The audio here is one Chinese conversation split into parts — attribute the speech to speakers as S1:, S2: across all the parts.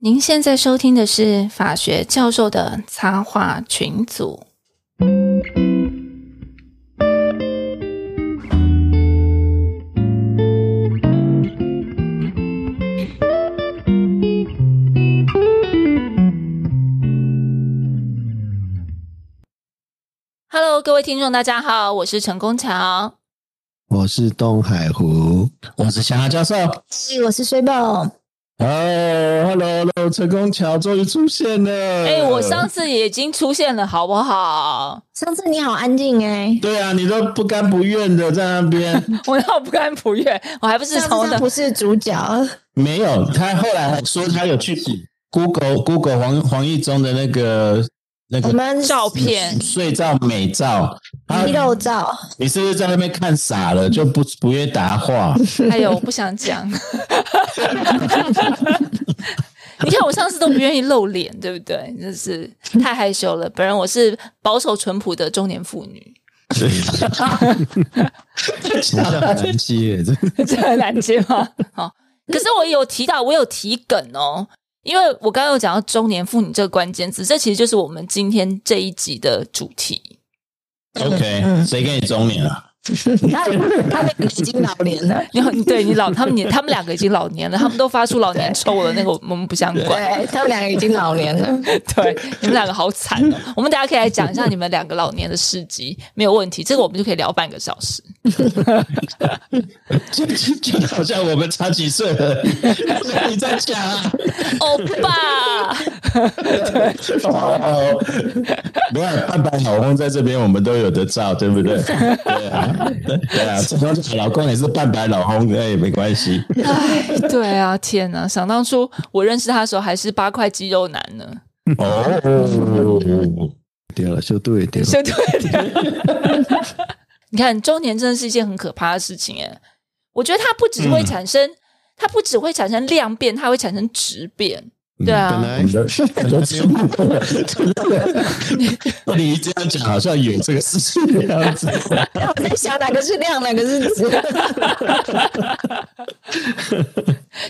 S1: 您现在收听的是法学教授的插画群组。Hello，各位听众，大家好，我是陈功桥。
S2: 我是东海湖，我是小教授。
S3: 嘿我是水宝，
S2: 哦，Hello，Hello，成功桥终于出现了。哎
S1: 哎、我上次已经出现了，好不好？
S3: 上次你好安静哎、
S2: 对啊，你都不甘不愿的在那 边，
S1: 我要不甘不愿，我还不是
S3: 上
S1: 从
S3: 次他不是主角，
S2: 没有。哦他后来说他有去 Google Google 黄黄义中的那个那
S3: 我
S2: 个
S3: 们
S1: 照片
S2: 睡照美照，他
S3: 肌肉照，
S2: 你是不是在那边看傻了，就不不愿答 话？
S1: 哎呦，我不想讲。 你看，我上次都不愿意露脸，对不对？真是太害羞了。本人我是保守淳朴的中年妇女，
S2: 形象难接，这
S1: 这很难接吗？好，可是我有提到，我有提梗哦，因为我刚刚有讲到中年妇女这个关键字，这其实就是我们今天这一集的主题。
S2: OK，谁跟你中年啊了？
S3: 他他们已经老年了，
S1: 你好，对你老他们年，他们两个已经老年了，他们都发出老年臭了，那个我们不相关。
S3: 对他们两个已经老年了，
S1: 对，你们两个好惨 哦！我们大家可以来讲一下你们两个老年的事迹，没有问题，这个我们就可以聊半个小时。
S2: 就就就好像我们差几岁了， 你在讲啊？
S1: 欧巴，
S2: 哦，没有半白老公在这边，我们都有得照，对不对？对啊，对啊，成功就老公也是半白老公，哎，没关系。
S1: 哎， 对啊，天哪！想当初我认识他的时候还是八块肌肉男呢，
S2: 哦，
S4: 掉了，修对掉了。
S1: 对对对。你看，中年真的是一件很可怕的事情哎，我觉得它不只会产生，它不只会产生量变，它会产生质变。对
S4: 本
S1: 啊，
S4: 来
S2: 你这样讲好像有这个事情的样子。
S3: 我在想哪个是亮，哪个是直，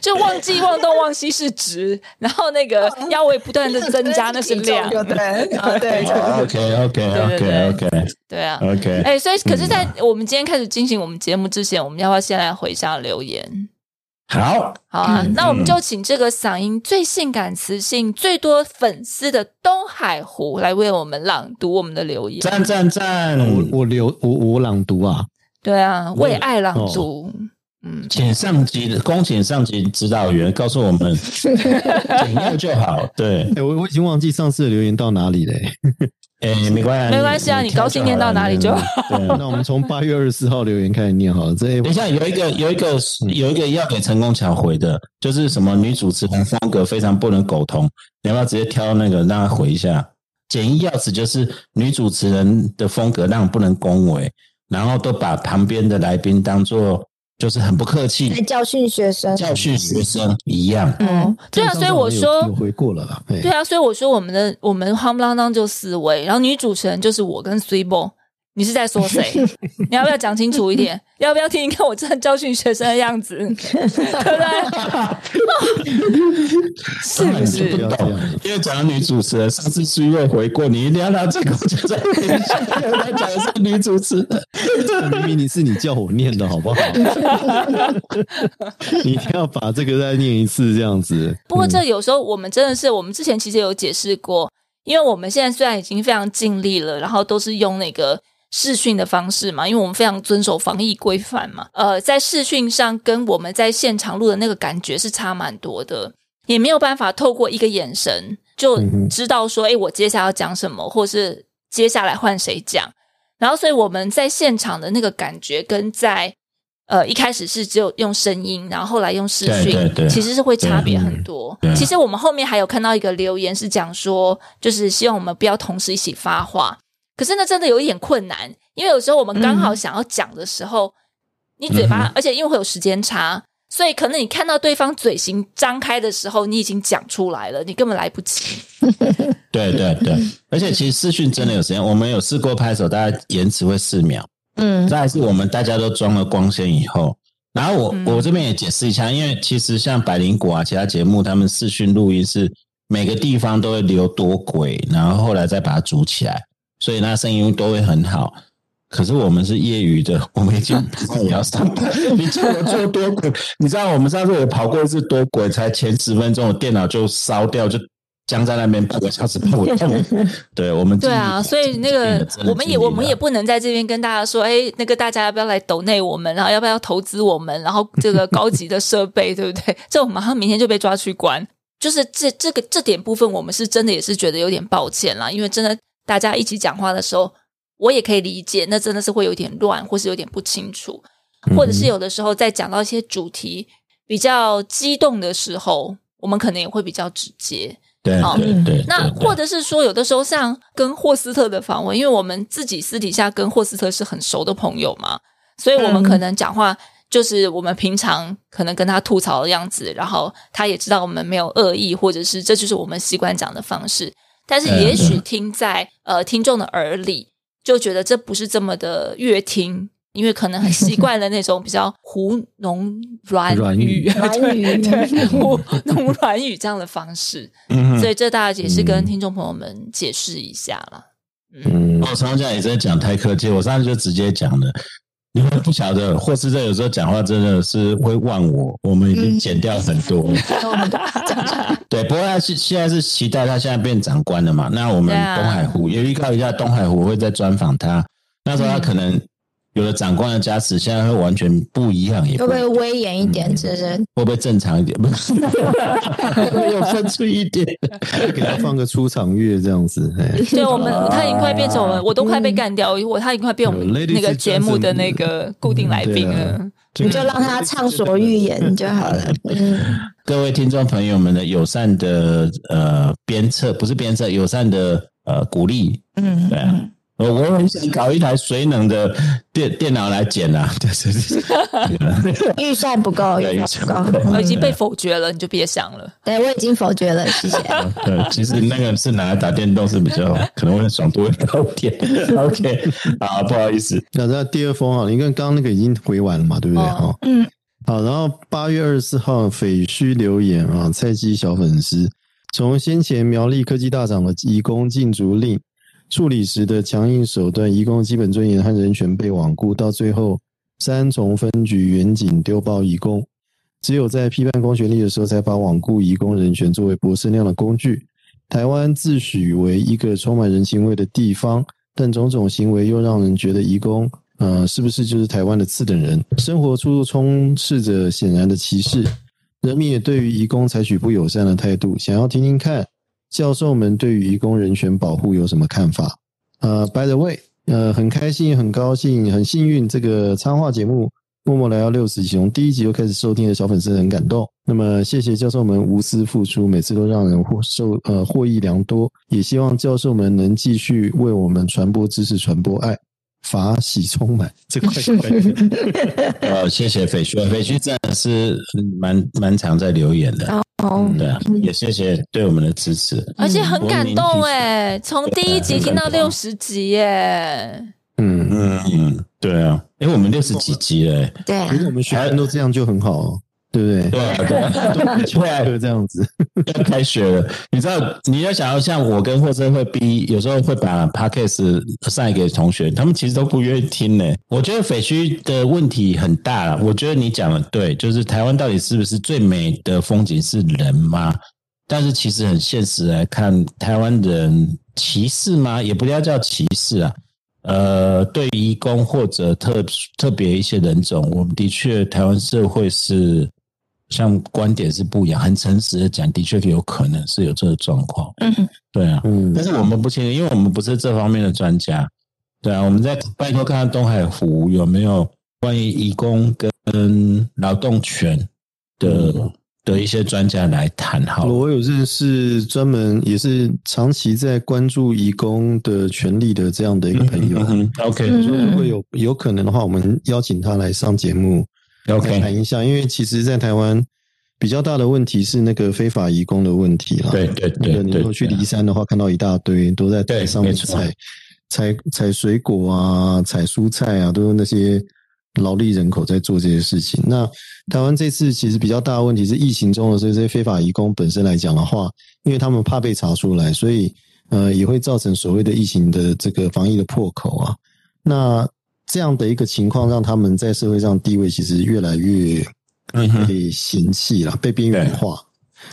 S1: 就忘记忘东忘西是直，然后那 个腰围不断的增加， 那是 量。
S3: 对对对，
S2: OK OK OK OK
S1: 对啊，
S2: OK，
S1: 哎、所以可是，在我们今天开始进行我们节目之前，我们要不要先来回一下留言？
S2: 好，
S1: 好啊，那我们就请这个嗓音最性感、磁性最多粉丝的东海湖来为我们朗读我们的留言。
S2: 赞赞赞，
S4: 我我留我我朗读啊，
S1: 对啊，为爱朗读。嗯，
S2: 请上级的恭请上级指导员告诉我们怎样就好。对，
S4: 哎、我我已经忘记上次的留言到哪里嘞、
S2: 哎，没关系，
S1: 没关系啊，你高兴念到哪里就好。
S2: 对。
S4: 那我们从八月二十四号留言开始念好了。这
S2: 等一下，有一个有一个有一个要给成功抢回的，就是什么女主持人风格非常不能苟同，你要不要直接挑那个让她回一下？简易要旨就是女主持人的风格让人不能恭维，然后都把旁边的来宾当做就是很不客
S3: 在
S1: 哎
S2: 气，
S3: 教训学生，
S2: 教训学生一样。
S3: 嗯，
S1: 对啊，所以我说
S4: 有，回过了啦。哎
S1: 对啊，所以我说我们的我们夯不啷当就四位，然后女主持人就是我跟 s u b o 你是在说谁？ 你要不要讲清楚一点？要不要听一看我这教训学生的样子？对不对？哦是不
S2: 不
S1: 是？
S2: 懂，因为讲到女主持人，上次苏瑞回过，你一定要拿这个我就在回想，因为他讲的是女主持人。
S4: 明明你是你叫我念的好不好？你一定要把这个再念一次，这样子。
S1: 不过
S2: 嗯
S1: 这有时候我们真的是，我们之前其实有解释过，因为我们现在虽然已经非常尽力了，然后都是用那个视讯的方式嘛，因为我们非常遵守防疫规范嘛，呃，在视讯上跟我们在现场录的那个感觉是差蛮多的，也没有办法透过一个眼神就
S2: 嗯
S1: 知道说，哎、我接下来要讲什么，或是接下来换谁讲。然后，所以我们在现场的那个感觉，跟在呃一开始是只有用声音，然后后来用视讯，
S2: 对对对
S1: 其实是会差别很多。
S2: 对嗯对
S1: 其实我们后面还有看到一个留言是讲说，就是希望我们不要同时一起发话。可是呢，真的有一点困难，因为有时候我们刚好想要讲的时候，你嘴
S2: 嗯
S1: 巴，而且因为会有时间差，所以可能你看到对方嘴型张开的时候，你已经讲出来了，你根本来不及。
S2: 对对对，而且其实视讯真的有时间，我们有试过拍手，大概延迟会四秒，
S3: 嗯，
S2: 但还是我们大家都装了光纤以后，然后我、
S1: 嗯
S2: 我这边也解释一下，因为其实像百灵果啊，其他节目他们视讯录音是每个地方都会留多轨，然后后来再把它组起来，所以那声音都会很好。可是我们是业余的，我们已经也要上班。你叫我做多轨，你知道我们上次也跑过一次多轨，才前十分钟我电脑就烧掉，就僵在那边半个小时，半 个小时。对，我们
S1: 对啊，所以那个我们也我们也不能在这边跟大家说，哎，那个大家要不要来抖内我们，然后要不要投资我们，然后这个高级的设备，对不对？这我马上明天就被抓去关。 就是这这个这点部分，我们是真的也是觉得有点抱歉啦，因为真的大家一起讲话的时候，我也可以理解，那真的是会有点乱，或是有点不清楚，或者是有的时候在讲到一些主题比较激动的时候，我们可能也会比较直接。
S2: 对
S1: 好
S2: 对对，
S1: 那
S2: 对对
S1: 或者是说，有的时候像跟霍斯特的访问，因为我们自己私底下跟霍斯特是很熟的朋友嘛，所以我们
S3: 嗯
S1: 可能讲话就是我们平常可能跟他吐槽的样子，然后他也知道我们没有恶意，或者是这就是我们习惯讲的方式。但是
S2: 对啊
S1: 也许
S2: 对
S1: 听在呃听众的耳里，就觉得这不是这么的乐听，因为可能很习惯了那种比较胡弄软
S4: 软
S1: 语
S4: 语、
S3: 软语
S1: 对胡弄软语这样的方式。
S2: 嗯哼
S1: 所以这大家也是跟
S2: 嗯
S1: 听众朋友们解释一下啦。
S4: 嗯，
S2: 我哦常常也在讲太客气，我上次就直接讲了。你们不晓得，霍斯特有时候讲话真的是会忘我，我们已经减掉很多。 对，不过他是现在是期待他现在变长官了嘛？那我们
S1: 对啊
S2: 东海湖、也预告一下，东海湖会再专访他。那时候他可能有了长官的加持，现在会完全不一样，也不
S3: 会不会威严一点？是不是？
S2: 会不会正常一点？ 不是，会不会有分寸一点？
S4: 给他放个出场乐这样子，哎，
S1: 对我们，他已经快变成我们，我都快被干掉，我他已经快变我们
S4: Ladies and
S1: 那个节目的那个固定来宾了。
S3: 你就让他畅所欲言就好了。嗯，
S2: 各位听众朋友们的友善的呃鞭策，不是鞭策，友善的呃鼓励，
S3: 嗯
S2: 对啊。呃我很想搞一台水冷的电电脑来剪啊，对对对，
S3: 嗯预算不够，嗯
S2: 对
S3: 预算不够。
S1: 呃已经被否决了，你就别想了。
S3: 对，我已经否决了，谢谢。
S2: 对，其实那个是拿来打电动是比较可能会爽度会高一点。OK，好，不好意思，
S4: 那那第二封啊，因为刚刚那个已经回完了嘛，对不对？
S1: 哦
S4: 哈、
S3: 嗯，
S4: 好，然后八月二十四号匪墟留言啊，菜鸡小粉丝，从先前苗栗科技大厂的移工禁足令处理时的强硬手段，移工基本尊严和人权被罔顾，到最后三重分局远警丢爆移工，只有在批判公权力的时候，才把罔顾移工人权作为博士那样的工具。台湾自诩为一个充满人情味的地方，但种种行为又让人觉得移工，呃，是不是就是台湾的次等人？生活处处充斥着显然的歧视，人民也对于移工采取不友善的态度。想要听听看教授们对于移工人权保护有什么看法？呃，by the way，呃，很开心，很高兴，很幸运，这个插画节目默默来到六十集，从第一集就开始收听的小粉丝很感动。那么，谢谢教授们无私付出，每次都让人获受呃获益良多。也希望教授们能继续为我们传播知识，传播爱。法喜充满，这块快点
S2: 呃，谢谢斐旭，斐旭真的是蛮蛮常在留言的，
S4: 嗯
S3: 哦，
S2: 对啊，也谢谢对我们的支持。
S1: 而且很感动
S2: 嗯
S1: 哎、从第一集听到六十集耶、
S4: 嗯，
S2: 嗯嗯，对啊，因为我们六十几集了、欸，
S3: 对 啊
S4: 如，果我们学生都这样就很好、哦，对不对？
S2: 对啊对啊，对啊对啊
S4: 就这样子，
S2: 要开学了，你知道，你要想要像我跟霍生会逼，有时候会把 podcast 晒给同学，他们其实都不愿意听呢、我觉得匪区的问题很大了，我觉得你讲的对，就是台湾到底是不是最美的风景是人吗？但是其实很现实来看，台湾人歧视吗？也不要叫歧视啊。呃，对于移工或者特特别一些人种，我们的确台湾社会是像观点是不一样，很诚实的讲，的确有可能是有这个状况。
S3: 嗯，
S2: 对啊，
S4: 嗯
S2: 但是我们不清楚，因为我们不是这方面的专家。对啊，我们在拜托看看东海湖有没有关于移工跟劳动权的、
S4: 嗯
S2: 的一些专家来谈好了。
S4: 我有认识专门也是长期在关注移工的权利的这样的一个朋友，
S2: 嗯哼
S4: 所以
S2: ，OK
S4: 说如果有有可能的话，我们邀请他来上节目来
S2: OK，
S4: 谈一下，因为其实，在台湾比较大的问题是那个非法移工的问题啦。
S2: 对对
S4: 那个
S2: 对
S4: 你
S2: 对
S4: 如果去离山的话，看到一大堆都在
S2: 对
S4: 台上面
S2: 没错
S4: 采采采水果啊、采蔬菜啊，都是那些劳力人口在做这些事情。那台湾这次其实比较大的问题是疫情中的这些非法移工本身来讲的话，因为他们怕被查出来，所以呃也会造成所谓的疫情的这个防疫的破口啊。那这样的一个情况，让他们在社会上地位其实越来越
S2: 嗯哼，
S4: 被嫌弃了，被边缘化。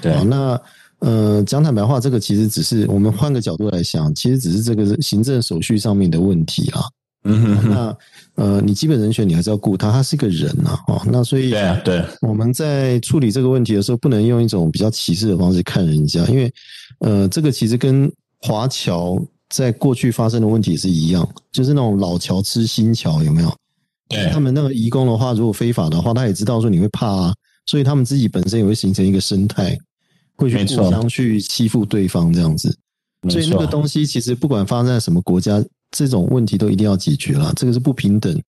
S2: 对，啊
S4: 好，那呃，讲坦白话，这个其实只是我们换个角度来想，其实只是这个行政手续上面的问题啊。
S2: 嗯哼哼，
S4: 那呃，你基本人权你还是要顾他，他是个人啊，哦，那所以
S2: 对啊，对，
S4: 我们在处理这个问题的时候，不能用一种比较歧视的方式看人家，因为呃，这个其实跟华侨在过去发生的问题是一样，就是那种老侨吃新侨，有没有？
S2: 对
S4: 他，们那个移工的话，如果非法的话，他也知道说你会怕啊，所以他们自己本身也会形成一个生态，会去
S2: 没错
S4: 互相去欺负对方这样子。所
S2: 没
S4: 以那个
S2: 错，
S4: 东西其实不管发生在什么国家，这种问题都一定要解决了。这个是不平等，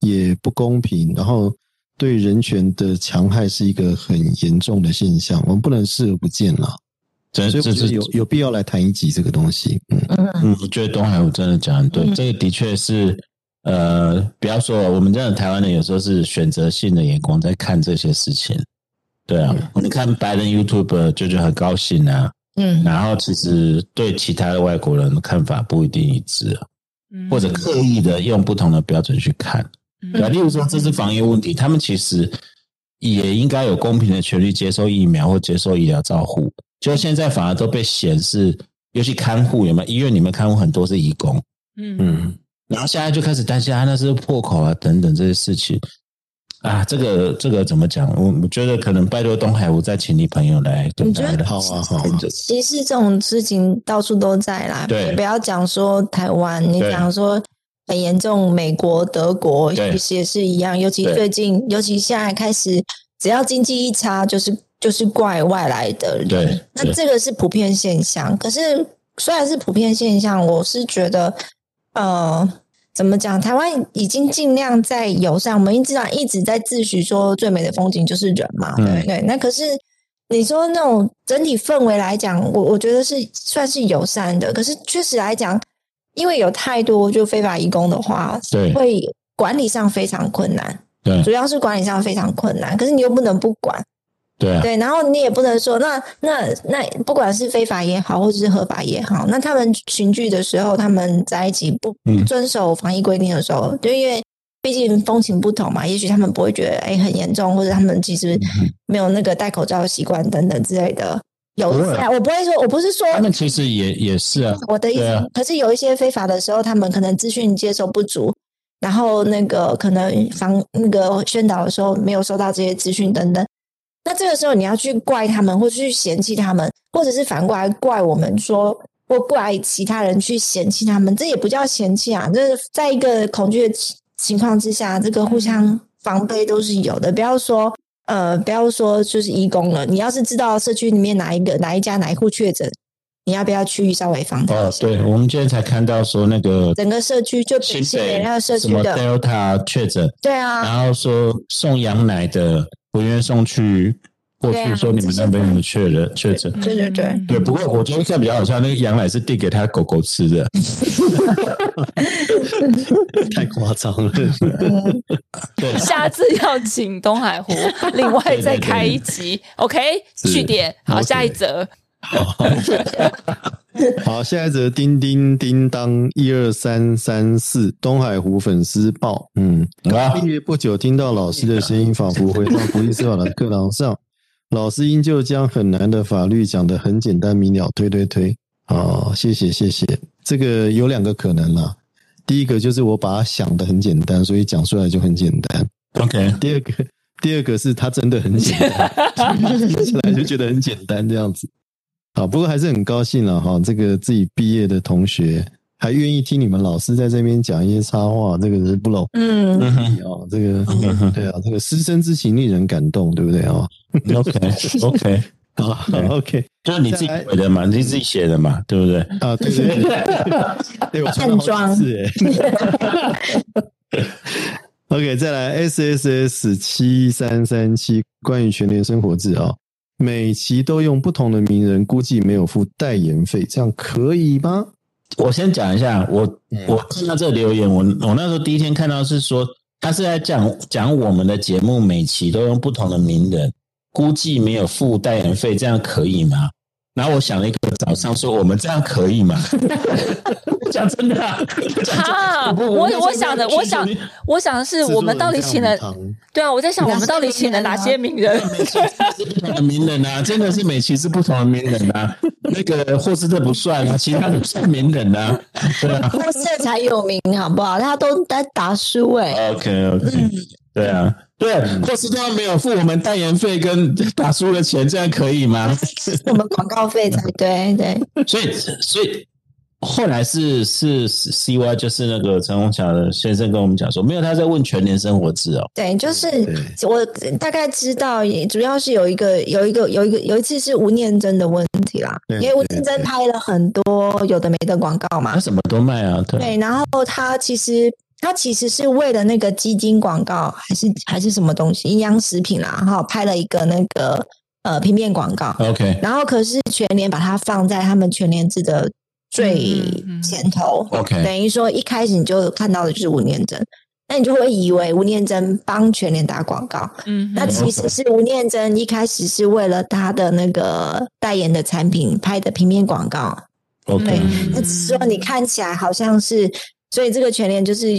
S4: 也不公平，然后对人权的强害是一个很严重的现象，我们不能视而不见了。
S2: 这
S4: 所以我
S2: 这
S4: 觉得
S2: 是
S4: 有有必要来谈一集这个 东西。嗯，
S2: 嗯，我觉得东海我真的讲得对，
S1: 嗯
S2: 这个的确是，呃，不要说了我们真的台湾人有时候是选择性的眼光在看这些事情，对啊，
S1: 嗯
S2: 你看白人 YouTube 就觉得很高兴啊，
S3: 嗯，
S2: 然后其实对其他的外国人的看法不一定一致啊，
S1: 嗯
S2: 或者刻意的用不同的标准去看，对啊，
S1: 嗯
S2: 例如说这是防疫问题，他们其实也应该有公平的权利接受疫苗或接受医疗照护，就现在反而都被显示，尤其看护有没有医院里面看护很多是义工。
S1: 嗯
S4: 嗯，
S2: 然后现在就开始担心啊，那是破口啊等等这些事情啊，这个这个怎么讲？我我觉得可能拜托东海，我再请你朋友来跟大家
S3: 你觉
S2: 来
S3: 得
S4: 好啊好啊
S3: 歧视这种事情到处都在啦。
S2: 对
S3: 你不要讲说台湾，你
S2: 对
S3: 讲说很严重，美国、德国
S2: 对
S3: 其实也是一样。尤其
S2: 对
S3: 最近，尤其现在开始，只要经济一差，就是就是怪外来的人。
S2: 对，
S3: 那这个是普遍现象，可是虽然是普遍现象，我是觉得，呃，怎么讲？台湾已经尽量在友善，我们一直啊一直在自诩说最美的风景就是人嘛，
S2: 嗯
S3: 对不对？那可是你说那种整体氛围来讲，我我觉得是算是友善的，可是确实来讲，因为有太多就非法移工的话，
S2: 对
S3: 会管理上非常困难，
S2: 对
S3: 主要是管理上非常困难，可是你又不能不管。
S2: 对啊，
S3: 对，然后你也不能说那那那，不管是非法也好，或者是合法也好，那他们群聚的时候，他们在一起不
S2: 嗯
S3: 遵守防疫规定的时候，就因为毕竟风情不同嘛，也许他们不会觉得哎很严重，或者他们其
S2: 嗯
S3: 实没有那个戴口罩的习惯等等之类的。有
S2: 不会啊
S3: 我不会说，我不是说
S2: 他们其实也也是啊，
S3: 我的意思，
S2: 对啊
S3: 可是有一些非法的时候，他们可能资讯接受不足，然后那个可能防那个宣导的时候没有收到这些资讯等等。那这个时候你要去怪他们，或者去嫌弃他们，或者是反过来怪我们说，或怪其他人去嫌弃他们，这也不叫嫌弃啊，这是在一个恐惧的情情况之下，这个互相防备都是有的。不要说呃，不要说就是义工了，你要是知道社区里面哪一个哪一家哪一户确诊，你要不要去稍微防他
S2: 哦
S3: 一，下？
S2: 对，我们今天才看到说那个
S3: 整个社区就
S2: 新
S3: 比新北
S2: 北
S3: 那个社
S2: 什
S3: 区
S2: 么
S3: 的，
S2: Delta 确诊，
S3: 对啊，
S2: 然后说送羊奶的不愿意送去过
S3: 对
S2: 去，
S3: 啊
S2: 说你们那边有没有确诊确诊。
S3: 对对对
S2: 对，不过我觉得看比较好笑，那个羊奶是递给他狗狗吃的，
S4: 太夸张了。
S3: 嗯，
S2: 对，
S1: 下次要请东海湖，另外再开一集，OK？
S4: 是
S1: 据点，好，
S4: OK
S1: 下一则，
S4: 好，下一则叮叮叮当一二三三四东海湖粉丝报，嗯，
S2: 啊
S4: 毕业不久，听到老师的声音，仿佛回到国际司法的课堂上。老师依旧将很难的法律讲得很简单明了，推推推。哦，谢谢谢谢。这个有两个可能啦，第一个就是我把它想得很简单，所以讲出来就很简单。
S2: ，OK，
S4: 第二个，第二个是它真的很简单，听起来就觉得很简单这样子。好，不过还是很高兴了哈，这个自己毕业的同学还愿意听你们老师在这边讲一些插话，这个是不容
S3: 嗯，
S2: 嗯哼
S4: 易哦。这个
S2: 嗯哼
S4: 对啊，这个师生之情令人感动，对不对啊？
S2: ，OK，OK，
S4: 好，OK
S2: 就是你自己回的嘛，你自己写的嘛，对不对？
S4: 啊，对对对，对我穿了好几次欸 OK，再来 S S S 七三三七关于全联生活志啊、每期都用不同的名人，估计没有付代言费，这样可以吗？
S2: 我先讲一下，我我看到这个留言，我我那时候第一天看到是说他是在讲讲我们的节目每期都用不同的名人，估计没有付代言费，这样可以吗？然后我想了一个早上，说我们这样可以吗？讲真的、啊，讲真的
S1: 啊
S2: 不
S1: 我
S2: 那时候
S1: 我想的
S2: 没有
S1: 我
S2: 去
S1: 想
S2: 你
S1: 我想的是，我们到底请了
S4: 制作人
S1: 对啊，我在想我们到底请了哪些名人？
S2: 每期是不同的名人啊，真的是每期是不同的名人啊。那个霍斯特不算啊，其他的算名人啊。对啊
S3: 那这才有名好不好？大家都在打输哎、
S2: ，OK OK，对啊，对，霍斯特没有付我们代言费跟打输的钱，这样可以 吗？
S3: 我们广告费才对对。
S2: 所以所以后来是是是 CY 就是那个陈宏桥的先生跟我们讲说，没有他在问全年生活制哦。
S3: 对，就是
S4: 对
S3: 我大概知道，也主要是有一个有一个有一个有一次是吴念真的问题啦，
S4: 对
S3: 因为吴念真
S4: 对
S3: 拍了很多有的没的广告嘛
S2: 他，什么都卖啊，对
S3: 对，然后他其实他其实是为了那个基金广告还是还是什么东西营养食品啦，哈，拍了一个那个呃平面广告，
S2: ，OK，
S3: 然后可是全年把它放在他们全年制的最
S1: 嗯嗯
S3: 前头，
S2: OK
S3: 等于说一开始你就看到的就是吴念真。那你就会以为吴念真帮全年打广告，
S1: 嗯 哼，
S3: 那其实是吴念真一开始是为了他的那个代言的产品拍的平面广告，
S2: OK，
S1: 嗯
S3: 那只是说你看起来好像是，所以这个全联就是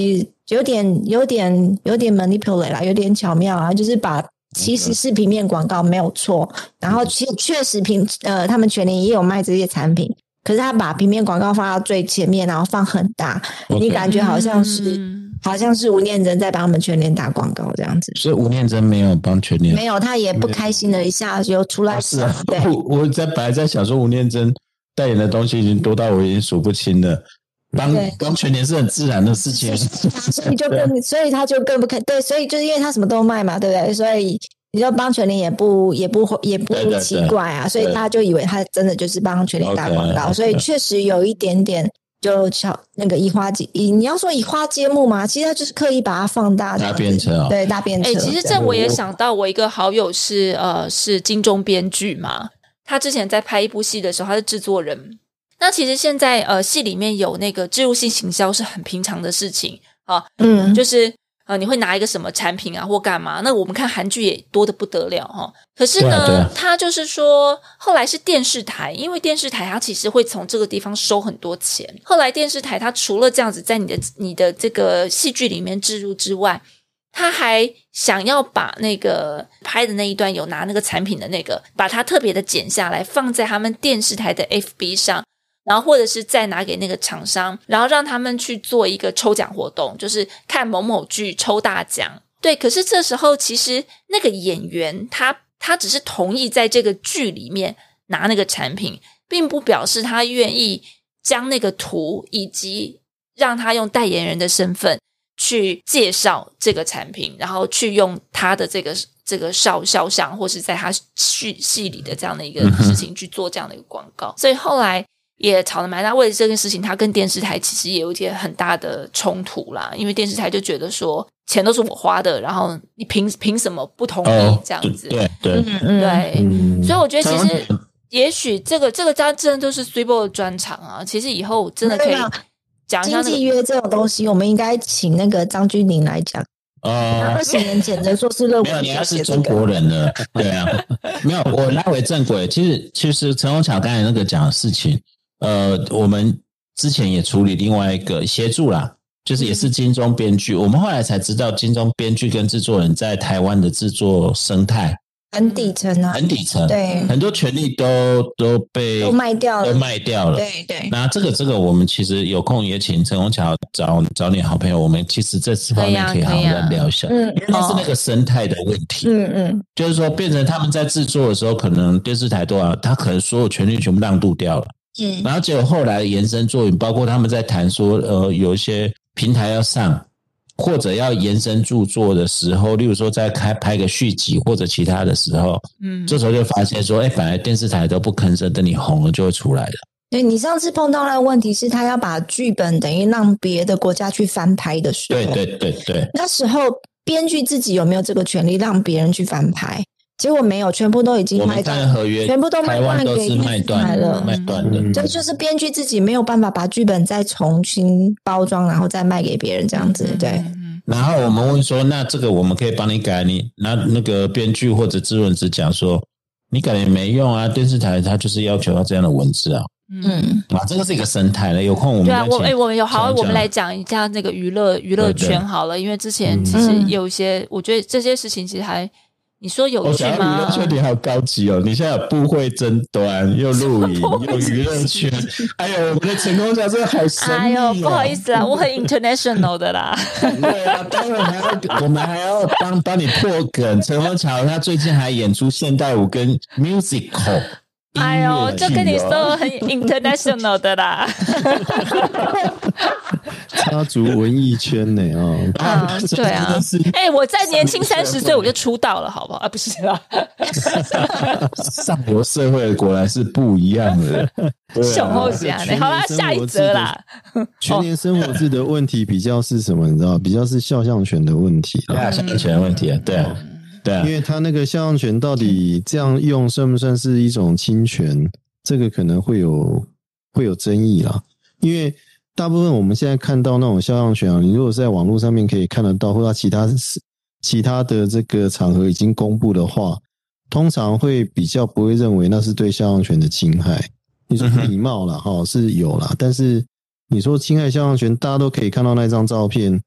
S3: 有点有点有点 manipulate 啦，有点巧妙啊，就是把其实是平面广告没有错，然后其确实平呃他们全联也有卖这些产品，可是他把平面广告放到最前面，然后放很大，你
S2: OK
S3: 感觉好像是、
S1: 嗯
S3: 好像是吴念真在帮他们全联打广告这样子。
S2: 所以吴念真没有帮全年
S3: 没有，他也不开心了一下，就出来、
S2: 啊是啊，
S3: 对，
S2: 我我在本来在想说吴念真代言的东西已经多到我已经数不清了，帮
S3: 对
S2: 帮全年是很自然的事情。
S3: 所以就
S2: 啊
S3: 更，所以他就更不肯对，所以就是因为他什么都卖嘛，对不对？所以你就帮全联也不也不也不
S2: 对对对
S3: 奇怪啊，所以大家就以为他真的就是帮全联打广告，
S2: OK，OK
S3: 所以确实有一点点就巧那个移花接，以你要说移花接木嘛，其实他就是刻意把它放大，
S2: 搭便车哦
S3: 对，大变车。
S1: 哎、其实这我也想到，我一个好友是呃是金钟编剧嘛，他之前在拍一部戏的时候，他是制作人。那其实现在呃戏里面有那个植入性行销是很平常的事情啊，
S3: 嗯，
S1: 就是呃，你会拿一个什么产品啊，或干嘛？那我们看韩剧也多的不得了哈、哦。可是
S2: 对啊对
S1: 呢
S2: 啊，
S1: 他就是说，后来是电视台，因为电视台它其实会从这个地方收很多钱。后来电视台它除了这样子在你的你的这个戏剧里面置入之外，他还想要把那个拍的那一段有拿那个产品的那个，把它特别的剪下来，放在他们电视台的 FB 上，然后或者是再拿给那个厂商，然后让他们去做一个抽奖活动，就是看某某剧抽大奖。对，可是这时候其实那个演员他他只是同意在这个剧里面拿那个产品，并不表示他愿意将那个图以及让他用代言人的身份去介绍这个产品，然后去用他的这个这个肖肖像，或是在他戏戏里的这样的一
S2: 嗯
S1: 个事情去做这样的一个广告。所以后来也吵得蛮大，为了这件事情，他跟电视台其实也有一些很大的冲突啦，因为电视台就觉得说钱都是我花的，然后你凭凭什么不同意
S2: 哦，
S1: 这样子？
S2: 对对对，
S3: 嗯嗯，
S1: 对，
S4: 嗯
S1: 所以我觉得其
S2: 台
S1: 实，也许这个这个家真的都是 s u p e 的专场啊。其实以后真的可以
S3: 没有
S1: 讲一下
S3: 经
S1: 那
S3: 济
S1: 个
S3: 约这种东西，我们应该请那个张钧甯来讲。
S2: 哦
S3: 二，十年前的硕士论
S2: 没有，
S3: 文
S2: 你
S3: 就
S2: 要是
S3: 写这
S2: 中
S3: 个，
S2: 国人了，对啊， 没有，我拉回正轨。其实，其实陈宏桥刚才那个讲的事情，呃，我们之前也处理另外一个协助啦，就是也是金钟编剧，我们后来才知道金钟编剧跟制作人在台湾的制作生态
S3: 很底层啊，
S2: 很底层，
S3: 对，
S2: 很多权利都都被
S3: 都卖掉
S2: 都
S3: 了，
S2: 卖掉了，
S3: 对对。
S2: 那这个这个，我们其实有空也请陈宏桥找找你好朋友，我们其实这次方面可以好啊好地聊一下。
S3: 嗯
S2: 但是那个生态的问题，
S3: 嗯嗯，
S2: 就是说变成他们在制作的时候，可能电视台多少，他可能所有权利全部让渡掉了。
S3: 嗯
S2: 然后结果后来延伸作品，包括他们在谈说，呃，有一些平台要上或者要延伸著作的时候，例如说在开拍个续集或者其他的时候，
S1: 嗯，
S2: 这时候就发现说，哎，本来电视台都不吭声，等你红了就会出来了。
S3: 对你上次碰到那个问题是，他要把剧本等于让别的国家去翻拍的时候，
S2: 对对对对，
S3: 那时候编剧自己有没有这个权利让别人去翻拍？结果没有，全部都已经
S2: 我
S3: 卖
S2: 们
S3: 断
S2: 看合约，
S3: 全部都卖
S2: 台
S3: 断
S2: 湾都
S3: 给
S2: 是
S3: 艺
S2: 卖
S3: 术买
S2: 断
S3: 了
S2: 卖断的。
S4: 嗯
S3: 这就是编剧自己没有办法把剧本再重新包装，然后再卖给别人这样子。对，
S1: 嗯，嗯
S2: 然后我们问说，那这个我们可以帮你改，你那那个编剧或者制文只讲说，你改也没用啊，电视台它就是要求要这样的文字啊，
S1: 嗯，
S3: 嗯，
S2: 啊，这个是一个生态了，有空我们
S1: 对啊，
S2: 再
S1: 我
S2: 请
S1: 哎、我们有好，
S2: 讲一
S1: 我们
S2: 讲
S1: 来讲一下那个娱乐娱乐
S2: 对对
S1: 圈好了，因为之前其实
S3: 嗯
S1: 有一些，我觉得这些事情其实还你说有
S2: 我
S1: 趣
S2: 想要娱
S1: 吗
S2: 乐？圈，你好高级哦！你现在有部会争端，又露营，又娱乐圈，哎呦，我们的成功奖真的好神
S1: 哎
S2: 秘、哦
S1: 呦，不好意，思啦，我很 international 的啦。
S2: 对啊，当然还要，我们还要帮帮你破梗。陈宏桥他最近还演出现代舞跟 musical，啊
S1: 哎呦，
S2: 音乐
S1: 就跟你
S2: 剧
S1: 说
S2: 哦
S1: 很 international 的啦。
S4: 插足文艺圈呢啊、哦
S1: 啊，对啊
S2: 真的是
S1: 哎、我在年轻
S2: 上
S1: 三
S2: 流
S1: 十
S2: 社会
S1: 岁我就出道了，好不好？啊，不是啦，
S2: 上流社会果然是不一样的。 对
S1: 小
S2: 啊
S1: 后侠
S4: 全
S1: 呢？
S4: 民
S1: 好啦，
S4: 生
S1: 下一
S4: 活
S1: 则
S4: 自
S1: 啦。
S4: 全年生活制的问题比较是什么？你知道，比较是肖像权的问题
S2: 对
S4: 啊，
S2: 啊，想不起来问题啊，对啊，对啊
S4: 因，为他那个肖像权到底这样用算不算是一种侵权？这个可能会有会有争议啦。因为大部分我们现在看到那种肖像权啊，你如果是在网络上面可以看得到，或者其他其他的这个场合已经公布的话，通常会比较不会认为那是对肖像权的侵害。你说不礼貌啦，哈、是有啦，但是你说侵害肖像权，大家都可以看到那张照片，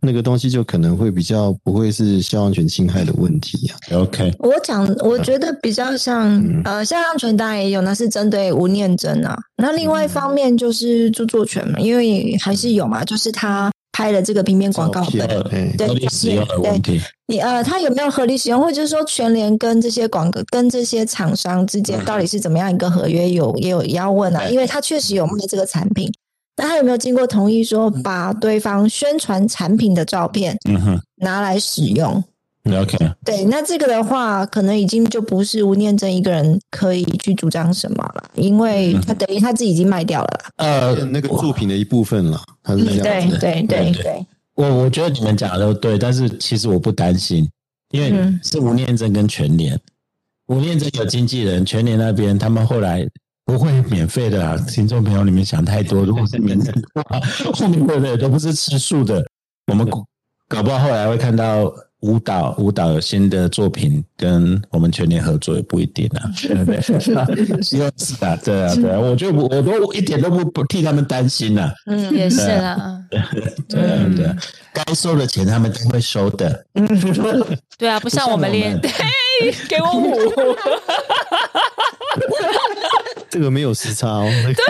S4: 那个东西就可能会比较不会是肖像权侵害的问题啊呀、
S2: OK，
S3: 我讲，我觉觉得比较像、
S4: 嗯
S3: 呃，肖像权当然也有，那是针对吴念真啊。那另外一方面就是著作权嘛，因为还是有嘛，就是他拍了这个平面广告
S4: 嗯照片
S3: 本，
S2: 对
S4: 哎，
S3: 对
S2: 合理使用的问题，
S3: 你呃，他有没有合理使用，或者是说全联跟这些广告跟这些厂商之
S4: 嗯
S3: 间到底是怎么样一个合约有，也有也要问啊，
S2: 对
S3: 因为他确实有卖这个产品，那他有没有经过同意说
S4: 嗯
S3: 把对方宣传产品的照片
S2: 嗯哼
S3: 拿来使用？
S2: ，OK，
S3: 对，那这个的话，可能已经就不是吴念真一个人可以去主张什么了，因为他等于他自己已经卖掉了啦。
S2: 呃，
S4: 那个作品的一部分啦，它是这样子
S3: 嗯对
S4: 的。
S3: 对对对，
S2: 我我觉得你们讲的都对，但是其实我不担心，因为
S3: 嗯
S2: 是吴念真跟全联，吴念真有经纪人，全联那边他们后来不会免费的啦，听众朋友你们想太多，如果是免费的话，后面会的都不是吃素的，我们搞搞不好后来会看到舞蹈舞蹈有新的作品跟我们全联合作也不一定啊，对不对？希望是啊，对啊，对啊，我就不我都一点都不不替他们担心呐、啊。
S3: 嗯
S1: 也是啦，
S2: 对啊对啊，该收的钱他们都会收的。
S1: 对啊，不像我们 练，
S2: 不
S1: 对，给我 五，
S4: 这个没有时差哦。那个
S1: 对，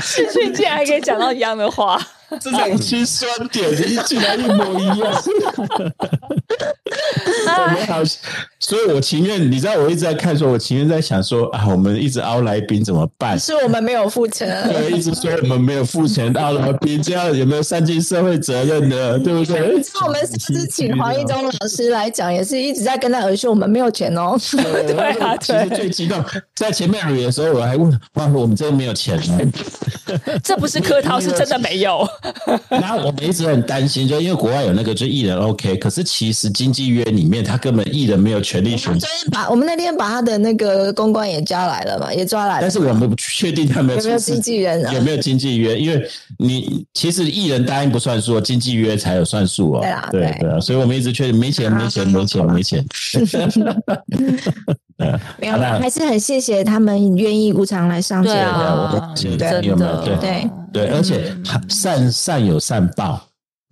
S1: 世俊竟然还可以讲到一样的话，
S2: 这种心酸点竟然一模一样，我们好，所以我情愿，你知道，我一直在看说，我情愿在想说啊，我们一直凹来宾怎么办？
S3: 是我们没有付钱。
S2: 对，一直说我们没有付钱凹来宾，这样有没有善尽社会责任呢？对不对
S3: 你？知道我们上次请黄一中老师来讲，也是一直在跟他耳说我们没有钱哦。
S2: 对
S1: 啊
S2: 哎其实
S1: 对
S2: 最激动，在前面捋的时候，我还问，哇，我们真的没有钱吗？
S1: 这不是客套，是真的没有。
S2: 然后我们一直很担心，就因为国外有那个就艺人 OK，可是其实经纪约里面他根本艺人没有权利选择，
S3: 昨天把我们那天把他的那个公关也加来了嘛，也抓来了
S2: 但。是我们不确定他们
S3: 有没有经纪人啊
S2: 有没有经纪约，因为你其实艺人答应不算数，经纪约才有算数哦。
S3: 对啦
S2: 对
S3: 对啊
S2: 啊，所以我们一直确定没钱，没钱，没钱，没钱。
S3: 没有啦，还是很谢谢他们愿意无偿来上节
S1: 对
S3: 目。
S1: 啊，
S2: 对
S1: 真
S2: 对
S1: 的，
S2: 有没有对
S3: 对
S2: 对，而且
S3: 嗯
S2: 善善有善报，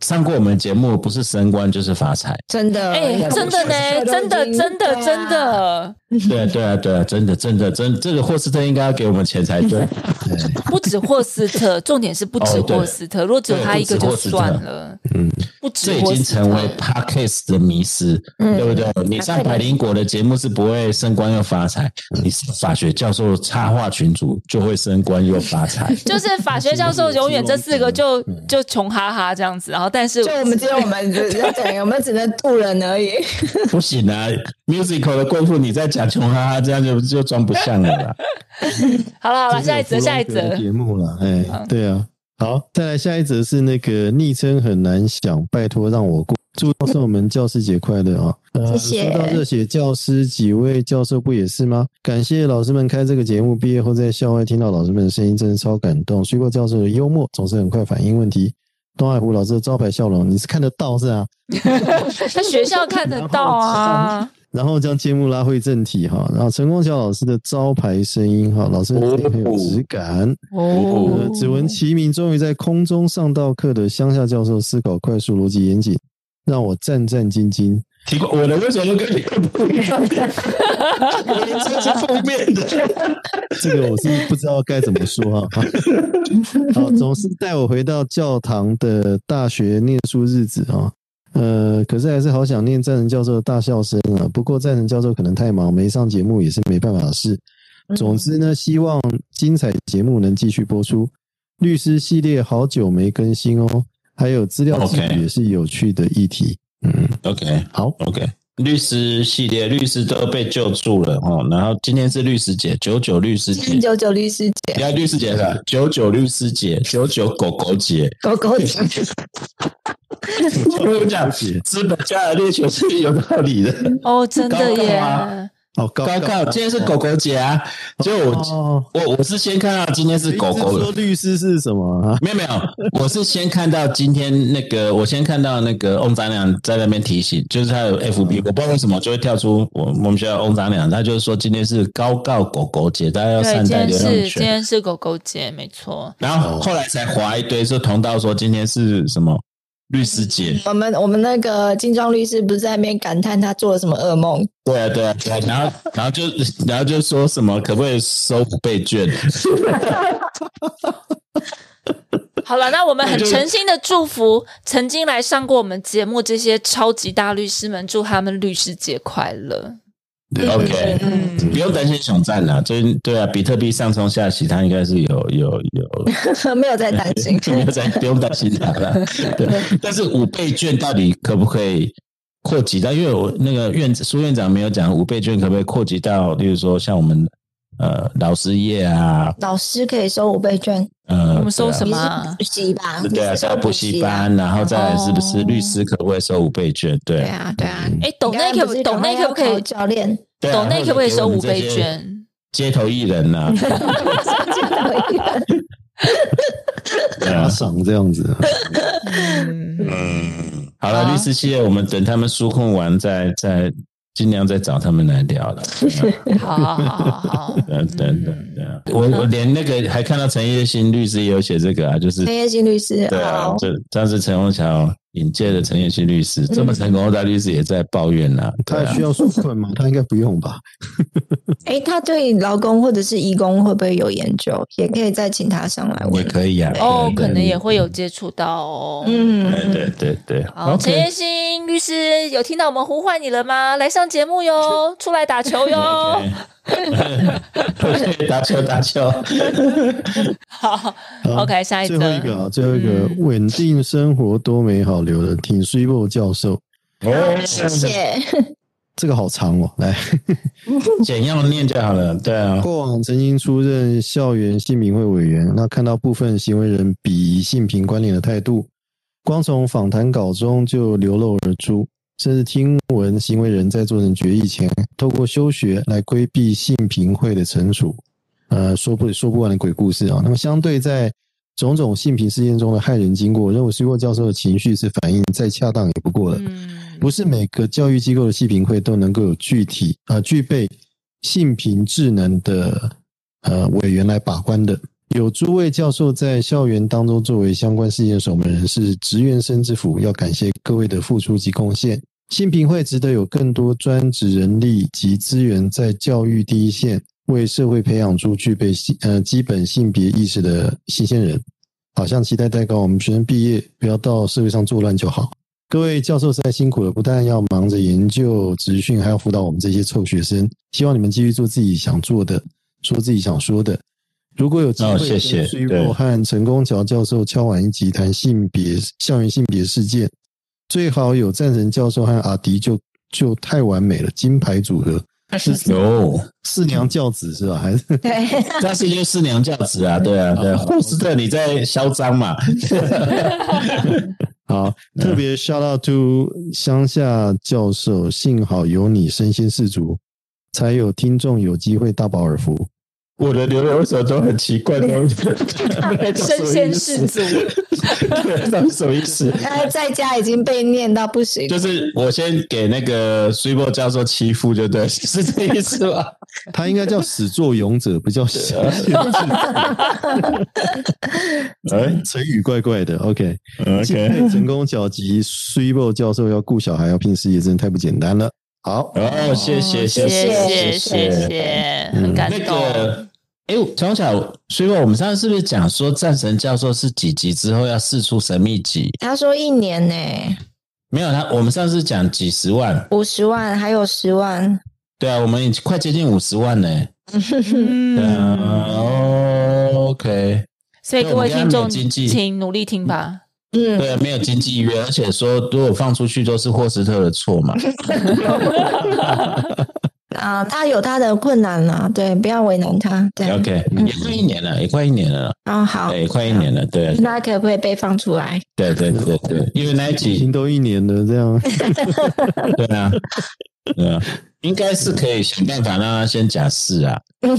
S2: 上过我们节目不是升官就是发财。
S3: 真的，
S1: 哎，真的呢，真的，真的，真，的，
S2: 对啊对啊对啊，真的真的真这个霍斯特应该要给我们钱才对。
S1: 不止霍斯特，重点是不止
S2: 哦对
S1: 霍斯特，如果只有他一个就算
S2: 对
S1: 了，
S4: 嗯，
S1: 不止
S2: 这已
S1: 霍
S2: 经
S1: 斯
S2: 成为
S1: 特。
S2: podcast 的迷失，
S3: 嗯
S2: 对不对？你上百灵果的节目是不会升官又发财，你是法学教授插画群主就会升官又发 财。
S1: 就是法学教授永远这四个就就穷哈哈这样子，然后但是
S3: 就我们只有我们只要讲，我们只能渡人而 已。
S2: 不行啊，musical 的贵妇你在讲穷哈哈，这样就就装不像了啦。
S1: 好了好了，下一
S4: 这
S1: 则
S4: 是有
S1: 下一
S4: 弗洛格
S1: 则
S4: 的，节目了，哎，对啊，好，再来下一则是那个昵称很难想，拜托让我过。祝教授们教师节快乐 啊！呃，
S3: 谢谢
S4: 说到热血教师，几位教授不也是吗？感谢老师们开这个节目，毕业后在校外听到老师们的声音，真的超感动。水果教授的幽默总是很快反应问题，东海湖老师的招牌笑容，你是看得到是啊。
S1: 在学校看得到啊。
S4: 然后将节目拉回正题哈，然后陈光桥老师的招牌声音哈，老师的声音很有质感。呃，
S1: 哦
S4: 只闻其名，终于在空中上到课的乡下教授思考快速、逻辑严谨，让我战战兢兢。
S2: 奇怪，我的为什么跟你的不一样？我的这是负面的。
S4: 这个我是不知道该怎么说啊哈。好，总是带我回到教堂的大学念书日子啊。呃，可是还是好想念赞成教授的大笑声啊。不过赞成教授可能太忙，没上节目也是没办法的事。总之呢，希望精彩节目能继续播出。律师系列好久没更新哦，还有资料记
S2: OK
S4: 录也是有趣的议题。嗯，
S2: OK
S4: 好，
S2: OK，律师系列律师都被救助了哦。然后今天是律师节，九九律师
S3: 今天
S2: 节，
S3: 九九律师节，
S2: 不要律师节了，九九律师节，九九狗狗节。
S3: 狗狗讲，
S2: 我跟你讲，资本家的猎犬是有道理的。
S1: 哦，真的
S2: 高
S1: 耶
S2: 高！啊
S4: 好哦高
S2: 高高，今天是狗狗节啊！就我
S4: 哦，
S2: 我我是先看到今天是狗狗
S4: 说
S2: 的，
S4: 律师是什么啊？
S2: 没有没有，我是先看到今天那个，我先看到那个翁长良在那边提醒，就是他有 FB，我不知道为什么就会跳出我我们学校的翁长良，他就是说今天是高告狗狗节，大家要
S1: 对，
S2: 善
S1: 今
S2: 待
S1: 天
S2: 流浪
S1: 是今
S2: 犬。
S1: 天是狗狗节，没错。
S2: 然后后来才划一堆，说同道说今天是什么律师节，
S1: 嗯
S3: 我们我们那个精装律师不是在那边感叹他做了什么噩梦？
S2: 对啊，对啊，对啊，然后，然后就，然后就说什么可不可以收备卷？
S1: 好了，那我们很诚心的祝福曾经来上过我们节目这些超级大律师们，祝他们律师节快乐。
S4: 对
S2: OK
S1: 嗯，
S2: 不用担心熊战啦，最对啊，比特币上冲下洗，他应该是有有 有，，
S3: 没有在担心
S2: 没有在不用担心他了。对，但是五倍券到底可不可以扩及到？因为我那个院苏院长没有讲五倍券可不可以扩及到，例如说像我们呃老师业啊，
S3: 老师可以收五倍券，
S2: 呃，
S1: 我们收
S2: 对啊
S1: 什么啊
S3: 你是补习吧？
S2: 对啊，
S3: 你是
S2: 像补习班，然后再来是不
S1: 哦
S2: 是律师可不可以收五倍券？对
S3: 对啊，对啊。
S1: 哎，抖内可不抖内可不可
S3: 你刚刚是赶快要考
S1: 以
S3: 教练？
S2: 对啊
S1: 抖内可不可以收五倍
S2: 或者
S3: 啊
S2: 给我们
S1: 券？
S2: 这些街头艺人啊 呐、对
S4: 打
S2: 啊，
S4: 赏这样子啊。
S1: 嗯，
S2: 嗯，好了，
S3: 好
S2: 律师系列，我们等他们纾困完再再尽量再找他们来 聊了。对啊
S1: 好好好好好，
S2: 等等等等，
S1: 嗯
S2: 我我连那个还看到陈叶新律师也有写这个啊，就是
S1: 哎
S3: 陈叶新律师，
S2: 对啊
S3: 好，
S2: 这上次陈宏桥引荐的陈叶新律
S1: 嗯
S2: 师这么成功，大律师也在抱怨呐、啊，对
S4: 他
S2: 啊
S4: 需。要纾困吗？他应该不用吧？
S3: 哎，他对劳工或者是义工会不会有研究？也可以再请他上来
S2: 也
S3: 问。
S2: 可以啊，
S1: 哦，
S2: 对
S1: 可
S2: 对
S1: 能也会有接触到哦。
S3: 嗯，
S2: 对对对对，
S1: 好，陈彦新律师有听到我们呼唤你了吗？来上节目哟，出来打 球哟。
S2: OK 打球打球，
S1: 好
S4: 好
S1: ，OK，下一则
S4: 最后一个啊，最后一个，稳定生活多美好，留的挺 s u 教授，
S2: 哦，
S3: 谢谢。
S4: 这个好长哦。来，
S2: 简要念就好了，对啊，
S4: 过往曾经出任校园性评会委员，那看到部分行为人鄙夷性平观念的态度，光从访谈稿中就流露而出，甚至听闻行为人在做成决议前，透过休学来规避性评会的惩处。呃，说不说不完的鬼故事啊。那么，相对在种种性平事件中的害人经过，我认为苏过教授的情绪是反应再恰当也不过了。
S1: 嗯，
S4: 不是每个教育机构的性评会都能够有具体啊、呃具备性平智能的呃委员来把关的。有诸位教授在校园当中作为相关事件守门人，是职员生之福，要感谢各位的付出及贡献。性评会值得有更多专职人力及资源在教育第一线，为社会培养出具备性呃基本性别意识的新鲜人。好像期待代高，我们学生毕业不要到社会上作乱就好。各位教授实在辛苦了，不但要忙着研究、职训，还要辅导我们这些臭学生。希望你们继续做自己想做的，说自己想说的。如果有机会
S2: 哦
S4: 跟
S2: 谢谢
S4: 苏玉
S2: 对
S4: 波和陈功桥教授敲完一集谈性别、校园性别事件，最好有战神教授和阿迪就就太完美了，金牌组合，
S2: 有，
S4: 四娘教子是吧？还是
S3: 对，
S2: 但是就是娘教子啊，对啊，对啊，霍斯特你在嚣张嘛？
S4: 好， 特别 shout out to 乡下教 授，幸好有你身先士卒，才有听众有机会大饱耳福。
S2: 我的留言为什么都很奇怪的？
S1: 身
S2: 身
S1: 先士卒，
S2: 对，到底什么意思？
S3: 他在家已经被念到不行，
S2: 就是我先给那个 s u p e 教授欺负，就对，是这意思吧？
S4: 他应该叫始作俑者，不叫始作俑 者。
S2: 哎
S4: 成语怪怪的。OK，
S2: ，OK，
S4: 成功小吉 s u b o 教授要顾小孩要拼事业，真的太不简单了。好，
S2: 哦，谢谢，
S1: 谢
S2: 谢
S1: 谢谢谢，很感
S2: 那
S1: 动。
S2: 个，哎，从小 s u p e 我们上次是不是讲说战神教授是几集之后要试出神秘集？
S3: 他说一年呢、
S2: 没有，他我们上次讲几十万，
S3: 五十万还有十万，
S2: 对啊，我们已经快接近五十万呢。对啊
S1: 嗯，
S2: 哦，OK。
S1: 所以各位听
S2: 那我
S1: 众，
S2: 们家没有经济
S1: 请努力听吧。
S3: 嗯，
S2: 对，啊没有经济约，而且说如果放出去都是霍斯特的错 嘛。
S3: 啊，他有他的困难啦、对，不要为难他，对，啊、
S2: OK，也
S1: 嗯
S2: 快一年了，也快一年了，
S1: 哦
S3: 好，
S2: 对，也快一年了，对，
S1: 嗯
S3: 那可不可以被放出 来？
S2: 对对对对，因为那一
S4: 已
S2: 集
S4: 经都一年了，这样
S2: 对啊，对啊，应该是可以想办法让他先假释啊。嗯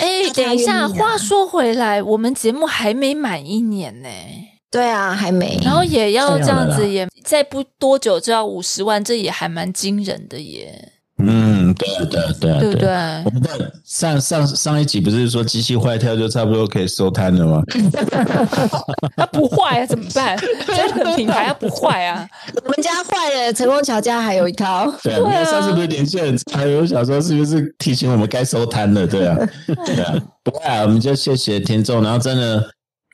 S1: 哎，等一下，话说回来，我们节目还没满一年呢，
S2: 嗯
S3: 对啊，还没，
S1: 然后也要这样
S2: 这样的
S1: 子，也再不多久就要五十万，这也还蛮惊人的耶，
S2: 嗯，对啊对啊对啊
S1: 对不
S2: 对啊。
S1: 对
S2: 我？们到上上上一集不是说机器坏掉就差不多可以收摊了吗？
S1: 它不坏啊，怎么 办？这个品牌它不坏啊，
S3: 我们家坏了，成功桥家还有一套，
S2: 对啊，因为上次不是连线很差，我想说是不是提醒我们该收摊 了？对啊，对啊，不会啊，我们就谢谢听众，然后真的。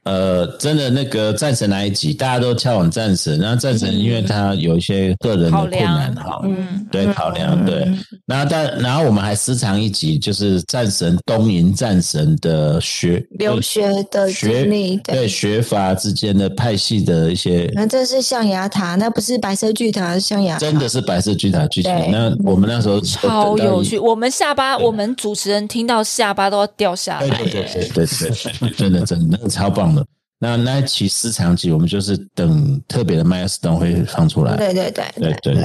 S2: 呃，真的那个战神那一集，大家都敲往战神，然后战神因为他有一些个人
S1: 嗯
S2: 的
S1: 考
S2: 困
S1: 量，
S2: 难哈，
S1: 嗯。
S2: 对，考量对。然后但然后我们还私藏一集，就是战神东瀛战神的学
S3: 留学的
S2: 学
S3: 经历，对。
S2: 对学阀之间的派系的一些，
S3: 那这是象牙塔，那不是白色巨塔，是象牙 塔。
S2: 真的是白色巨塔剧情
S3: 对。
S2: 那我们那时候
S1: 超有趣，，我们下巴，
S2: 对
S1: 我们主持人听到下巴都要掉下来
S2: 对
S1: 耶。
S2: 对对对对对，真的真的那个超棒的。那那一期私藏集，我们就是等特别的 milestone 会放出来。
S3: 对对对
S2: 对对对对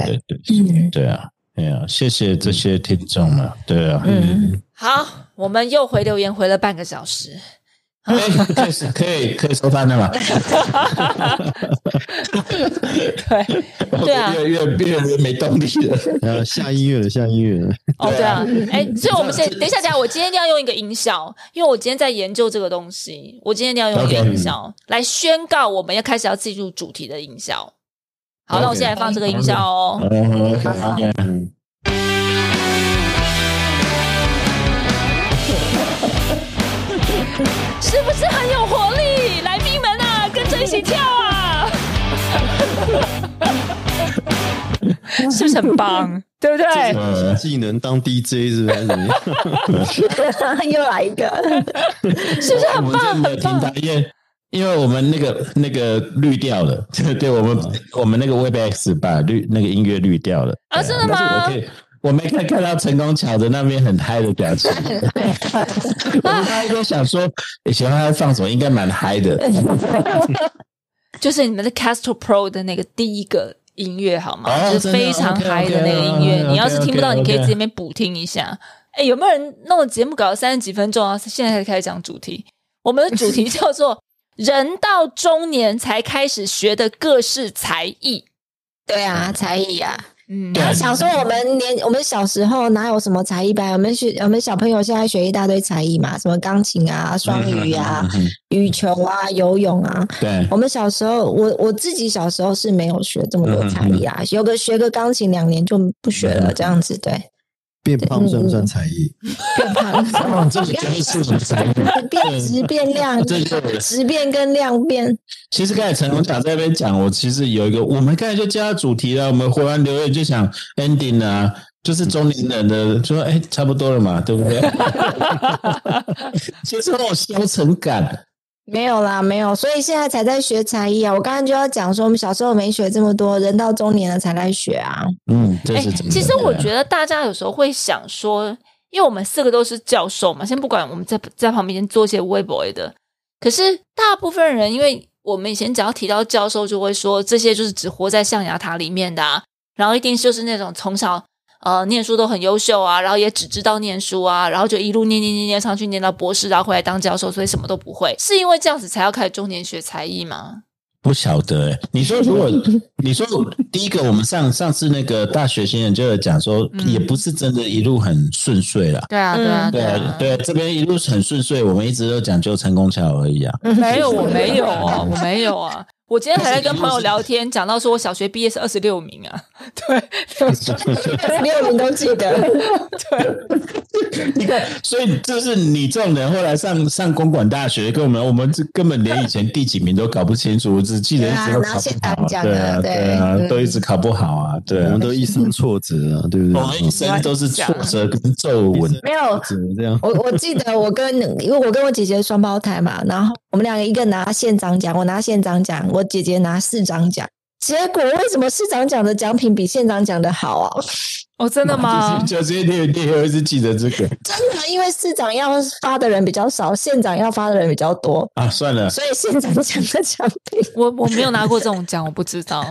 S3: 嗯
S2: 对啊！对啊！谢谢这些听众们。对啊，
S3: 嗯，
S1: 好，我们又回留言回了半个小 时，
S2: 可以可以哎可以可以收摊了嘛？
S1: 对，对啊
S2: 越越越越没动力了。
S4: 啊，下音乐了，下音乐了。
S1: 哦对啊，哎，所以我们现
S2: 啊
S1: 在等一下，等一下，我今天一定要用一个音效，因为我今天在研究这个东西，我今天一定要用一个
S2: OK
S1: 音效来宣告我们要开始要进入主题的音效。好，那我
S2: OK
S1: 现在放这个音效哦。
S2: 嗯，OK，OK
S4: 嗯，
S1: 是不是很有活力？来宾们啊，跟着一起跳啊！是不是很棒？对不对？
S2: 嗯
S4: 技能当 DJ 是不是还是怎么 样？
S3: 又来一个，
S1: 是不是
S2: 我
S1: 很
S2: 们就
S1: 棒？
S2: 没有
S1: 很
S2: 听到
S1: 棒！，
S2: 因为因为我们那个那个滤掉了， 对我们我们那个 Webex 把滤那个音乐滤掉了
S1: 啊
S2: 对
S1: 真的吗
S2: 但是我可以我没看看到成功桥的那边很嗨的表情， 我们刚才都想说以前他放什么，应该蛮嗨的。
S1: 就是你们的 Castro Pro 的那个第一个音乐好吗？
S2: 哦
S1: 就是非常
S2: 真的
S1: 嗨
S2: OK，OK，
S1: 的那个音乐。
S2: OK，OK，
S1: 你要是听不到，
S2: OK，OK
S1: 你可以直接那边补听一下。哎，有没有人弄的节目搞到三十几分钟啊？现在才开始讲主题，我们的主题叫做“人到中年才开始学的各式才艺
S3: 对啊，才艺啊。”。
S1: 嗯，
S2: 对
S3: 想说我们年我们小时候哪有什么才艺班？我们学我们小朋友现在学一大堆才艺嘛，什么钢琴啊、双语啊、
S2: 嗯，
S3: 羽球啊、游泳啊。
S2: 对，
S3: 我们小时候，我我自己小时候是没有学这么
S2: 嗯
S3: 多才艺啊，有个学个钢琴两年就不学了，这样子对。
S4: 变胖算不算才艺？
S3: 变胖，
S2: 哦，这个真的是我才艺。
S3: 变质变量
S2: 这就是，
S3: 质变跟量变，
S2: 其实刚才陈龙讲在那边讲，我其实有一个，我们刚才就接到主题了，我们回完留言就想 ending 啊，就是中年人的说，哎、差不多了嘛，对不对？其实那种消沉感，
S3: 没有啦，没有，所以现在才在学才艺啊。我刚刚就要讲说，我们小时候没学这么多，人到中年了才来学啊。
S2: 嗯，这
S1: 哎，
S2: 是真的。
S1: 其实我
S2: 得，
S1: 觉得大家有时候会想说，因为我们四个都是教授嘛，先不管我们在在旁边做一些微博的，可是大部分人，因为我们以前只要提到教授，就会说这些就是只活在象牙塔里面的、啊，然后一定就是那种从小呃念书都很优秀啊，然后也只知道念书啊，然后就一路念念念念上去，念到博士，然后回来当教授，所以什么都不会，是因为这样子才要开始重点学才艺吗？
S2: 不晓得哎、你说 如果你说第一个，我们上上次那个大学新人就有讲说，
S1: 嗯
S2: 也不是真的一路很顺遂啦。
S1: 对啊，对啊，
S3: 嗯
S2: 对啊，对啊，这边一路很顺遂，我们一直都讲究成功巧而已啊。
S1: 没有，我没有啊，
S2: 哦
S1: 我没有啊。我今天还在跟朋友聊天，讲到说我小学毕业是二十六名啊，
S3: 六名都记得，
S2: 你看，所以就是你这种人，后来上上公馆大学，跟我们我们这根本连以前第几名都搞不清楚，我只记得一直都考不好啊，对啊，对啊，都一直考不好啊，对
S4: 我
S2: 啊哦哎
S4: 们，都一身挫折啊，对不对？
S2: 我们一生都是挫折跟皱纹。
S3: 没有。
S4: 只能这样。
S3: 我我记得我跟因为我跟我姐姐双胞胎嘛，然后我们两个一个拿县长奖，我拿县长奖，我姐姐拿市长奖。结果为什么市长奖的奖品比县长奖的好啊？
S1: 哦，真的吗？
S2: 就是就是你你也会是记得这个
S3: 真的，因为市长要发的人比较少，县长要发的人比较多，
S2: 啊？算了，
S3: 所以县长奖的奖 品
S1: 我我没有拿过这种奖，我不知道。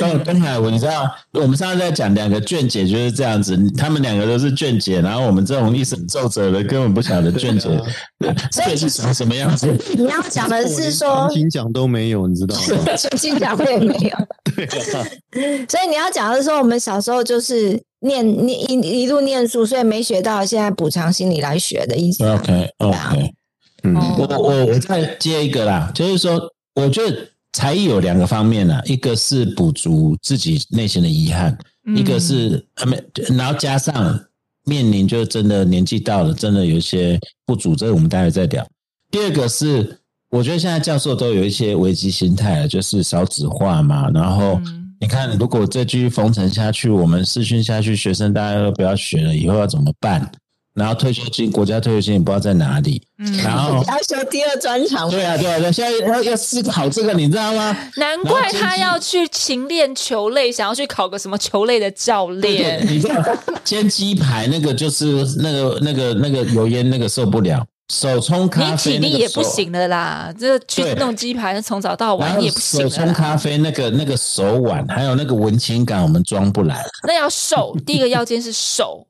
S2: 东东海文，你知道我们上次在讲两个卷姐就是这样子，他们两个都是卷姐，然后我们这种一身皱褶的根本不晓得卷姐这是长什么样子。
S3: 你要讲的是说
S1: 哦
S4: 我连奖。金奖都没有，你知道吗？
S3: 金奖会没有，
S1: 啊
S3: 所以你要讲的是说，我们小时候就是念念一一路念书，所以没学到，现在补偿心理来学的意思啊。
S2: OK
S3: 啊
S2: OK，
S4: 嗯，
S2: 我
S1: 哦
S2: 我我再接一个啦，就是说，我觉得才艺有两个方面啦，一个是补足自己内心的遗憾，
S1: 嗯
S2: 一个是啊没，然后加上面临就真的年纪到了，真的有一些不足，这个我们待会再聊。第二个是，我觉得现在教授都有一些危机心态了，就是少子化嘛。然后
S1: 嗯
S2: 你看，如果这继续封城下去，我们试训下去，学生大家都不要学了，以后要怎么办？然后退休金，国家退休金也不知道在哪里。
S1: 嗯
S2: 然后
S3: 要求第二专场，
S2: 对啊，对啊，对啊，现在要要思考这个，你知道吗？
S1: 难怪他要去勤练球类，想要去考个什么球类的教练。
S2: 你知道煎鸡排那个就是那个那个那个油烟那个受不了，手冲咖
S1: 你
S2: 啡
S1: 体
S2: 那
S1: 力
S2: 个
S1: 也不
S2: 手。
S1: 行了啦，这去
S2: 对
S1: 弄鸡排从早到
S2: 然
S1: 晚
S2: 后
S1: 你也不行啊
S2: 手
S1: 了
S2: 冲
S1: 啦。
S2: 咖啡那个那个手腕，还有那个文青感，我们装不来。
S1: 那要瘦，第一个要件是瘦，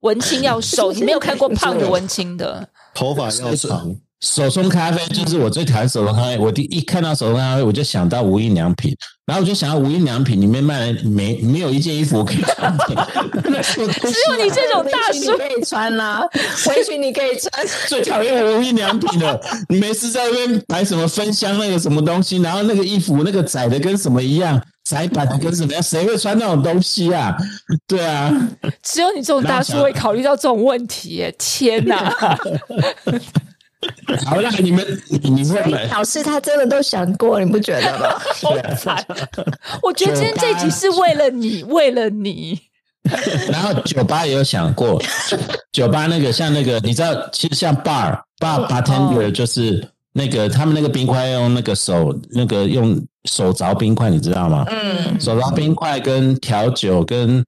S1: 文青要 瘦。你没有看过胖的文青的，
S4: 头发要长，
S2: 手冲咖啡就是我最讨厌手冲咖啡，我第一看到手冲咖啡我就想到无印良品，然后我就想到无印良品里面卖的没没有一件衣服我可以穿的，
S1: 只有你这种大
S3: 围裙
S1: 叔
S3: 你可以 穿啦，围裙你可以穿。
S2: 最讨厌无印良品了。你没事在那边摆什么分香那个什么东西，然后那个衣服那个窄的跟什么一样，窄版的跟什么样，谁会穿那种东西啊？对啊，
S1: 只有你这种大叔会考虑到这种问题耶！天 哪，
S2: 好啦，你们你你会买。
S3: 哎老师他真的都想过，你不觉得 吗？
S1: 好惨！我觉得今天这一集是为了你，为了你。
S2: 然后酒吧也有想过，酒吧那个像那个，你知道，其实像 bar bar bartender 就是那个他们那个冰块用那个手那个用手凿冰块，你知道吗？
S3: 嗯，
S2: 手抓冰块跟调酒跟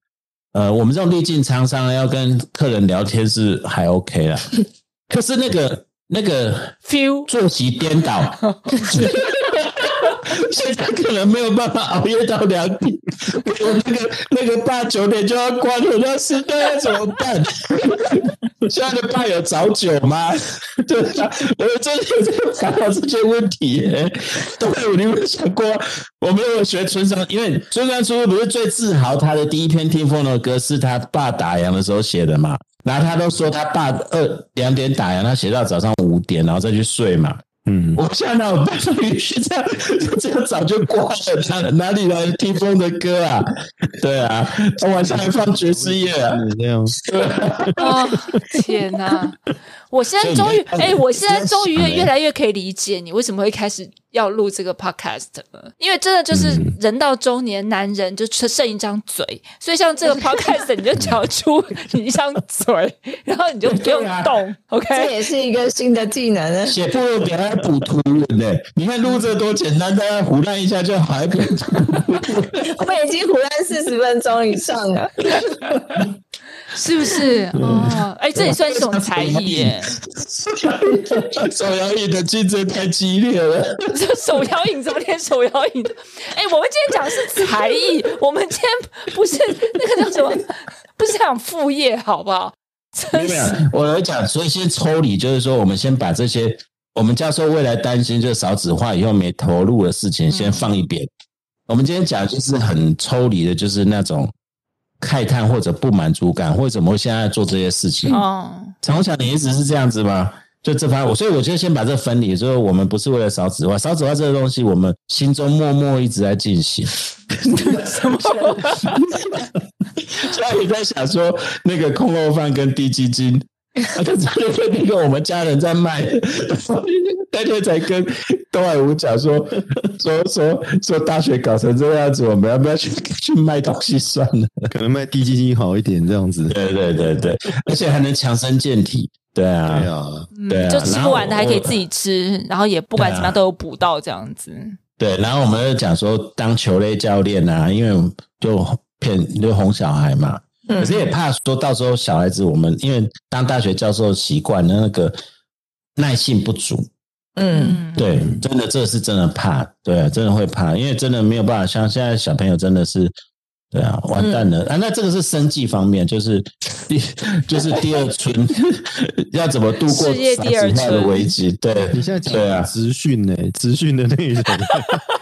S2: 呃，我们这种历尽沧桑要跟客人聊天是还 OK 啦。可是那个那个
S1: feel
S2: 作息颠倒， 现在可能没有办法熬夜到两点，我那个那个爸九点就要关了，那是那要怎么办？ 现在的爸有早酒吗？ 对啊，我真的有在烦恼这些问题耶。对，你有没有想过，我没有学村上，因为村上春树不是最自豪他的第一篇《听风的歌》是他爸打烊的时候写的嘛？然后他都说他爸二两点打烊，他写到早上五点，然后再去睡嘛。
S4: 嗯，
S2: 我现在哪有办法允许这样这样早就挂了？哪哪里来的听风的歌啊？对啊，晚上还放爵士乐、啊。
S4: 这样
S1: 哦，天哪！我现在终于，
S2: 所以你
S1: 哎、我现在终于
S2: 你要
S1: 越越
S2: 想
S1: 来越可以理解你为什么会开始要录这个 podcast 了，因为真的就是
S2: 嗯
S1: 人到中年，男人就只剩一张嘴，所以像 这个 podcast，你就嚼出你一张嘴，然后你就不用
S2: 对啊
S1: 动、o
S3: 这
S1: k
S3: 也是一个新的技能啊。
S2: 写部落格还要补图文呢、你看录这多简单，大家胡乱一下就好，还不用图
S3: 我们已经胡乱四十分钟以上了，
S1: 是不是？哦，哎、这也算一种才艺耶，
S2: 文手摇椅的竞争太激烈了。
S1: 这手摇饮怎么连手摇饮都？哎、我们今天讲的是才艺，我们今天不是那个叫什么不想副业，好不好？
S2: 没
S1: 真
S2: 有，没有
S1: 是
S2: 我有讲，所以先抽离，就是说，我们先把这些我们教授未来担心就是少子化以后没投入的事情先放一边。我们今天讲就是很抽离的，就是那种慨叹或者不满足感，或者怎么会现在做这些事情。
S1: 哦，
S2: 常想你一直是这样子吗？就这番，我所以我就先把这分离，所以我们不是为了少子化，少子化这个东西，我们心中默默一直在进 行。
S1: 什 么？
S2: 所以在想说，那个空肉饭跟低基金，啊，但是那个那个我们家人在卖， 那天才跟东海吴讲说，说说说大学搞成这样子，我们要不要去去卖东西算了？
S4: 可能卖低基金好一点这样子。
S2: 对对对对，而且还能强身健体。对啊，
S4: 对啊，
S1: 嗯
S2: 对啊
S1: 就吃
S2: 然
S1: 不
S2: 后
S1: 完的还可以
S2: 我
S1: 自己吃，然后也不管
S2: 对啊
S1: 怎么样都有补到这样子。
S2: 对，然后我们就讲说当球类教练啊，因为我们就骗就哄小孩嘛，
S3: 嗯
S2: 可是也怕说到时候小孩子我们因为当大学教授习惯了那个耐性不足，
S3: 嗯，
S1: 嗯，
S2: 对，真的这是真的怕，对、啊，真的会怕，因为真的没有办法，像现在小朋友真的是。对啊，完蛋
S1: 嗯
S2: 了、啊！那这个是生计方面，就是第 就是第二春 要怎么度过
S1: 世界第二
S2: 30号的
S1: 春
S2: 危机？对，
S4: 你现在
S2: 对啊
S4: 讲职训呢，职训的内容，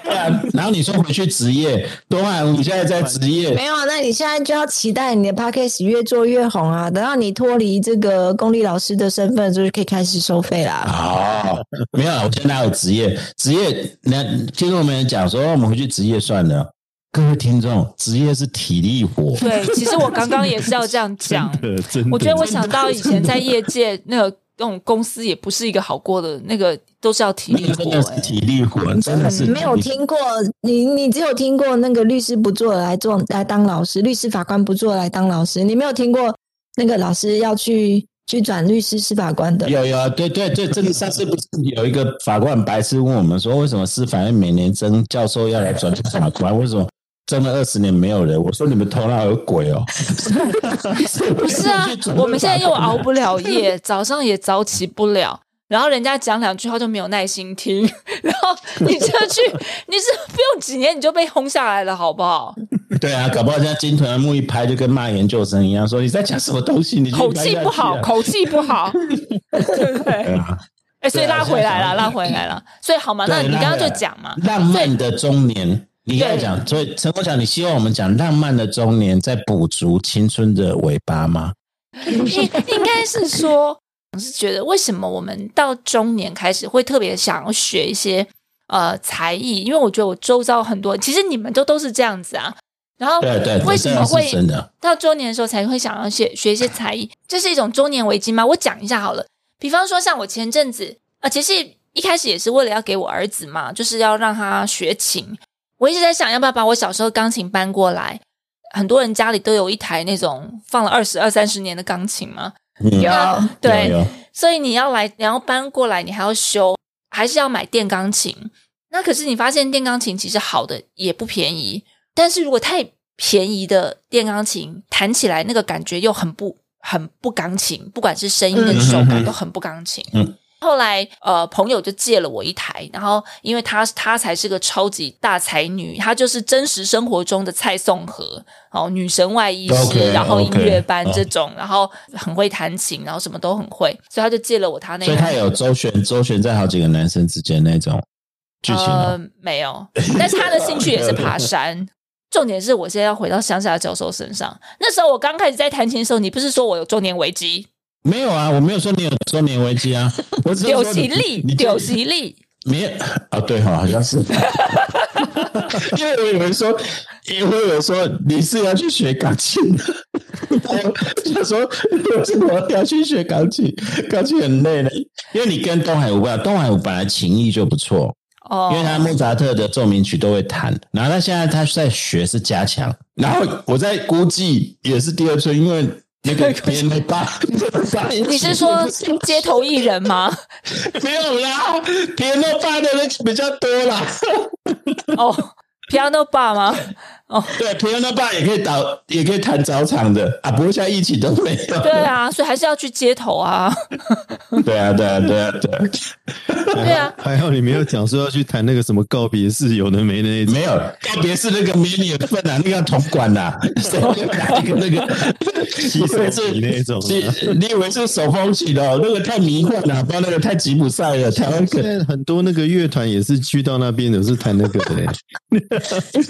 S2: 对啊， 然后你说回去职业，东海，你现在在职业，
S3: 没有啊，那你现在就要期待你的 podcast 越做越红啊！等到你脱离这个公立老师的身份，就是可以开始收费啦。
S2: 哦，没有啦，我现在哪有职业？职业，那听众们讲说，哦我们回去职业算了。各位听众，职业是体力活，
S1: 对，其实我刚刚也是要这样讲。
S4: 真的真的
S1: 我觉得我想到以前在业界那个那种公司也不是一个好过的，那个都是要体
S2: 那
S1: 力
S2: 个
S1: 活、
S2: 真的是
S1: 欸
S2: 体力活，真的是
S3: 没有
S2: 体力
S3: 听过你，你只有听过那个律师不做来做来当老师，律师法官不做来当老师，你没有听过那个老师要去去转律师司法官的。
S2: 有有啊，对对对，这个上次不是有一个法官很白痴问我们说，为什么司法院每年征教授要来转法官，为什么征了二十年没有人？我说你们头脑有 鬼哦！
S1: 不是啊
S2: 去转，
S1: 我们现在又
S2: 法官
S1: 熬不了夜， 早上也早起不了，然后人家讲两句话就没有耐心听，然后你就 去，你是不用几年你就被轰下来了，好不好？
S2: 对啊，搞不好现在金屯的木一拍就跟骂研究生一样，说你在讲什么东西？你去
S1: 口
S2: 拍
S1: 气
S2: 下
S1: 不
S2: 去啊
S1: 好，口气不好， 对不对？
S2: 对啊
S1: 哎、所以
S2: 对啊
S1: 拉回来
S2: 现在
S1: 了，
S2: 想
S1: 拉回来了。所以好嘛，
S2: 对
S1: 那你
S2: 拉
S1: 刚刚
S2: 回来
S1: 就讲嘛，
S2: 浪漫的中年，你要讲，所以陈国强，你希望我们讲浪漫的中年在补足青春的尾巴吗？
S1: 应应该是说，我是觉得为什么我们到中年开始会特别想要学一些呃才艺，因为我觉得我周遭很多，其实你们都都是这样子啊。然后
S2: 对对，
S1: 为什
S2: 这
S1: 么
S2: 样
S1: 会
S2: 是真的？
S1: 到中年的时候才会想要学学一些才艺，这是一种中年危机吗？我讲一下好了，比方说像我前阵子啊、呃其实一开始也是为了要给我儿子嘛，就是要让他学琴。我一直在想要不要把我小时候钢琴搬过来，很多人家里都有一台那种放了二十二三十年的钢琴嘛，
S2: 嗯
S3: 有
S1: 对，
S2: 有有
S1: 所以你要来，你要搬过来，你还要修，还是要买电钢琴？那可是你发现电钢琴其实好的也不便宜，但是如果太便宜的电钢琴弹起来那个感觉又很不很不钢琴，不管是声音跟手感
S2: 嗯
S1: 都很不钢琴。
S2: 嗯
S1: 后来呃，朋友就借了我一台，然后因为她她才是个超级大才女，她就是真实生活中的蔡颂和哦，女神外医师
S2: OK，
S1: 然后音乐
S2: OK，
S1: 班
S2: 哦
S1: 这种，然后很会弹琴，然后什么都很会，所以他就借了我他那
S2: 所
S1: 个。
S2: 以他有周旋，周旋在好几个男生之间那种剧情哦。
S1: 呃，没有，但是他的兴趣也是 爬山。重点是我现在要回到乡下的教授身上。那时候我刚开始在弹琴的时候，你不是说我有中年危机、
S2: 没有啊，我没有说你有中年危机啊，我只是
S1: 丢
S2: 说
S1: 席
S2: 你
S1: 力
S2: 你、
S1: 丢席力？
S2: 没有啊，对哈、好像是，因为我以为说，因为我以为说你是要去学钢琴的，我想说为什么要去学钢琴？钢琴很累的，因为你跟东海舞不一样，东海舞本来琴艺就不错，
S1: 哦
S2: 因为他莫扎特的奏鸣曲都会弹，然后他现在他在学是加强，然后我在估计也是第二春，因为 那个别人没办，
S1: 你是说街头艺人吗？
S2: 没有啦，别人办的人比较多啦。
S1: 哦，piano bar 吗？哦，
S2: 对，piano 啊 bar 也可以导，也可以弹早场的啊，不过现在疫情都没有。
S1: 对啊，所以还是要去街头啊。
S2: 对啊，对啊，对啊，对啊，
S1: 对啊，
S4: 还好你没有讲说要去谈那个什么告别式，有的没的那种。
S2: 没有，特别是那个迷你的份啊，那个铜管呐，谁会拿一个那个？
S4: 洗手级那种啊
S2: 你你以为是手风琴哦？那个太迷幻了，不知道那个太吉普赛了，台湾可
S4: 现在很多那个乐团也是去到那边的是弹那个 的、欸，还有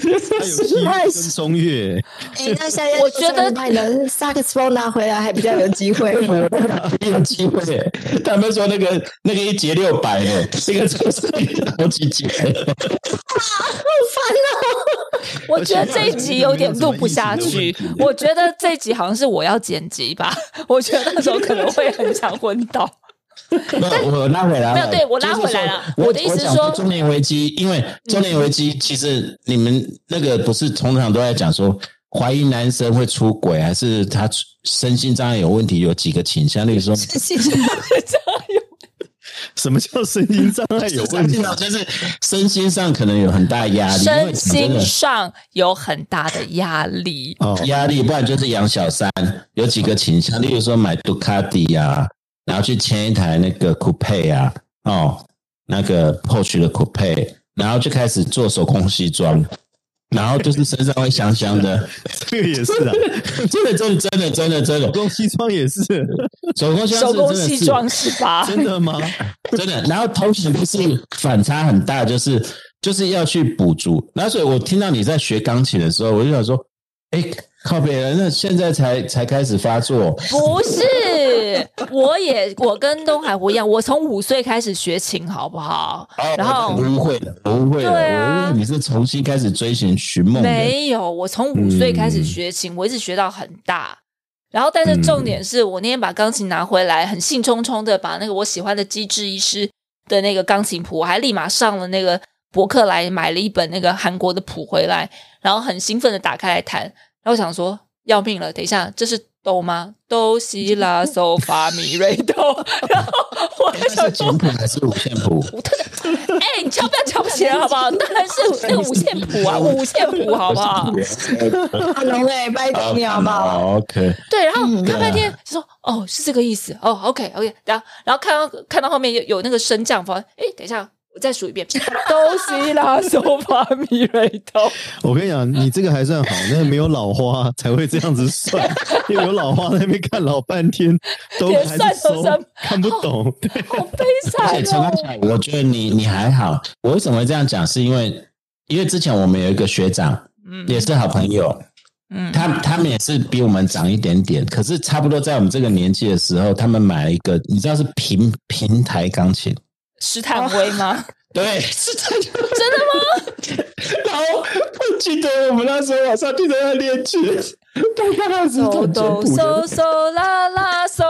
S4: 西
S3: 太
S4: 跟中乐、
S3: 哎、那现在
S1: 我觉得
S3: 把你的萨克斯风拿回来，还比较有机会。
S2: 没有机会耶。他们说那个那个一节六百的，那个就是好几节。
S1: 我觉得这一集有点录不下去
S4: 而且，
S1: 我觉得这一集好像是我要剪辑吧，我觉得那时候可能会很想昏倒。
S2: 不，我拉回来了。
S1: 没有对我拉
S2: 就是
S1: 回来了
S2: 说
S1: 我的意思是
S2: 讲
S1: 说嗯
S2: 中年危机，因为中年危机，其实你们那个不是通常都在讲说，怀疑男生会出轨，还是他身心障碍有问题，有几个倾向，例如说
S4: 什么叫声音障碍有问题？
S2: 啊就是身心上可能有很大压
S1: 身
S2: 力，因为讲真
S1: 心
S2: 的
S1: 上有很大的压力。
S4: 哦，
S2: 压力，不然就是养小三，有几个倾向，例如说买杜卡迪呀，然后去签一台那个 coupe 啊，哦，那个 Porsche 的 coupe，然后就开始做手工西装，然后就是身上会香香的，
S4: 这个也是 啊，
S2: 真的真的真的真的真的
S4: 东西装也是，
S2: 手工西
S1: 手
S2: 装是真
S1: 工
S2: 的是
S1: 西装是吧？
S4: 真的吗？
S2: 真的。然后同时就是反差很大，就是就是要去补足。那所以我听到你在学钢琴的时候，我就想说，哎、靠别人，那现在才才开始发作，
S1: 不是，我也我跟东海湖一样，我从五岁开始学琴，好不好？
S2: 哦
S1: 然后
S2: 我误会了，我误会了，
S1: 对啊
S2: 我误会你是重新开始追寻寻梦的，
S1: 没有，我从五岁开始学琴，我一直学到很大。然后，但是重点是我那天把钢琴拿回来，很兴冲冲的把那个我喜欢的机智医师的那个钢琴谱，我还立马上了那个博客来买了一本那个韩国的谱回来，然后很兴奋的打开来弹。然后我想说，要命了，等一下，这是哆吗？哆西拉嗦发咪瑞哆。然后我还
S2: 那是
S1: 想说
S2: 简谱还是五线谱？
S1: 哎、你敲不要瞧不起人好不好？当然是那个五线谱啊，五线谱好不好？
S3: 阿龙哎，拜托你好不好？
S2: 好？OK，
S1: 对，然后
S3: 嗯
S1: 看半天就说哦是这个意思哦，OK OK，然后然后看到看到后面有有那个升降方，哎，等一下我再数一 遍，都西拉手法米瑞头，
S4: 我跟你讲，你这个还算好，那个没有老花才会这样子算，因为有老花在那边看老半天都
S1: 连
S4: 还
S1: 算
S4: 是
S1: 都
S4: 收
S1: 算
S4: 看不 懂，
S1: 好悲
S2: 而
S1: 惨
S2: 且陈
S1: 哦
S2: 光。强，我觉得你你还好。我为什么会这样讲？是因为因为之前我们有一个学长，
S1: 嗯
S2: 也是好朋友，
S1: 嗯，
S2: 他他们也是比我们长一点点，可是差不多在我们这个年纪的时候，他们买了一个，你知道是平平台钢琴。
S1: 石坦威 吗？
S2: 对，是真的，真 的吗？然后我记得我们那时候晚上听着要练琴，大家那时
S1: 哆
S2: 候简
S1: 哆
S2: 谱的
S1: 嗦嗦啦啦嗦，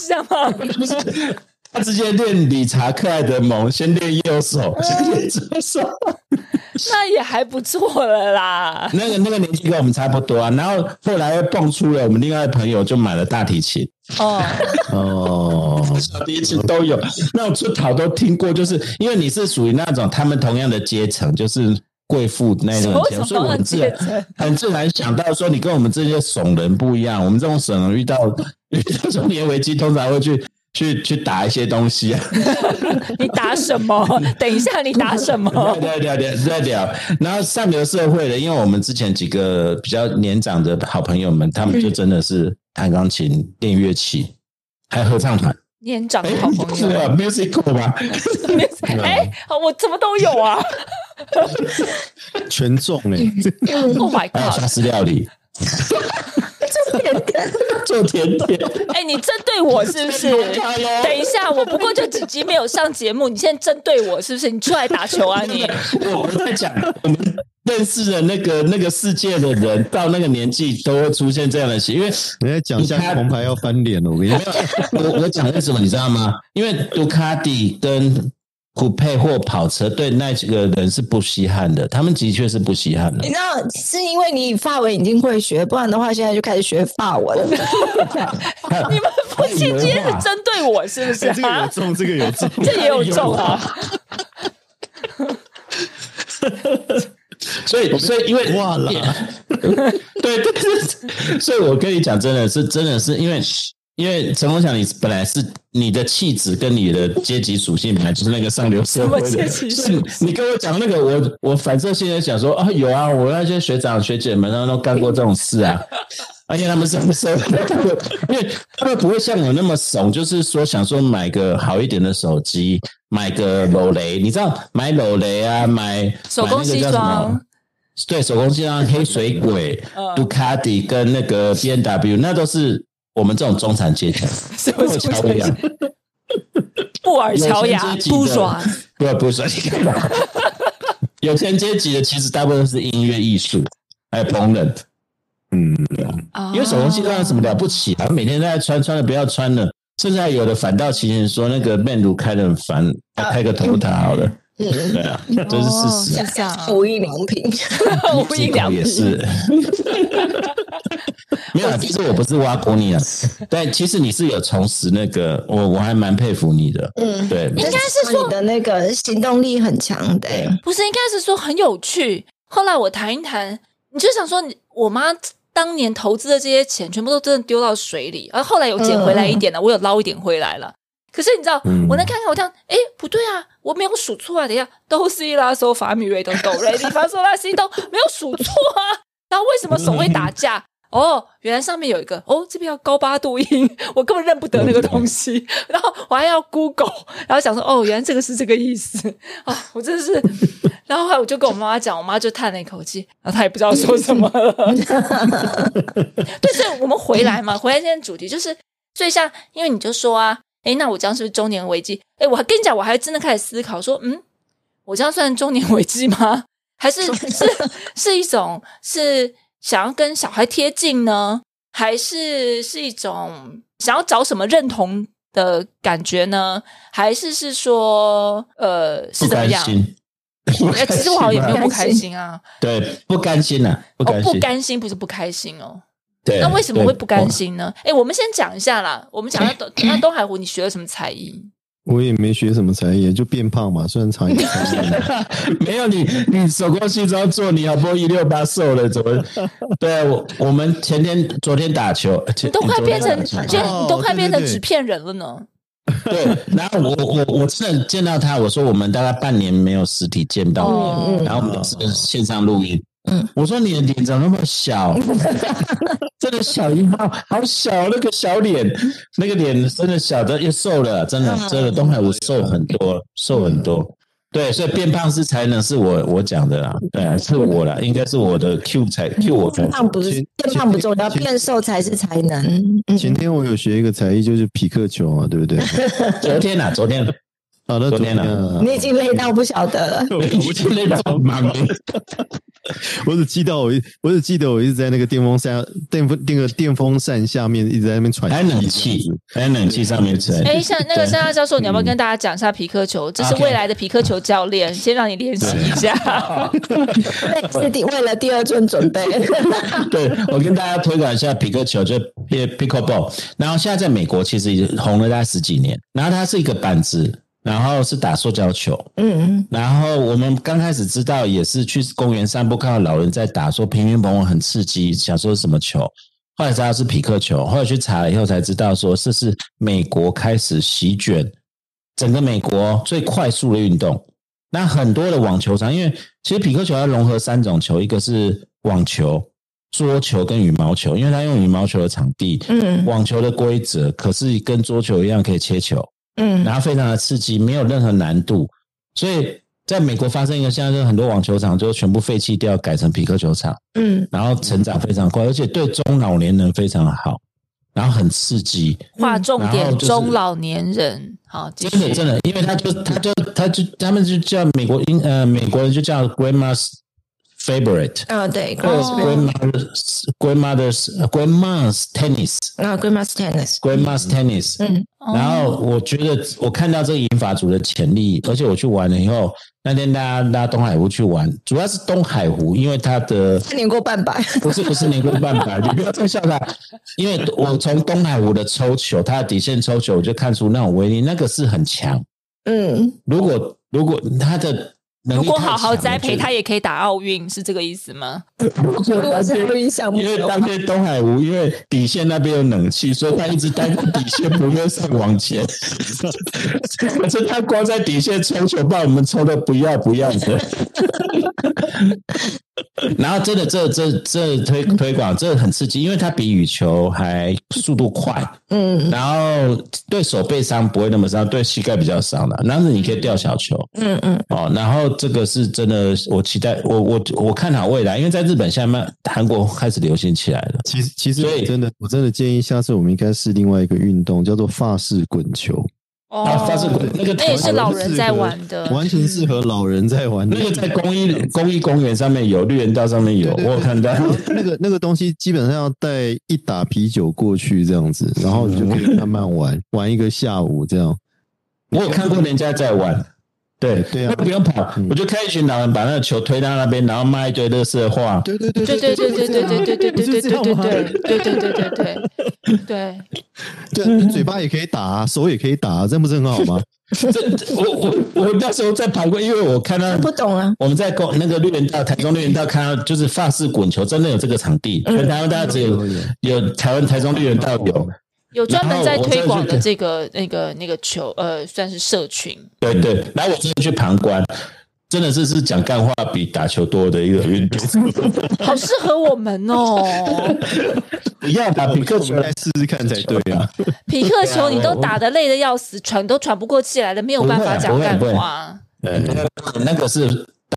S1: 是这样吗？
S2: 他直接练理查克莱德蒙，先练右手，
S1: 嗯
S2: 先练左手。
S1: 那也还不错了啦。
S2: 那个那个年纪跟我们差不多啊。然后后来又蹦出了我们另外的朋友，就买了大提琴。
S1: 哦，
S4: 哦，
S2: 小提琴都有，那种出逃都听过，就是因为你是属于那种他们同样的阶层，就是贵妇那种
S1: 什
S2: 阶
S1: 么
S2: 层，所以我很自然
S1: 阶层
S2: 很自然想到说，你跟我们这些怂人不一样，我们这种怂人遇到遇到中年危机，通常会去 去去打一些 东西啊，
S1: 你打什么？等一下，你打什么
S2: 聊？聊聊聊聊聊，然后上流社会的，因为我们之前几个比较年长的好朋友们，他们就真的是弹钢琴、练乐器，还合唱团，
S1: 年长
S2: 哎
S1: 的好，朋
S2: 是
S1: 友。
S2: 啊，musical 吧。
S1: 哎、我怎么都有啊
S4: 全中哎、
S1: ！Oh my
S2: 还有
S1: god！
S2: 沙司料 理， 做甜点，
S1: 哎、你针对我是不是？
S2: 哎
S1: 等一下，我不过就几集没有上节目，你现在针对我是不是？你出来打球啊你！
S2: 我们在讲我们认识的那个那个世界的人，到那个年纪都会出现这样的事，因为
S4: 人家讲一下
S2: 你看
S4: 红牌要翻脸了，我跟你讲，
S2: 我我讲为什么你知道吗？因为杜卡迪跟酷配或跑车对那几个人是不稀罕的，他们的确是不稀罕的
S3: 你。知道是因为你法文已经会学，不然的话现在就开始学法文了。
S1: 你们夫妻今天是针对我是不是
S4: 哎这个有
S1: 啊？
S4: 中，这个有 中，
S1: 这也有中啊！
S2: 所以，所以因为
S4: 哇啦，
S2: 对对对，所以我跟你讲，真的是，真的是因为，因为陈宏强，你本来是你的气质跟你的阶级属性本来就是那个上流社会
S1: 什么阶
S2: 的，
S1: 级
S2: 所以你你跟我讲那个，我我反正现在想说啊，有啊，我那些学长学姐们他们都干过这种事啊。而且他们上社会都干过， 因为他们不会像我那么怂，就是说想说买个好一点的手机，买个裸雷，你知道买裸雷啊，买
S1: 手工西，
S2: 买那个叫什么
S1: 装，
S2: 对手工机上黑水鬼、
S1: 嗯
S2: 杜卡迪跟那个 B N W，那都是我们这种中产阶 级，
S1: 什
S2: 跟
S1: 么
S2: 我
S1: 什
S2: 乔一样
S1: 么，布尔乔
S2: 有
S1: 亚
S2: 钱阶级的
S1: 不爽，
S2: 不不是你干嘛？ 有钱阶级的其实大部分都是音乐艺术，还有烹饪，因为手工
S1: 哦
S2: 机上有什么了不起啊？每天都在穿，穿了不要穿了。甚至还有的反倒其实说那个曼如开的很烦，
S1: 啊
S2: 开个头塔 好了，
S3: 嗯，
S2: 对啊，这是事实啊。
S1: 哦是这样啊
S3: 无印良品，
S1: 无印良
S2: 也
S1: 品。
S2: 是，没有啦，啊其实我不是挖苦 你啊，但其实你是有重拾那个，我我还蛮佩服你的，
S3: 嗯，
S2: 对，
S3: 应
S1: 该是说
S3: 你的那个行动力很强的、欸，
S1: 不是，应该是说很有趣。后来我谈一谈，你就想说你，我妈当年投资的这些钱，全部都真的丢到水里，而后来有捡回来一点了，我有捞一点回来了。可是你知道，
S2: 嗯
S1: 我那看看，我看，哎，不对啊，我没有数错啊！等一下，都是伊拉索法米瑞都斗瑞，你发索拉西都没有数错啊。然后为什么手会打架？哦，原来上面有一个哦，这边要高八度音，我根本认不得那个东西。然后我还要 Google，然后想说哦，原来这个是这个意思啊！我真的是， 然后后来我就跟我妈妈讲，我妈就叹了一口气，然后她也不知道说什么了。 对，所以我们回来嘛，回来今天主题就是，所以像因为你就说啊，诶，那我这样是不是中年危机？诶，我还跟你讲，我还真的开始思考说，嗯，我这样算中年危机吗？还是是是一种是想要跟小孩贴近呢，还是是一种想要找什么认同的感觉呢？还是是说呃是
S2: 不
S1: 怎么
S2: 甘
S1: 样？
S2: 心，
S1: 诶其实我好像也没有不开心啊，
S2: 对，不甘心呐，不
S1: 哦
S2: 甘
S1: 不
S2: 心，
S1: 甘心不是不开心哦，
S2: 对，
S1: 那为什么
S2: 对
S1: 会不甘？心呢？哎，我们先讲一下啦。我们讲到东，那东海湖你学了什么才艺？
S4: 我也没学什么才艺，就变胖嘛，虽然长一点。
S2: 没有你，你手工西装做，你好不容易一六八瘦了，怎么？ 对啊我，我们前天、昨天打球，
S1: 你
S2: 前
S1: 都快
S2: 昨
S1: 变
S2: 天
S1: 成，
S2: 打
S1: 就
S2: 球
S4: 哦
S1: 你都快
S4: 对对
S1: 变成
S4: 对
S1: 纸片人了呢。
S2: 对，然后我我我真的见到他，我说我们大概半年没有实体见到面，
S1: 哦
S2: 然后我们都是线上录音。
S3: 嗯
S2: 我说你的脸怎么那么 小？真的小一号，好小那个小脸，那个脸真的小的又瘦了，真的
S3: 嗯
S2: 真的东海我瘦很多，瘦很多。对，所以变胖是才能是我我讲的啦，对啊，是我啦，应该是我的 Q 才 Q 我 才
S3: 变胖不是
S4: 其
S3: 变胖不重要，变瘦才是才能。嗯，
S4: 前天我有学一个才艺，就是匹克球嘛，对不对？
S2: 昨天啊，昨天
S4: 好的，
S2: 昨天啊
S4: 啊
S3: 你已经累到不晓得了。
S2: 我 已经累到忙了。
S4: 我只记得我一，我只记得我一直在那个电风扇电风那个电风扇下面一直在那边喘气，
S2: 还有冷气，还有冷气上面吹。
S1: 哎，像那个山下教授，你要不要跟大家讲一下皮克球？这是
S2: 嗯 OK
S1: 未来的皮克球教练，先让你练习一下。
S3: 是第为了第二阵准 备。
S2: 对，我跟大家推广一下皮克球，就 pick pickleball。然后现在在美国其实已经红了大概十几年。然后它是一个板子，然后是打塑胶球。
S3: 嗯，
S2: 然后我们刚开始知道也是去公园散步，看到老人在打，说乒乒乓乓很刺激，想说是什么球。后来知道是匹克球，后来去查了以后才知道说这是美国开始席卷整个美国最快速的运动。那很多的网球场，因为其实匹克球要融合三种球，一个是网球、桌球跟羽毛球，因为它用羽毛球的场地，
S3: 嗯
S2: 网球的规则，可是跟桌球一样可以切球。
S3: 嗯
S2: 然后非常的刺激，没有任何难度。所以在美国发生一个现象，就是很多网球场就全部废弃掉，改成皮克球场，
S3: 嗯，
S2: 然后成长非常快，而且对中老年人非常好，然后很刺激。
S1: 划重
S2: 嗯然
S1: 点，
S2: 后就是
S1: 中老年人。好，继
S2: 真的
S1: 续。
S2: 真的，因为他就他就他就他们就叫美国英呃美国人就叫 grandma's favorite，
S3: 啊对
S2: 或者是
S1: 哦
S2: grandmother's grandmother's grandma's tennis
S3: 啊，grandma's tennis。
S2: grandma's tennis，
S3: 嗯
S1: 哦
S2: 然后我觉得我看到这个银发族的潜力，而且我去玩了以后，那天大家拉东海湖去玩，主要是东海湖，因为它 的
S3: 他年过半百，
S2: 不是不是年过半百，你不要再笑他，因为我从东海湖的抽球，它的底线抽球，我就看出那种威力，那个是很强。
S3: 嗯，
S2: 如果如果他的能
S1: 如
S2: 力
S1: 果
S2: 太
S1: 好好
S2: 强了
S1: 栽培，
S2: 就
S1: 他也可以打奥运，是这个意思吗？
S3: 如果是录音项目
S2: 因为
S3: 的话
S2: 当，天东海湖，因为底线那边有冷气，所以他一直待在底线，不愿上往 前。可是他光在底线抽球，把我们抽的不要不要的。 然后真的，这这这推推广，这很刺激，因为它比羽球还速度快，
S3: 嗯
S2: 然后对手背伤不会那么伤，对膝盖比较伤的。然后你可以吊小球，
S3: 嗯嗯
S2: 哦，然后这个是真的，我期待，我我我看好未来，因为在日本现在慢韩国开始流行起来了。
S4: 其实其实
S2: 所
S4: 我
S2: 以
S4: 真的我真的建议下次我们应该试另外一个运动，叫做法式滚球，
S1: 哦
S2: 啊，发射滚那个
S1: 那也是
S2: 头
S1: 老人在玩的，
S4: 完全适合老人在玩的。
S2: 那个在公益公益公园上面有，绿园道上面有，
S4: 对对
S2: 我有看到
S4: 然。后那个那个东西基本上要带一打啤酒过去这样子，然后你就可以慢慢玩，玩一个下午这样。
S2: 我有看过人家在玩，对
S4: 对啊
S2: 那不用跑
S4: 嗯，
S2: 我就看一群老人把那个球推到那边，然后骂一堆乐色话。
S4: 对对对
S1: 对对对对对对对对对对对对对对对对对对对，
S4: 对，你嘴巴也可以打、啊，手也可以打、啊，这样不是很好吗？
S2: 这这我我我那时候在旁观，因为我看到
S4: 嗯
S3: 不懂啊，
S2: 我们在公那个绿园道、台中绿园道看到，就是法式滚球真的有这个场地，
S4: 嗯
S2: 全台湾大家只有有台湾台中绿园道有，
S1: 有专门在推广的这个那个那个球呃，算是社群。
S2: 对对，然后我真的去旁观，真的是是讲干话比打球多的一个运动。
S1: 好适合我们哦！
S2: 不要打比克
S4: 我
S2: 球
S4: 们，来试试看才对啊。
S1: 匹克球你都打得累得要死，喘都喘不过气来了，没有办法讲干
S2: 啊不会
S1: 话。
S2: 呃，那个是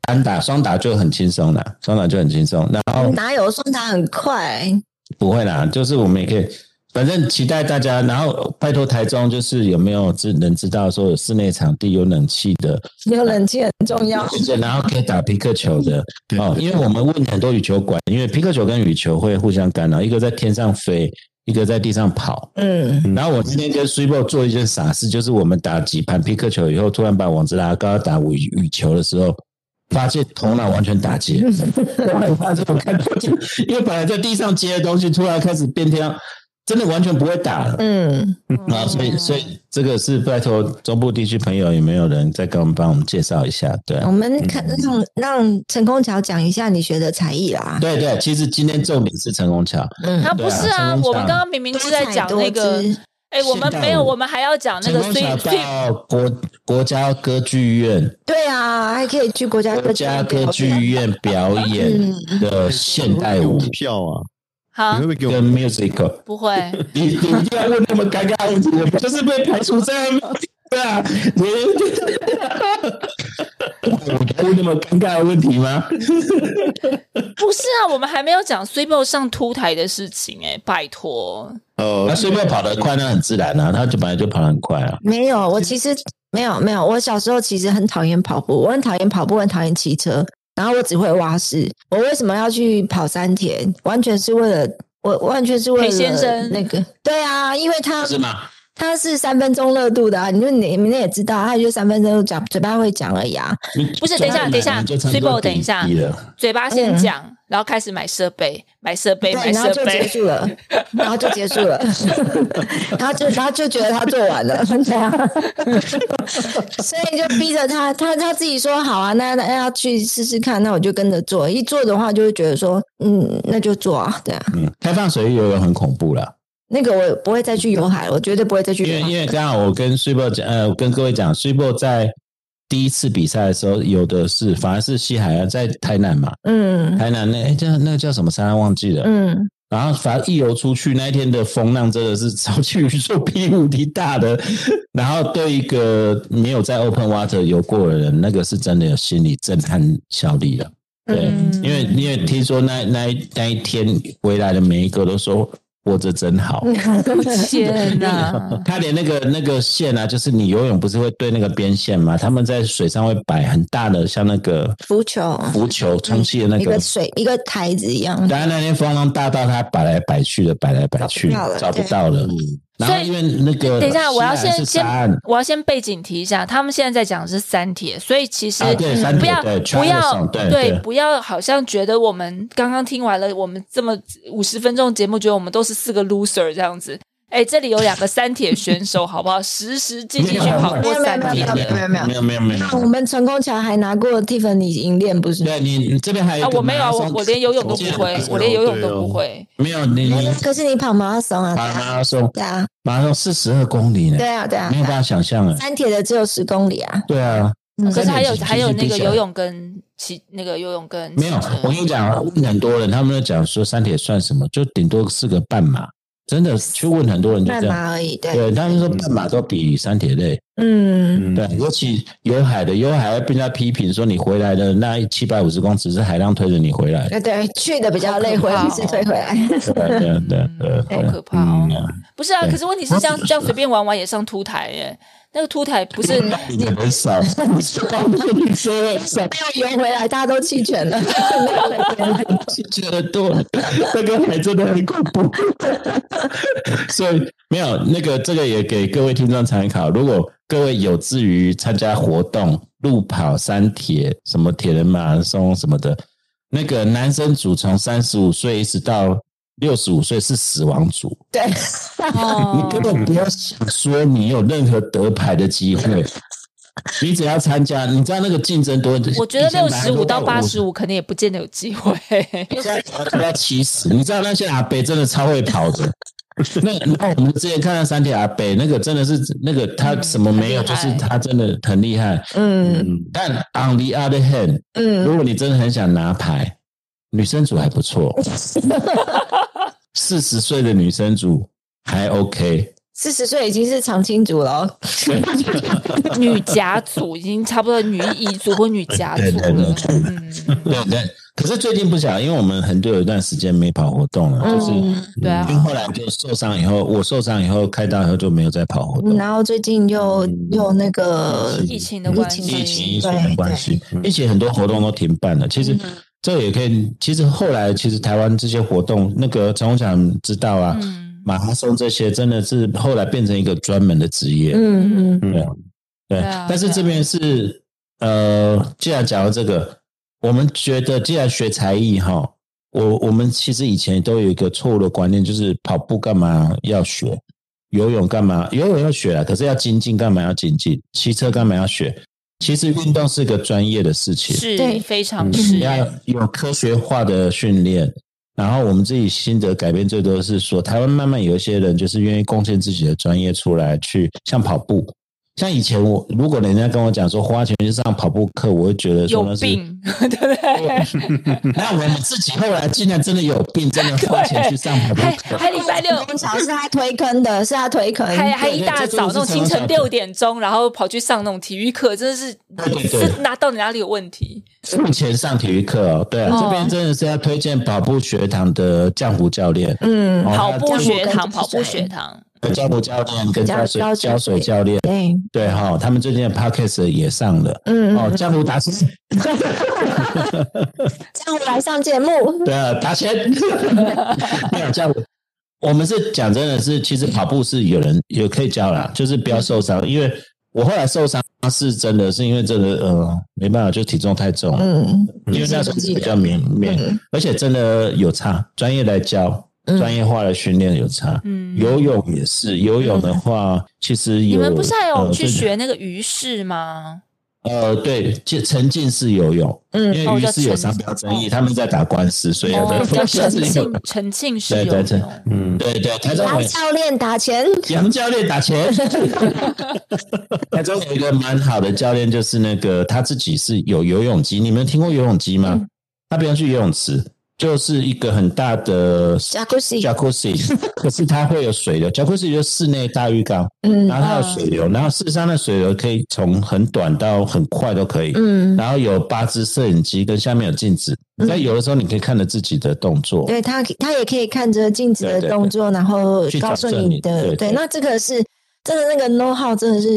S2: 单打，双打就很轻松了，双打就很轻松。然后
S3: 哪有算他很快？
S2: 不会啦，就是我们也可以，反正期待大家。然后拜托台中，就是有没有知能知道说有室内场地有冷气的，
S3: 有冷气很重要。
S2: 然后可以打皮克球的
S4: 对
S2: 哦。因为我们问很多羽球馆，因为皮克球跟羽球会互相干扰，一个在天上飞，一个在地上跑。
S3: 嗯，
S2: 然后我今天跟 s u p e 做一件傻事，就是我们打几盘皮克球以后，突然把网子拉高要打羽羽球的时候，发现头脑完全打结， 我很怕这种看到就，因为本来在地上接的东西，突然开始变天上，真的完全不会打了。
S3: 嗯，
S2: 啊，所以所以这个是拜托中部地区朋友有没有人再给我们帮我们介绍一下？对啊
S3: 我们看让让陈空桥讲一下你学的才艺啦。
S2: 对对，其实今天重点是陈功桥，
S3: 嗯，
S1: 啊，不是啊，我们刚刚明明是在讲那
S3: 多
S1: 个
S3: 才多，姿
S1: 哎，我们没有，我们还要讲那
S2: 陈
S1: 个
S2: 功
S1: 所
S2: 桥
S1: 以所以
S2: 到国国家歌剧院。
S3: 对啊，还可以去国家
S2: 国家歌剧院表演
S1: 嗯
S2: 的现代舞
S4: 票啊，你
S1: 好
S4: 会不会给我
S2: 跟
S4: 们？
S2: musical，
S1: 不会，
S2: 你 你一定要问那么尴尬的问题，我们就是被排除在外面 对啊，你我问那么尴尬的问题吗？
S1: 不是啊，我们还没有讲 s u p e 上凸台的事情哎，拜托，
S4: 呃
S2: 他，随便跑得快，那很自然啊，他就本来就跑得很快啊。
S3: 没有，我其实没有没有，我小时候其实很讨厌跑步，我很讨厌跑步，很讨厌骑车，然后我只会蛙式。我为什么要去跑山田？完全是为了我，完全是为
S1: 裴先
S3: 了
S1: 生
S3: 那个。对啊，因为他
S2: 是吗？
S3: 他是三分钟热度的、啊，你就你你们也知道，他就三分钟讲，嘴巴会讲而已啊。
S1: 不是等一下等一下 Triple，等一下嘴巴先讲，然后开始买设备，买设备，
S3: 嗯对，
S1: 买
S3: 然后
S1: 设
S3: 就结
S1: 备。
S3: 束了，然后就结束了，然后就然后就觉得他做完了，对啊，所以就逼着他，他他自己说好啊，那那要去试试看，那我就跟着做。一做的话，就会觉得说，嗯，那就做啊，对啊，
S2: 嗯，开放水域游泳很恐怖啦。
S3: 那个我不会再去游海，我绝对不会再去
S2: 因为
S3: 游海
S2: 因。为刚好我跟 Super 讲，呃，我跟各位讲，Super 在第一次比赛的时候，有的是反而是西海岸，在台南嘛，
S3: 嗯
S2: 台南那哎叫那个叫什么山忘记了，
S3: 嗯，
S2: 然后反正一游出去那一天的风浪真的是超级宇宙比无敌大的， 然后对一个没有在 Open Water 游过的人，那个是真的有心理震撼效力了。对，
S3: 嗯
S2: 因为因为听说那那一那一天回来的每一个都说活着真好。
S1: 天哪！
S2: 哦他连那个那个线啊，就是你游泳不是会对那个边线吗？他们在水上会摆很大的，像那个
S3: 浮球
S2: 浮球充气的那
S3: 嗯一
S2: 个
S3: 个。水一个台子一样，
S2: 然后那天风浪大到他摆来摆去的，摆来摆去
S3: 找不到了
S2: 找不到了。然后
S1: 所以
S2: 因为那个
S1: 等一
S3: 啊
S1: 下，我要
S2: 西兰
S1: 先
S2: 是
S1: 先
S2: 沙岸，
S1: 我要先背景提一下，他们现在在讲的是三铁，所以其实
S2: 啊对三铁
S1: 不要
S2: 对
S1: 不要
S2: Charleston，对对
S1: 不要，好像觉得我们刚刚听完了我们这么五十分钟节目，觉得我们都是四个 loser 这样子。哎，这里有两个三铁选手，好不好？时时记记去跑过三
S3: 没
S1: 铁
S3: 有没有
S1: 的。
S3: 没有
S2: 没有没有没有
S3: 那，我们成功桥还拿过蒂芬尼银链，不是？
S2: 对你你这边还有
S1: 啊
S2: 一，个
S1: 我没有啊，
S2: 马拉
S1: 我
S2: 松
S1: 我连游泳都不会，我连游泳都
S2: 啊
S1: 不会。
S2: 没有你你
S3: 可是你跑马拉松啊，
S2: 马拉松
S3: 对啊，
S2: 马拉松四十二公里呢
S3: 对，啊，对啊，
S2: 没有办法想象哎，
S3: 三铁的只有十公里啊，
S2: 对啊，
S3: 嗯
S1: 可是还有
S2: 三铁
S1: 还有那个
S2: 必须
S1: 游泳跟骑那个游泳跟
S2: 没有
S1: 骑车，
S2: 我跟你讲，问很多人，他们都讲说三铁算什么，就顶多是个半马，真的去问很多人就
S3: 半
S2: 这样，
S3: 马而已，对，
S2: 对，他们说半马都比三铁累，
S3: 嗯，
S4: 嗯，
S2: 对，尤其有海的，有海被人家批评说你回来的那七百五十公尺是海浪推着你回 来，
S3: 呃，对，去的比较累，
S1: 好可
S3: 回
S1: 怕
S3: 来
S1: 哦
S3: 是推回来，
S2: 对对对对，
S1: 好可怕哦
S2: 嗯！
S1: 不是啊，
S2: 对
S1: 可是问题是这样这样随便玩玩也上凸台耶，那个凸台不是
S2: 你的很少， 你说你 说很少，
S3: 没有游回来，大家都弃 权了，
S2: 觉得多，那个还真的很恐怖。 所以没有那个，这个也给各位听众参考。如果各位有志于参加活动，路跑、山铁、什么铁人马拉松什么的，那个男生组从三十五岁一直到六十五岁是死亡组，
S3: 对，
S1: 哦
S2: 你，根本不要想说你有任何得牌的机会。你只要参加，你知道那个竞争多。
S1: 我觉得
S2: 以前
S1: 六
S2: 本来
S1: 十
S2: 都
S1: 五到八
S2: 50
S1: 十五肯定也不见得有机会。
S2: 快要七十，你知道那些阿北真的超会跑的。那那我们之前看到三铁阿北，那个真的是那个他什么没有，
S1: 很厉
S2: 就
S1: 害
S2: 是他真的很厉害。
S3: 嗯
S2: 但 on the other hand，
S3: 嗯，
S2: 如果你真的很想拿牌，女生组还不错，四十岁的女生组还 OK。
S3: 四十岁已经是常青组了哦，
S1: 女甲组已经差不多女乙组或女甲组了。嗯，
S2: 对对，可是最近不想，因为我们很多有一段时间没跑活动了，就是因
S3: 嗯，
S1: 对啊
S2: 为，后来就受伤以后，我受伤以后开刀以后就没有再跑活动。
S3: 然后最近又
S2: 嗯
S3: 又那个
S1: 呃疫情的关系，
S3: 疫
S2: 疫情因素
S3: 对
S2: 的关系，疫情很多活动都停办了。其
S1: 嗯
S2: 实这也可以，其实后来其实台湾这些活动，那个陈红讲知道啊，
S1: 嗯，
S2: 马拉松这些真的是后来变成一个专门的职业。
S3: 嗯嗯
S4: 嗯
S1: 对
S2: 对，
S1: 啊
S2: 但是这边是呃，既然讲到这个，我们觉得既然学才艺哈，我我们其实以前都有一个错误的观念，就是跑步干嘛要学，游泳干嘛游泳要学啊，可是要精进干嘛要精进，骑车干嘛要学？其实运动是一个专业的事情，
S1: 是
S3: 对
S1: 非常
S4: 嗯
S1: 是。
S2: 要有科学化的训练。然后我们自己心得改变最多的是说，台湾慢慢有一些人就是愿意贡献自己的专业出来去，像跑步。像以前我如果人家跟我讲说花钱去上跑步课，我会觉得说
S1: 有
S2: 那是。
S1: 病， 对不对？
S2: 那我们自己后来竟然真的有病，真的花钱去上跑步
S1: 还
S2: 课。
S1: 还礼拜六
S3: 成，功桥是他推坑的，是他推坑，
S1: 还还一大早那种清晨
S2: 哎对对这真的是
S1: 六点钟，然后跑去上那种体育课，真的是
S2: 对对对
S1: 是哪到底哪里有问题？
S2: 付钱上体育课哦，对啊，
S1: 哦
S2: 这边真的是要推荐跑步学堂的江湖教练。
S3: 嗯，
S2: 哦
S1: 跑步学堂，
S3: 这样
S1: 跑步学堂，
S2: 教母教练跟
S3: 教
S2: 浇水
S3: 浇水
S2: 浇水教练，
S3: 对，
S2: 对哈、他们最近的 podcast 也上了。
S3: 嗯，
S2: 哦，江湖打钱，
S3: 这样我来上节目，
S2: 对啊，打钱，没有江湖。我们是讲真的是，其实跑步是有人有可以教啦，就是不要受伤。因为我后来受伤是真的是因为真的呃没办法，就体重太重，
S3: 嗯
S2: 因为那时候比较敏敏，
S3: 嗯
S2: 而且真的有差，专业来教，
S3: 嗯
S2: 专业化的训练有差。
S1: 嗯，
S2: 游泳也是，游泳的话，其实
S1: 你
S2: 有
S1: 们不是还有
S2: 呃
S1: 去
S2: 对
S1: 学那个鱼式吗？
S2: 呃，对，就沉浸式游泳，
S3: 嗯
S2: 因
S1: 哦
S2: 为于
S1: 叫
S2: 是有
S1: 沉
S2: 商标争议，他们在打官司，所以有
S1: 哦
S2: 的，
S1: 叫
S2: 官
S1: 沉
S2: 司有
S1: 浸啊沉浸式
S2: 对
S1: 游
S2: 对对
S1: 泳。
S4: 嗯，
S2: 对对，台中
S3: 然后
S2: 有
S3: 教练打钱，
S2: 杨教 练打钱，台中有一个蛮好的教练，就是那个他自己是有游泳机，你们听过游泳机吗？
S1: 嗯
S2: 他不用去游泳池，就是一个很大的
S3: Jacuzzi
S2: jacuzzi，可是它会有水流，jacuzzi 就是室内大浴缸，
S3: 嗯
S2: 然后它有水流，然后事实上的水流可以从很短到很快都可以，
S3: 嗯，
S2: 然后有八只摄影机跟下面有镜子，
S1: 嗯
S2: 你在游的时候你可以看着自己的动作。
S3: 对他，他也可以看着镜子的
S2: 对对对
S3: 动作，然后
S2: 去
S3: 告诉
S2: 矫正
S3: 你
S2: 你
S3: 的，
S2: 对对
S3: 对，那这个是真的，那个 know how 真的是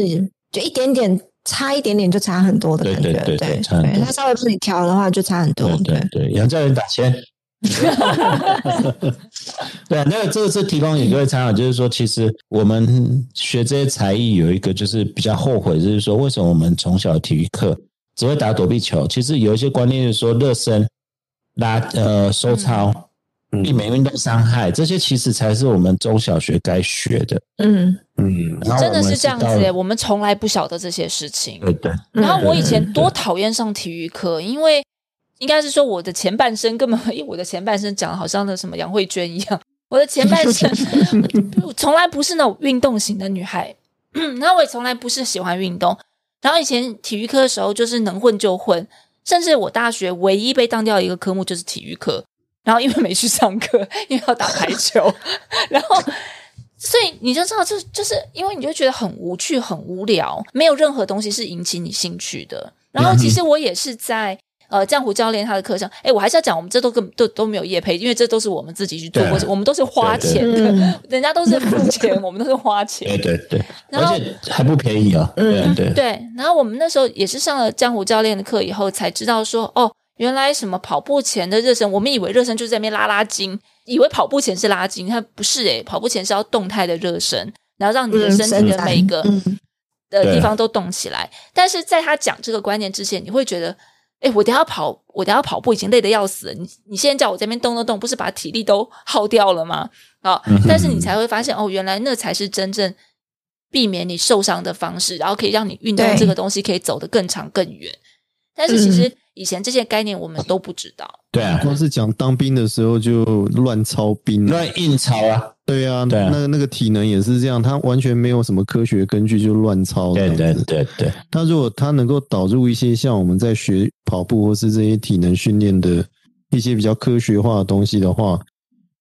S3: 就一点点差一点点就差很多的
S2: 对
S3: 感觉，
S2: 对对对
S3: 对
S2: 差很多
S3: 他稍微帮你调的话就差很多
S2: 对，哦对对，杨教练打 钱。对，那个这个是提供给各位参考，就是说，其实我们学这些才艺有一个就是比较后悔，就是说为什么我们从小体育课只会打躲避球？其实有一些观念就是说热身、拉呃收操，
S4: 嗯
S2: 避免运动伤害，这些其实才是我们中小学该学的。
S3: 嗯，
S4: 嗯，
S2: 然后
S1: 真的
S2: 我们
S1: 是这样子欸
S2: 到了
S1: 耶，我们从来不晓得这些事情。
S2: 对对，
S3: 嗯
S1: 然后我以前
S2: 嗯
S1: 多讨厌上体育课，因为应该是说我的前半生根本，因为我的前半生讲的好像那什么杨慧娟一样，我的前半生我 从来不是那种运动型的女孩， 然后我也从来不是喜欢运动。然后以前体育课的时候，就是能混就混，甚至我大学唯一被当掉的一个科目就是体育课，然后因为没去上课，因为要打排球， 然后所以你就知道，就就是因为你就觉得很无趣、很无聊，没有任何东西是引起你兴趣的。然后其实我也是在呃江湖教练他的课上，哎，我还是要讲，我们这都根本都都没有业配，因为这都是我们自己去做
S2: 对啊
S1: 过，我们都是花
S2: 对对
S1: 钱的，
S3: 嗯
S1: 人家都是付钱，我们都是花钱
S2: 对。对对，
S1: 然后
S2: 而且还不便宜哦。
S3: 嗯
S2: 对对
S1: 对，然后我们那时候也是上了江湖教练的课以后，才知道说，哦，原来什么跑步前的热身，我们以为热身就是在那边拉拉筋，以为跑步前是拉筋，它不是诶、跑步前是要动态的热身，然后让你的
S3: 嗯
S1: 身体
S3: 伸
S1: 的
S3: 展
S1: 每一个
S3: 嗯
S1: 的
S2: 对
S1: 地方都动起来。但是在他讲这个观念之前，你会觉得，哎，我等一下要跑，我等一下要跑步已经累得要死了，你你现在叫我这边动动动，不是把体力都耗掉了吗？啊、
S2: 嗯哼
S1: 但是你才会发现，哦，原来那才是真正避免你受伤的方式，然后可以让你运动
S3: 对
S1: 这个东西可以走得更长更远。但是其实以前这些概念我们都不知道，
S2: 对啊，
S4: 光是讲当兵的时候就乱操兵了，
S2: 乱印钞啊，
S4: 对啊，
S2: 对啊
S4: 那那个体能也是这样，他完全没有什么科学根据就乱操这
S2: 对
S4: 样子。
S2: 对对对，
S4: 他如果他能够导入一些像我们在学跑步或是这些体能训练的一些比较科学化的东西的话，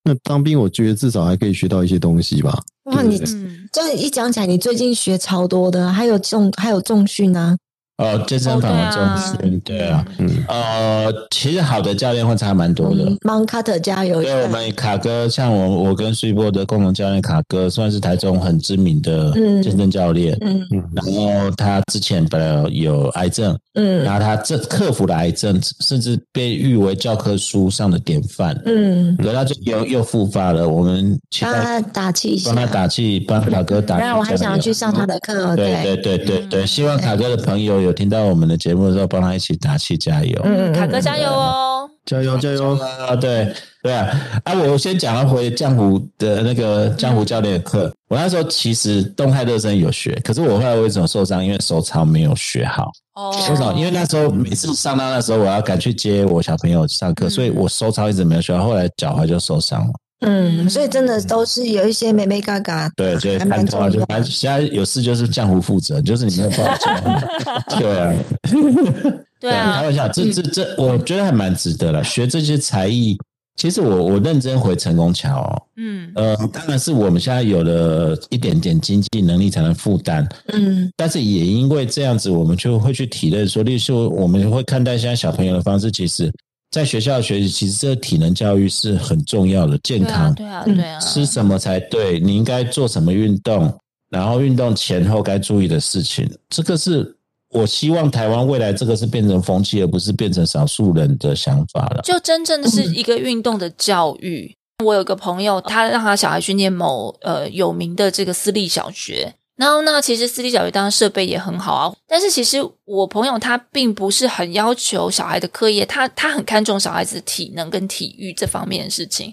S4: 那当兵我觉得至少还可以学到一些东西吧。
S3: 哇，
S4: 对
S3: 你
S4: 对对
S1: 嗯，
S3: 这样一讲起来，你最近学超多的，还有重还有重训啊，
S2: 哦，健身房的重视，对啊，
S4: 嗯，
S2: 呃，其实好的教练会差蛮多的。
S3: 嗯 Mount Carter 加油！
S2: 对我们卡哥，像我我跟睡波的共同教练卡哥，算是台中很知名的
S3: 嗯
S2: 健身教练。
S3: 嗯
S2: 然后他之前本来有癌症，然
S3: 嗯
S2: 后他这克服了癌症，甚至被誉为教科书上的典范。
S3: 嗯，
S2: 可他最近又又复发了，我们期
S3: 帮
S2: 待
S3: 他打气一下
S2: 帮。他打气，帮卡哥打气
S3: 不
S2: 加
S3: 然
S2: 油。
S3: 我还想要去上他的课，哦
S2: 对对对对
S3: 嗯
S2: 对，希望卡哥的朋友有听到我们的节目的时候，帮他一起打气加油。
S3: 嗯，
S1: 卡哥加油哦，
S4: 加油加油！
S2: 啊，对对啊，啊，我先讲到回江湖的那个江湖教练的课。我那时候其实动态热身有学，可是我后来为什么受伤？因为手操没有学好。
S1: 哦，
S2: 手操，因为那时候每次上到那时候，我要赶去接我小朋友上课，
S1: 嗯
S2: 所以我手操一直没有学好，后来脚踝就受伤了。
S3: 嗯，所以真的都是有一些美美嘎嘎，
S2: 对， 所以
S3: 还蛮
S2: 看头啊，
S3: 重
S2: 就
S3: 要
S2: 反正现在有事就是江湖负责，就是你没有办法 教。对啊，
S1: 对啊
S2: 开，玩笑，这这这，我觉得还蛮值得了。学这些才艺，其实我我认真回成功桥、哦。
S1: 嗯
S2: 呃，当然是我们现在有了一点点经济能力才能负担，
S3: 嗯
S2: 但是也因为这样子，我们就会去体认说，例如说我们会看待现在小朋友的方式，其实在学校学习，其实这个体能教育是很重要的，健
S1: 对啊
S2: 康、
S1: 对啊
S3: 嗯
S1: 对啊，
S2: 吃什么才对，你应该做什么运动，然后运动前后该注意的事情，这个是。我希望台湾未来这个是变成风气，而不是变成少数人的想法了。
S1: 就真正的是一个运动的教育。我有个朋友，他让他小孩去念某呃有名的这个私立小学，然后那其实私立小学当然设备也很好啊，但是其实我朋友他并不是很要求小孩的课业，他他很看重小孩子的体能跟体育这方面的事情。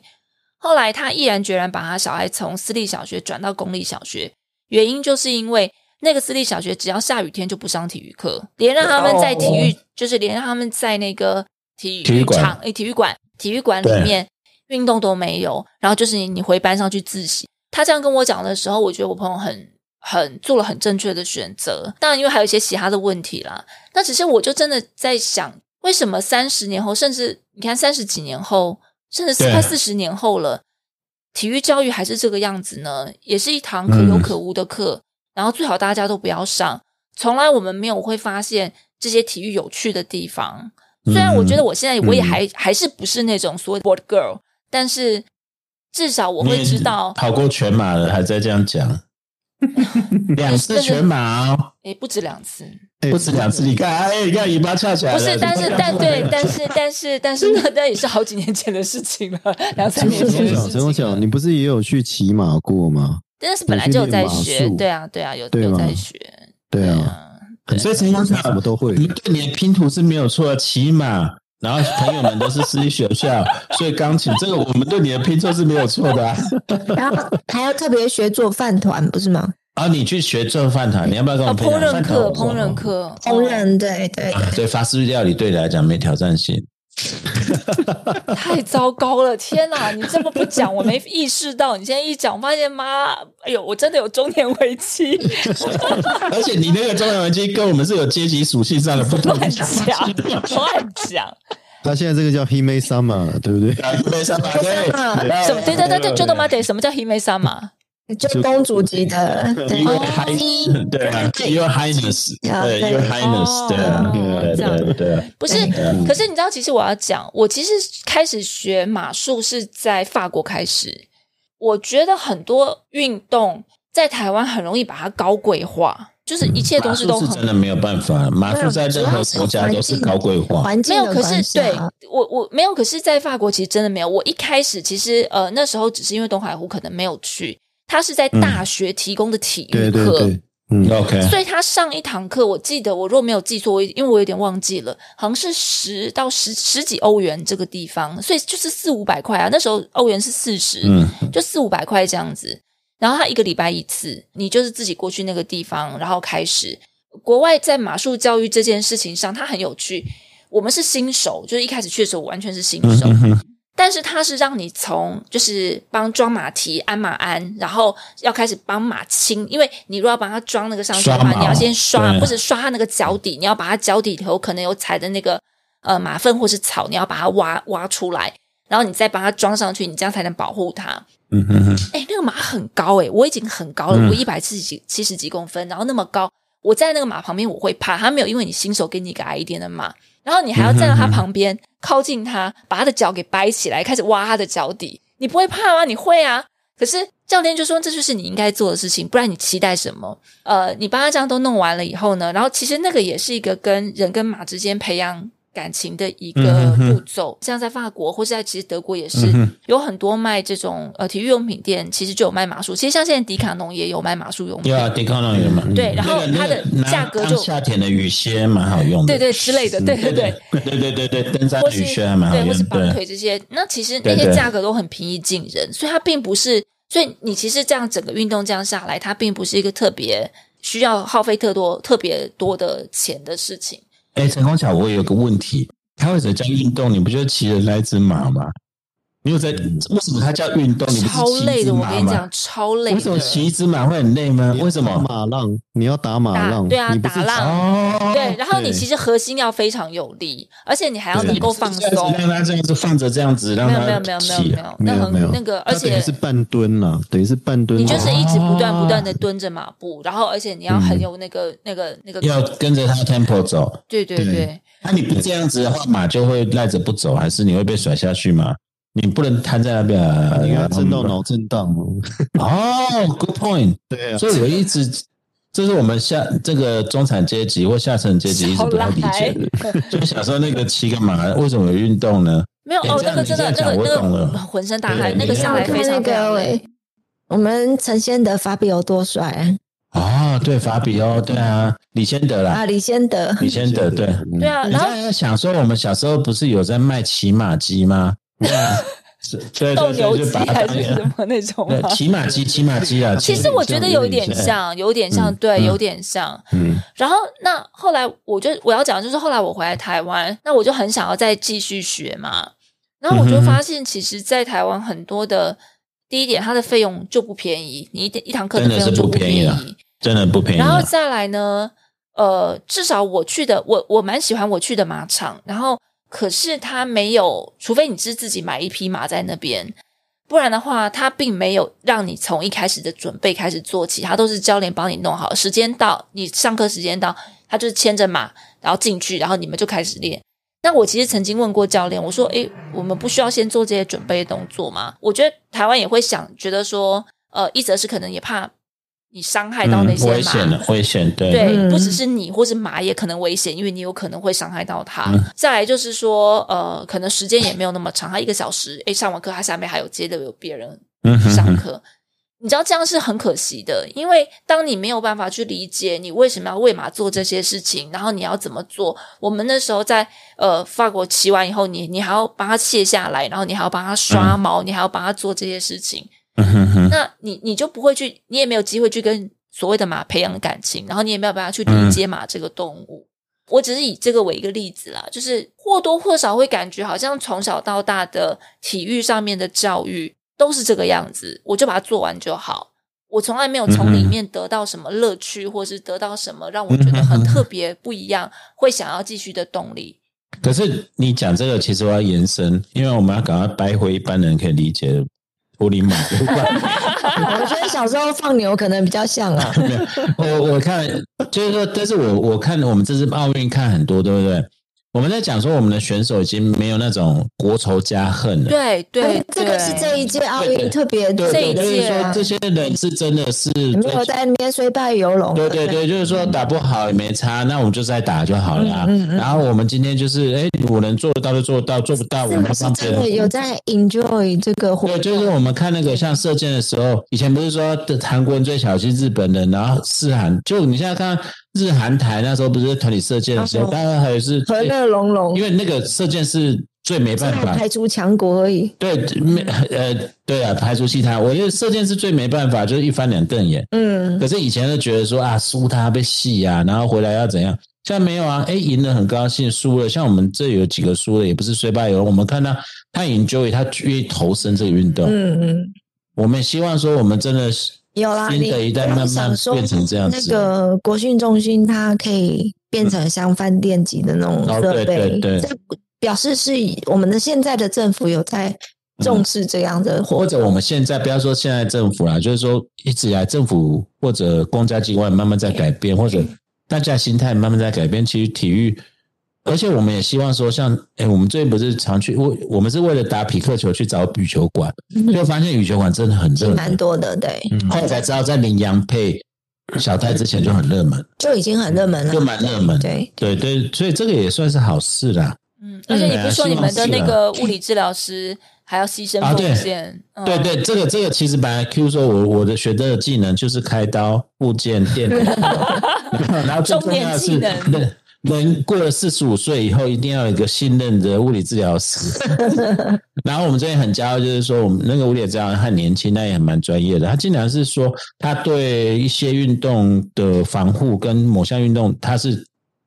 S1: 后来他毅然决然把他小孩从私立小学转到公立小学，原因就是因为那个私立小学只要下雨天就不上体育课，连让他们在体育，就是连让他们在那个体
S2: 体育
S1: 育
S2: 馆
S1: 场、诶体育馆、体育馆
S2: 对
S1: 里面运动都没有，然后就是你你回班上去自习。他这样跟我讲的时候，我觉得我朋友很很做了很正确的选择。当然，因为还有一些其他的问题啦。那只是我就真的在想，为什么三十年后，甚至你看三十几年后，甚至
S2: 对
S1: 快四十年后了，体育教育还是这个样子呢？也是一堂可有
S2: 嗯
S1: 可无的课，然后最好大家都不要上。从来我们没有会发现这些体育有趣的地方。虽然我觉得我现在我也还、还是不是那种所谓的 board girl，但是至少我会
S2: 你
S1: 知道，
S2: 跑过全马了，还在这样讲，两次全马哦，
S1: 诶，不止两次，
S4: 哎
S2: 不止两次。你看，哎，你看尾巴翘起来
S1: 不
S2: 了。
S1: 是，但是
S2: 你看
S1: 但对，但是但是但是那那也是好几年前的事情了，两三
S4: 陈
S1: 年
S4: 宏
S1: 前的
S4: 晓，
S2: 啊
S1: 事
S4: 陈宏
S1: 情
S4: 晓，
S1: 了。
S4: 你不是也有去骑马过吗？
S1: 但是本来就有在学
S4: 你去练马，术
S1: 对啊对啊，有
S4: 对
S1: 有
S4: 吗
S1: 在学，
S4: 对啊，
S1: 啊，
S2: 所以陈先
S4: 你
S2: 生
S4: 什么都会
S2: 你。对你的拼图是没有错，起码然后朋友们都是私立学校，所以钢琴这个我们对你的拼凑是没有错的啊。
S3: 然后还要特别学做饭团，不是吗？
S2: 啊，你去学做饭团，你要不要跟我
S1: 啊，
S2: 们分
S1: 烹饪
S2: 享饭团
S1: 课，
S2: 我做
S1: 烹
S2: 过
S1: 饪课，
S3: 烹
S1: 哦
S3: 饪，对对对，
S2: 啊，对法式料理对你来讲没挑战性。
S1: 太糟糕了！天 哪，你这么不讲，我没意识到。你现在一讲，发现妈，哎呦，我真的有中年危 机，
S2: 而且你那个中原文机跟我们是有阶级属性上的不同。
S1: 乱 讲，乱讲，
S4: 他现在这个叫 Hime Sama，对不对？
S2: 没什么
S1: 什么？对
S2: 对，
S1: 对哎对对，就那么
S4: 对
S1: 得什么叫 hime 三嘛？
S3: 就公主级的，对
S2: 因为
S1: 哦
S2: high，对啊，your highness，对，your
S1: 哦
S2: highness，对啊，对对对，
S1: 不是
S2: 嗯，
S1: 可是你知道，其实我要讲，我其实开始学马术是在法国开始。我觉得很多运动在台湾很容易把它高贵化，嗯就是一切东西都
S2: 是
S1: 很啊
S2: 真的没有办法，马术在任何国家都是高贵化。
S3: 环境
S1: 没有，
S3: 的
S1: 可
S3: 关
S1: 是
S3: 系
S1: 对
S3: 啊
S1: 我我没有，可是在法国其实真的没有。我一开始其实呃那时候只是因为东海湖可能没有去，他是在大学提供的体育
S4: 嗯对对
S1: 课，
S4: 对，嗯，
S2: OK，
S1: 所以他上一堂课我记得我若没有记错，我因为我有点忘记了，好像是十到十十几欧元这个地方，所以就是四五百块啊。那时候欧元是四十、
S2: 嗯，
S1: 就四五百块这样子。然后他一个礼拜一次，你就是自己过去那个地方，然后开始。国外在马术教育这件事情上，它很有趣。我们是新手，就是一开始去的时候我完全是新手，
S2: 嗯
S1: 但是它是让你从就是帮装马蹄、鞍马鞍，然后要开始帮马清，因为你如果要帮他装那个上去的
S2: 刷
S1: 话，
S2: 毛
S1: 你要先刷，
S2: 对
S1: 不是刷它那个脚底，你要把它脚底头可能有踩的那个呃马粪或是草，你要把它挖挖出来，然后你再把它装上去，你这样才能保护它。
S2: 嗯哼哼，
S1: 哎、那个马很高哎、我已经很高了，
S2: 嗯
S1: 我一百七十几七十几公分，然后那么高，我在那个马旁边我会怕，它没有因为你新手给你一个矮一点的马，然后你还要站到
S2: 嗯
S1: 它旁边、靠近它，把它的脚给掰起来，开始挖它的脚底，你不会怕吗？你会啊。可是教练就说这就是你应该做的事情，不然你期待什么？呃，你帮他这样都弄完了以后呢，然后其实那个也是一个跟人跟马之间培养感情的一个
S2: 嗯哼哼
S1: 步骤，像在法国或是在其实德国也是、
S2: 嗯哼
S1: 有很多卖这种呃体育用品店，其实就有卖马术。其实像现在迪卡侬也有卖马术用品，
S2: 要抵抗能源嘛？嗯
S1: 对，然后它的价格就
S2: 夏天的雨靴蛮好用的，
S1: 对对之类的，对对对。
S2: 对对对对，登山
S1: 或是
S2: 雨靴还蛮啊好
S1: 对，
S2: 用
S1: 或是绑
S2: 的，
S1: 腿这些，那其实那
S2: 对
S1: 些
S2: 对
S1: 价格都很平易近人，所以它并不是，所以你其实这样整个运动这样下来，它并不是一个特别需要耗费特多特别多的钱的事情。
S2: 哎，陈功巧，我有个问题，开会者叫运动，你不就是骑着那一只马吗？你有在为什么它叫运哦动？你不是
S1: 超
S2: 骑一
S1: 累
S2: 只
S1: 的，我
S2: 马
S1: 跟你
S2: 吗
S1: 讲，，超累
S2: 为什么
S1: 的。
S2: 骑一只马会很累吗？为什么？
S4: 马浪？你要打马
S1: 打
S4: 浪？
S1: 对啊
S4: 你不是
S1: 打浪
S2: 哦，
S1: 对，然后你
S4: 对
S1: 其实核心要非常有力，而且你还要
S4: 对
S1: 能够放
S2: 这样
S1: 松
S2: 子。让它这样子放着，这样子让
S1: 没
S2: 它
S1: 有没有没有没有
S2: 骑
S1: 没
S2: 啊
S1: 有，
S4: 没
S1: 那
S4: 有没有
S1: 很那个，而
S4: 它等
S1: 且
S4: 于是半蹲啦，等于是半蹲
S1: 你
S4: 马。
S1: 就是一直不
S2: 啊
S1: 断不断的蹲着马步，然后而且你要很有那个那个那个，
S2: 嗯要跟着它 tempo 走。
S1: 对对对
S4: 对，
S2: 那、你不这样子的话，马就会赖着不走，还是你会被甩下去吗？你不能瘫在那边啊！
S4: 你要震到脑震荡哦。
S2: 哦，good point。
S4: 对啊
S2: 所以我一直，这是我们下这个中产阶级或下层阶级一直不太理解的，就想说那个骑个马为什么有运动呢？
S1: 没有
S2: 哎
S1: 哦，
S2: 这
S1: 那
S2: 样
S1: 个
S2: 你
S1: 真的
S2: 这
S1: 那
S2: 样
S1: 个
S2: 讲我懂
S1: 那个
S2: 了
S1: 浑身大
S2: 对
S1: 汗，
S2: 对
S1: 那个
S2: 你
S1: 下来非常
S3: 那
S1: 非
S3: 个
S1: 常累。
S3: 喂我们陈先德法比有多帅啊
S2: 哦，对，法比哦，对啊，李先德啦，
S3: 啊？李先德，
S2: 李先德
S1: 对
S2: 对。
S1: 啊，
S2: 嗯你
S1: 然
S2: 刚
S1: 后
S2: 才在想说，我们小时候不是有在卖骑马机吗？对 啊，是对
S1: 斗
S2: 对
S1: 牛
S2: 对，
S1: 机
S2: 就把它
S1: 还
S2: 当
S1: 是
S2: 成
S1: 什么那种啊
S2: 对
S1: 吗？
S2: 骑马机，骑马机啊。
S1: 其实我觉得有点
S2: 像。
S1: 像，嗯有点像，对，有点像。
S4: 嗯，
S1: 然后那后来我就我要讲的就是后来我回来台湾，那我就很想要再继续学嘛。然后我就发现，其实，在台湾很多的第一点，它的费用就不便宜，你一一堂课的费用就便啊
S2: 真的是不便真的不便宜
S1: 然
S2: 啊。
S1: 后再来呢，呃，至少我去的，我我蛮喜欢我去的马场。然后，可是它没有，除非你是自己买一匹马在那边，不然的话，它并没有让你从一开始的准备开始做起，它都是教练帮你弄好。时间到，你上课时间到，他就是牵着马，然后进去，然后你们就开始练。那我其实曾经问过教练，我说：“诶，我们不需要先做这些准备的动作吗？”我觉得台湾也会想，觉得说，呃，一则是可能也怕你伤害到那
S2: 嗯
S1: 些
S2: 危
S1: 马，
S2: 险的，危险，对，
S1: 对，
S3: 嗯
S1: 不只是你或是马也可能危险，因为你有可能会伤害到它。
S2: 嗯
S1: 再来就是说，呃，可能时间也没有那么长，他一个小时，诶，上完课他下面还有接着有别人
S2: 嗯哼
S1: 上
S2: 哼
S1: 课，你知道这样是很可惜的，因为当你没有办法去理解你为什么要为马做这些事情，然后你要怎么做。我们那时候在呃法国骑完以后，你你还要帮它卸下来，然后你还要帮它刷毛，你还要帮它做这些事情。
S2: 嗯哼哼，
S1: 那你你就不会去，你也没有机会去跟所谓的马培养感情，然后你也没有办法去理解马这个动物。我只是以这个为一个例子啦，就是或多或少会感觉好像从小到大的体育上面的教育都是这个样子，我就把它做完就好。我从来没有从里面得到什么乐趣，或是得到什么让我觉得很特别不一样，会想要继续的动力。
S2: 可是你讲这个，其实我要延伸，因为我们要赶快掰回一般人可以理解的脱离马不管
S3: 我觉得小时候放牛可能比较像啊。
S2: 我我看就是说，但是我我看我们这次奥运看很多，对不对？我们在讲说我们的选手已经没有那种国仇家恨了。
S1: 对对
S3: 这个是这一届奥运特别
S2: 对，
S1: 这一
S2: 我就是
S1: 届啊
S2: 说，这些人是真的是
S3: 没有在那边虽败啊犹荣。
S2: 对对对，就是说打不好也没差，那我们就再打就好了啊、
S3: 嗯嗯嗯
S2: 然后我们今天就是，哎，我能做得到就做得到，做不啊到我
S3: 是
S2: 们
S3: 不是
S2: 帮别
S3: 真的
S2: 人。
S3: 有在 enjoy 这个活
S2: 对，
S3: 动？
S2: 就是我们看那个像射箭的时候，以前不是说韩国人最小气日本人，然后四韩，就你现在看日韩台那时候不是团体射箭的时候，
S3: 哦
S2: 当然还是
S3: 和乐融融
S2: 因，为那个射箭是最没办法
S3: 在排除强国而已。
S2: 对，没呃，对啊，排除其他，我觉得射箭是最没办法，就是一翻两瞪眼。
S3: 嗯，
S2: 可是以前就觉得说啊，输他被戏啊，然后回来要怎样？现在没有啊，哎，赢了很高兴，输了像我们这有几个输了，也不是虽败犹荣。我们看到他 enjoy，他愿意投身这个运动。
S3: 嗯嗯，
S2: 我们希望说，我们真的是
S3: 有啦。
S2: 新的一代
S3: 你
S2: 慢慢
S3: 想说
S2: 变成这样
S3: 那
S2: 子。
S3: 个国训中心，它可以变成像饭店级的那种
S2: 哦
S3: 设备，
S2: 对对对
S3: 这表示是我们的现在的政府有在
S2: 嗯
S3: 重视这样的活
S2: 或
S3: 动。
S2: 者我们现在不要说现在政府啦，就是说一直以来政府或者公家机关慢慢在改变，或者大家心态慢慢在改变。其实体育，而且我们也希望说像，哎，我们最近不是常去，我我们是为了打匹克球去找羽球馆，就发现羽球馆真的很热
S3: 是蛮
S2: 门。嗯
S3: 多的，对，
S2: 后来才知道，在羚羊配小戴之前就很热门，
S3: 就已经很热门了，
S2: 就蛮热门。
S3: 对，
S2: 对对，所以这个也算是好事啦。
S1: 嗯，而且你不是说
S2: 嗯
S1: 你们的
S2: 希望是
S1: 那
S2: 啊
S1: 个物理治疗师还要牺牲
S2: 啊对
S1: 奉献？嗯
S2: 对对，这个这个其实本来 Q 说我我的学的技能就是开刀、复健、电疗，然后最重要的是
S1: 重点技能
S2: 人人过了四十五岁以后，一定要有一个信任的物理治疗师。然后我们这边很骄傲，就是说我们那个物理治疗师很年轻，那也很蛮专业的。他竟然是说他对一些运动的防护跟某项运动，他是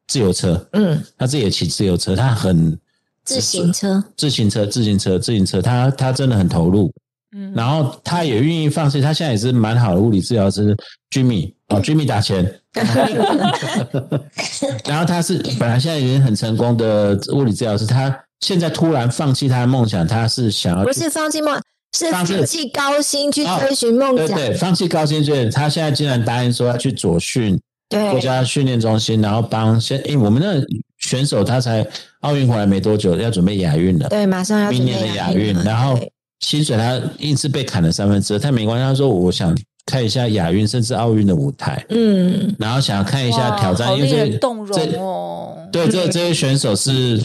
S2: 自由车，
S3: 嗯，
S2: 他自己也骑自由车，他很
S3: 自行车，
S2: 自行车、自行车、自行车，他他真的很投入。
S1: 嗯，
S2: 然后他也愿意放弃，他现在也是蛮好的物理治疗师，Jimmy 哦，Jimmy 打钱。 然后他是本来现在已经很成功的物理治疗师，他现在突然放弃他的梦想，他是想要
S3: 不
S2: 去
S3: 是放弃梦，是
S2: 放弃
S3: 放弃高薪去
S2: 哦
S3: 追寻梦
S2: 对
S3: 想，
S2: 对，放弃高薪卷，他现在竟然答应说要去左训国
S3: 对，
S2: 家训练中心，然后帮先诶，我们那个选手他才奥运回来没多久，要准备亚运了。
S3: 对，马上要
S2: 明
S3: 准备
S2: 年的亚运，
S3: 了
S2: 然后
S3: 对
S2: 薪水他硬是被砍了三分之二，但没关系，他说我想看一下亚运甚至奥运的舞台，
S3: 嗯，
S2: 然后想要看一下
S1: 哇
S2: 挑战，
S1: 好
S2: 因为
S1: 令
S2: 这
S1: 人动
S2: 这
S1: 容哦。
S2: 对这这些选手是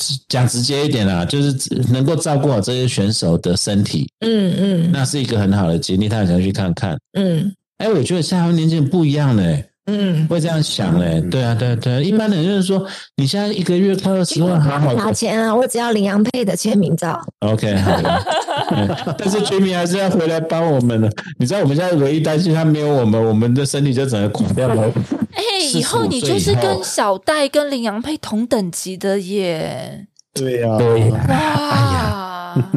S2: 是讲直接一点啦，就是只能够照顾好这些选手的身体，
S3: 嗯嗯
S2: 那是一个很好的经历，他很想去看看。
S3: 嗯
S2: 哎，我觉得现在年轻人不一样嘞、
S3: 嗯，
S2: 会这样想嘞、
S4: 嗯
S2: 对啊，对啊对啊，一般人就是说，你现在一个月快二十万，好好
S3: 拿钱啊，我只要林洋配的签名照，
S2: OK，好的。嗯但是居民还是要回来帮我们的。你知道我们现在唯一担心他没有我们，我们的身体就整个垮掉了。
S1: 哎，
S2: 45
S1: 以后你就是
S2: 岁以后
S1: 跟小戴、跟羚羊配同等级的 耶！
S4: 对啊呀、
S2: 对哎
S1: 哇，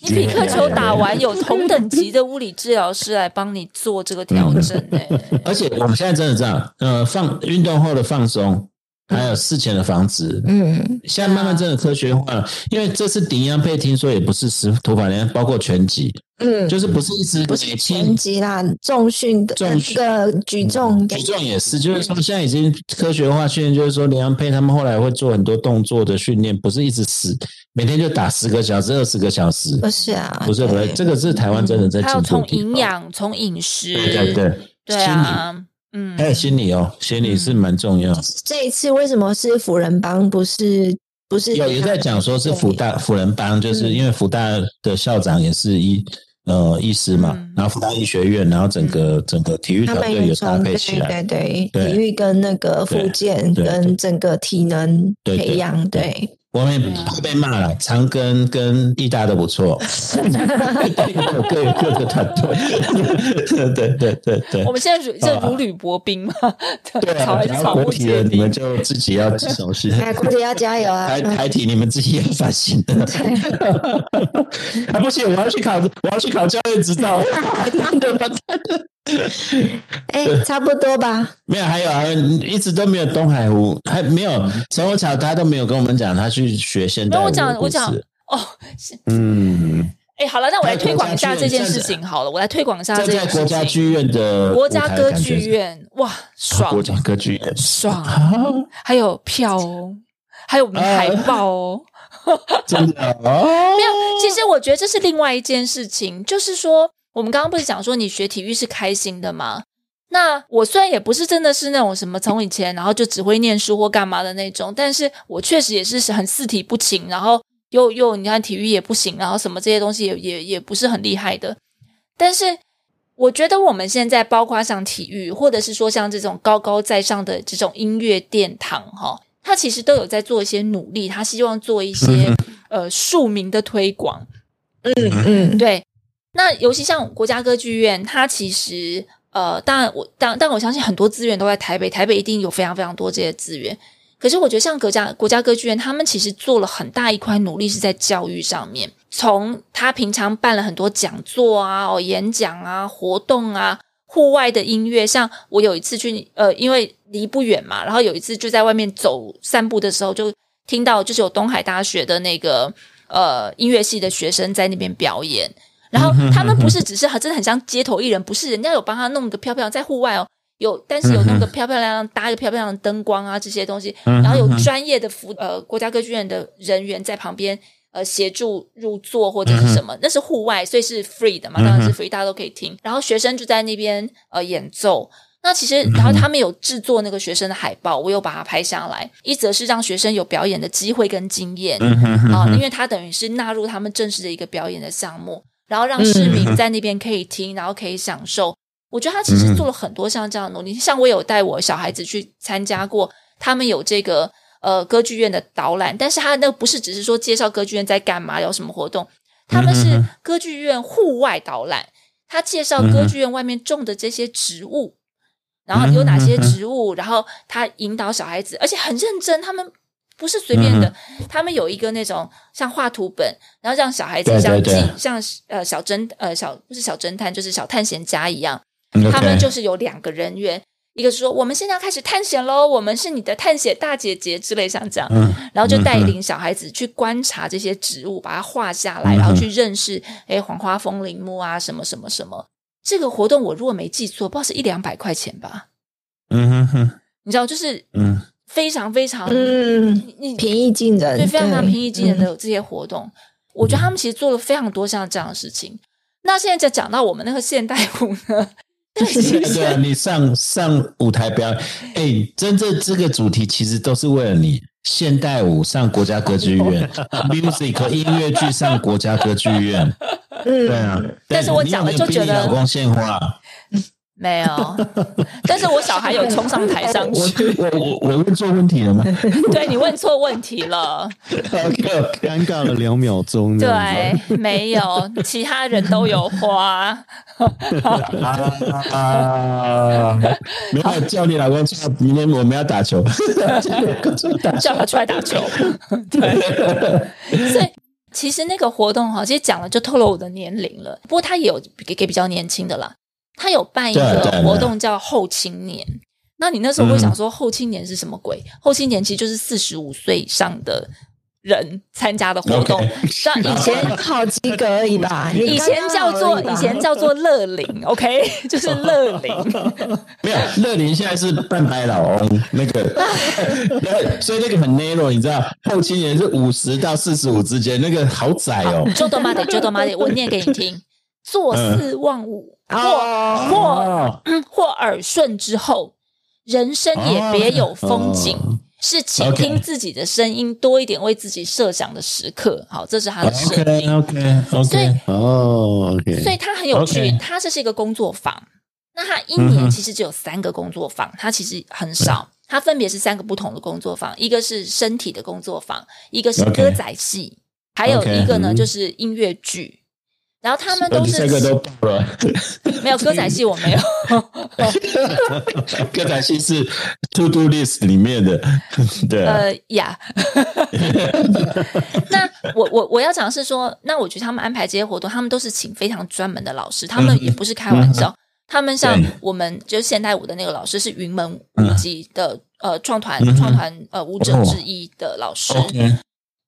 S1: 你匹克球打完有同等级的物理治疗师来帮你做这个调
S2: 嗯
S1: 整哎，
S2: 而且我们现在真的这样，呃，放运动后的放松，还有事前的防止。
S3: 嗯
S2: 现在慢慢真的科学化了，因为这次顶央配听说也不是十土法连，包括拳击，
S3: 嗯，
S2: 就是不是一直
S3: 不
S2: 每
S3: 是
S2: 天
S3: 拳击啦，重训的呃
S2: 重训嗯
S3: 那个举重的
S2: 举重也是，就是说现在已经科学化训练，就是说林洋配他们后来会做很多动作的训练，不是一直死，每天就打十个小时、二十个小时，
S3: 不是啊，
S2: 不是不是，
S3: 对
S2: 这个是台湾真的在
S1: 还有
S2: 进步
S1: 从
S2: 的地方。
S1: 营养、从饮食，
S2: 对对对，
S1: 对
S2: 心
S1: 啊，嗯
S2: 理还有心理哦，心理是蛮重要。
S3: 这一次为什么是辅仁帮，不是不是
S1: 嗯
S2: 有有在讲说是福大辅仁帮，就是因为福大的校长也是医呃医师嘛，
S1: 嗯
S2: 然后复旦医学院，然后整个、整个体育
S3: 他
S2: 团
S3: 们
S2: 队
S3: 也
S2: 也搭
S3: 从
S2: 配
S3: 对
S2: 起来，
S3: 对对
S2: 对
S3: 体育跟那个
S2: 对
S3: 复健
S2: 对对
S3: 跟整个体能
S2: 对对
S3: 培养，
S2: 对
S3: 对
S2: 我们
S1: 对
S2: 也
S1: 啊
S2: 怕被骂了，长庚跟义大都 不错，各有各的团队， 对对对对
S1: 我。们现在是这如履薄冰嘛，
S2: 呃 对
S1: 吵
S2: 啊，
S1: 还是
S2: 然
S1: 吵
S2: 后
S1: 不
S2: 国体的
S1: 结
S2: 你
S1: 冰
S2: 们。就自己要
S4: 小心。
S3: 哎，郭姐要加油 啊！
S2: 台台体你们自己要反省的。 啊，不行，我要去考，我要去考教练执照。
S3: 哎，差不多吧。
S2: 没有，还有啊，一直都没有东海湖，还没有陈国桥，他都没有跟我们讲他去学现代
S1: 那嗯
S2: 舞
S1: 我
S2: 的
S1: 讲，
S2: 故
S1: 我
S2: 事
S1: 讲哦，是
S4: 嗯，
S1: 哎，好了，那我来推广一下这
S2: 国家剧院
S1: 件事情好了，我来推广一下这
S2: 站在
S1: 件
S2: 国
S1: 事
S2: 家
S1: 情。
S2: 剧院的
S1: 国家
S2: 舞台
S1: 歌
S2: 感觉
S1: 剧
S2: 是
S1: 院，哇，爽
S2: 国家歌剧院
S1: 爽，
S2: 啊，
S1: 还有票哦，还有我们的海报哦。
S2: 真的哦，
S1: 没有，其实我觉得这是另外一件事情，就是说，我们刚刚不是讲说你学体育是开心的吗？那我虽然也不是真的是那种什么从以前然后就只会念书或干嘛的那种，但是我确实也是很四体不勤，然后又又你看体育也不行，然后什么这些东西也也也不是很厉害的。但是我觉得我们现在包括像体育，或者是说像这种高高在上的这种音乐殿堂哈、它其实都有在做一些努力，它希望做一些呃庶民的推广。
S3: 嗯，
S1: 对，那尤其像国家歌剧院，它其实呃，当然我当但我相信很多资源都在台北，台北一定有非常非常多这些资源。可是我觉得像国家国家歌剧院，他们其实做了很大一块努力是在教育上面，从他平常办了很多讲座啊、哦演讲啊、活动啊。户外的音乐，像我有一次去，呃，因为离不远嘛，然后有一次就在外面走散步的时候，就听到就是有东海大学的那个呃音乐系的学生在那边表演，然后他们不是只是很真的很像街头艺人，不是人家有帮他弄个漂漂亮在户外哦，有但是有弄个漂漂亮亮搭一个漂漂亮的灯光啊这些东西，然后有专业的服呃国家歌剧院的人员在旁边呃协助入座或者是什么，那是户外，所以是 free 的嘛，当然是 free，大家都可以听。然后学生就在那边呃演奏。那其实，然后他们有制作那个学生的海报，我有把它拍下来。一则是让学生有表演的机会跟经验，
S2: 嗯
S1: 啊、因 为它等于是纳入他们正式的一个表演的项目，然后让市
S2: 嗯
S1: 民在那边可以听，然后可以享受。我觉得他其实做
S2: 嗯
S1: 了很多像这样的努力，像我有带我小孩子去参加过，他们有这个呃歌剧院的导览，但是他那个不是只是说介绍歌剧院在干嘛，有什么活动，他们
S2: 嗯嗯
S1: 是
S2: 哼
S1: 歌剧院户外导览，他介绍歌剧院外面种的这些植物，然后
S2: 嗯
S1: 有哪些植物，然后他引导小孩子，而且很认真，他们不是随便
S2: 嗯
S1: 的，他们有一个那种像画图本，然后让小孩子
S2: 对
S1: 像
S2: 对对
S1: 进像呃小侦呃小不是小侦探，就是小探险家一样，
S2: OK
S1: 他们就是有两个人员。一个是说我们现在要开始探险喽，我们是你的探险大姐姐之类，像这样，
S2: 嗯
S1: 然后就带领小孩子去观察这些植物，把它画下来，
S2: 嗯哼
S1: 然后去认识，诶，黄花风铃木啊，什么什么什么。这个活动我如果没记错，不知道是一两百块钱吧？
S2: 嗯哼哼，
S1: 你知道，就是
S2: 嗯
S1: 非常非常，
S3: 嗯，
S1: 你你
S3: 平易近人，
S1: 嗯对，非常非常平易近人
S3: 嗯
S1: 的这些活动。我觉得他们其实做了非常多像这样的事情。那现在就讲到我们那个现代舞呢，
S2: 对啊，你上上舞台表演，哎，真正这个主题其实都是为了你。现代舞上国家歌剧 院，music 音乐剧上国家歌剧院，对
S3: 嗯，
S2: 啊。
S1: 但是我讲了就觉得
S2: 你有没有逼你老公献 花。
S1: 没有，但是我小孩有冲上台上
S2: 我
S1: 去。
S2: 我我我问错问 题了吗
S1: 对你问错问题了，
S2: ？OK OK，
S4: 尴尬了两秒钟。这样子，
S1: 对，没有，其他人都有花。
S2: 啊，没有叫你老公去，明天我们要打球。
S1: 叫他出来打球。对， 所以其实那个活动哈，其实讲了就透露我的年龄了。不过他也有给给比较年轻的啦，他有办一
S2: 对对
S1: 个
S2: 对嗯
S1: 活动叫后青年。那你那时候会想说后青年是什么鬼？后青年其实就是四十五岁以上的人参加的活动
S2: OK。
S1: 像以前
S3: 好及格而已吧。你
S1: 以前
S3: 刚
S1: 叫
S3: 刚好
S1: 做
S3: 而已吧
S1: 以前叫做乐龄，OK，就是 乐龄。
S2: 没有，乐林现在是半白老翁那个， 对所以那个很 narrow，你知道，后青年是五十到四十五之间，那个好窄哦。
S1: 就多马得，就多马得，我念给你听：坐
S2: 嗯
S1: 四望五，或
S3: 哦
S2: 啊
S1: 或嗯，或耳顺之后，人生也别有风景。
S2: 哦
S1: 是倾
S2: 啊 OK
S1: 听自己的声音多一点，为自己设想的时刻。好，这啊是他的设定。
S2: OK OK
S1: 所以
S2: OK，
S4: 哦，OK，
S1: 所以它很有趣
S2: OK，
S1: 它这是一个工作坊。那它一
S2: 嗯
S1: 年
S2: 哼嗯
S1: 其实只有三个工作坊，它其实很少。它分别是三个不同的工作坊，一个是身体的工作坊，一个是
S2: OK
S1: 歌仔戏还有
S2: OK，
S1: 一个呢
S4: 嗯
S1: 就是音乐剧。然后他们都是
S2: 这个都爆了。
S1: 没有歌仔戏，我没有。
S2: 歌仔戏是 To Do List 里面的，对啊、
S1: 呃 呀，那我我我要讲的是说，那我觉得他们安排这些活动，他们都是请非常专门的老师，他
S2: 嗯
S1: 们也不是开玩笑，他们像
S2: 对
S1: 我们就是现代舞的那个老师是云门舞
S2: 嗯
S1: 集的、呃创团
S2: 嗯哼
S1: 创团呃舞者
S2: 哦
S1: 之一的老师，
S2: OK，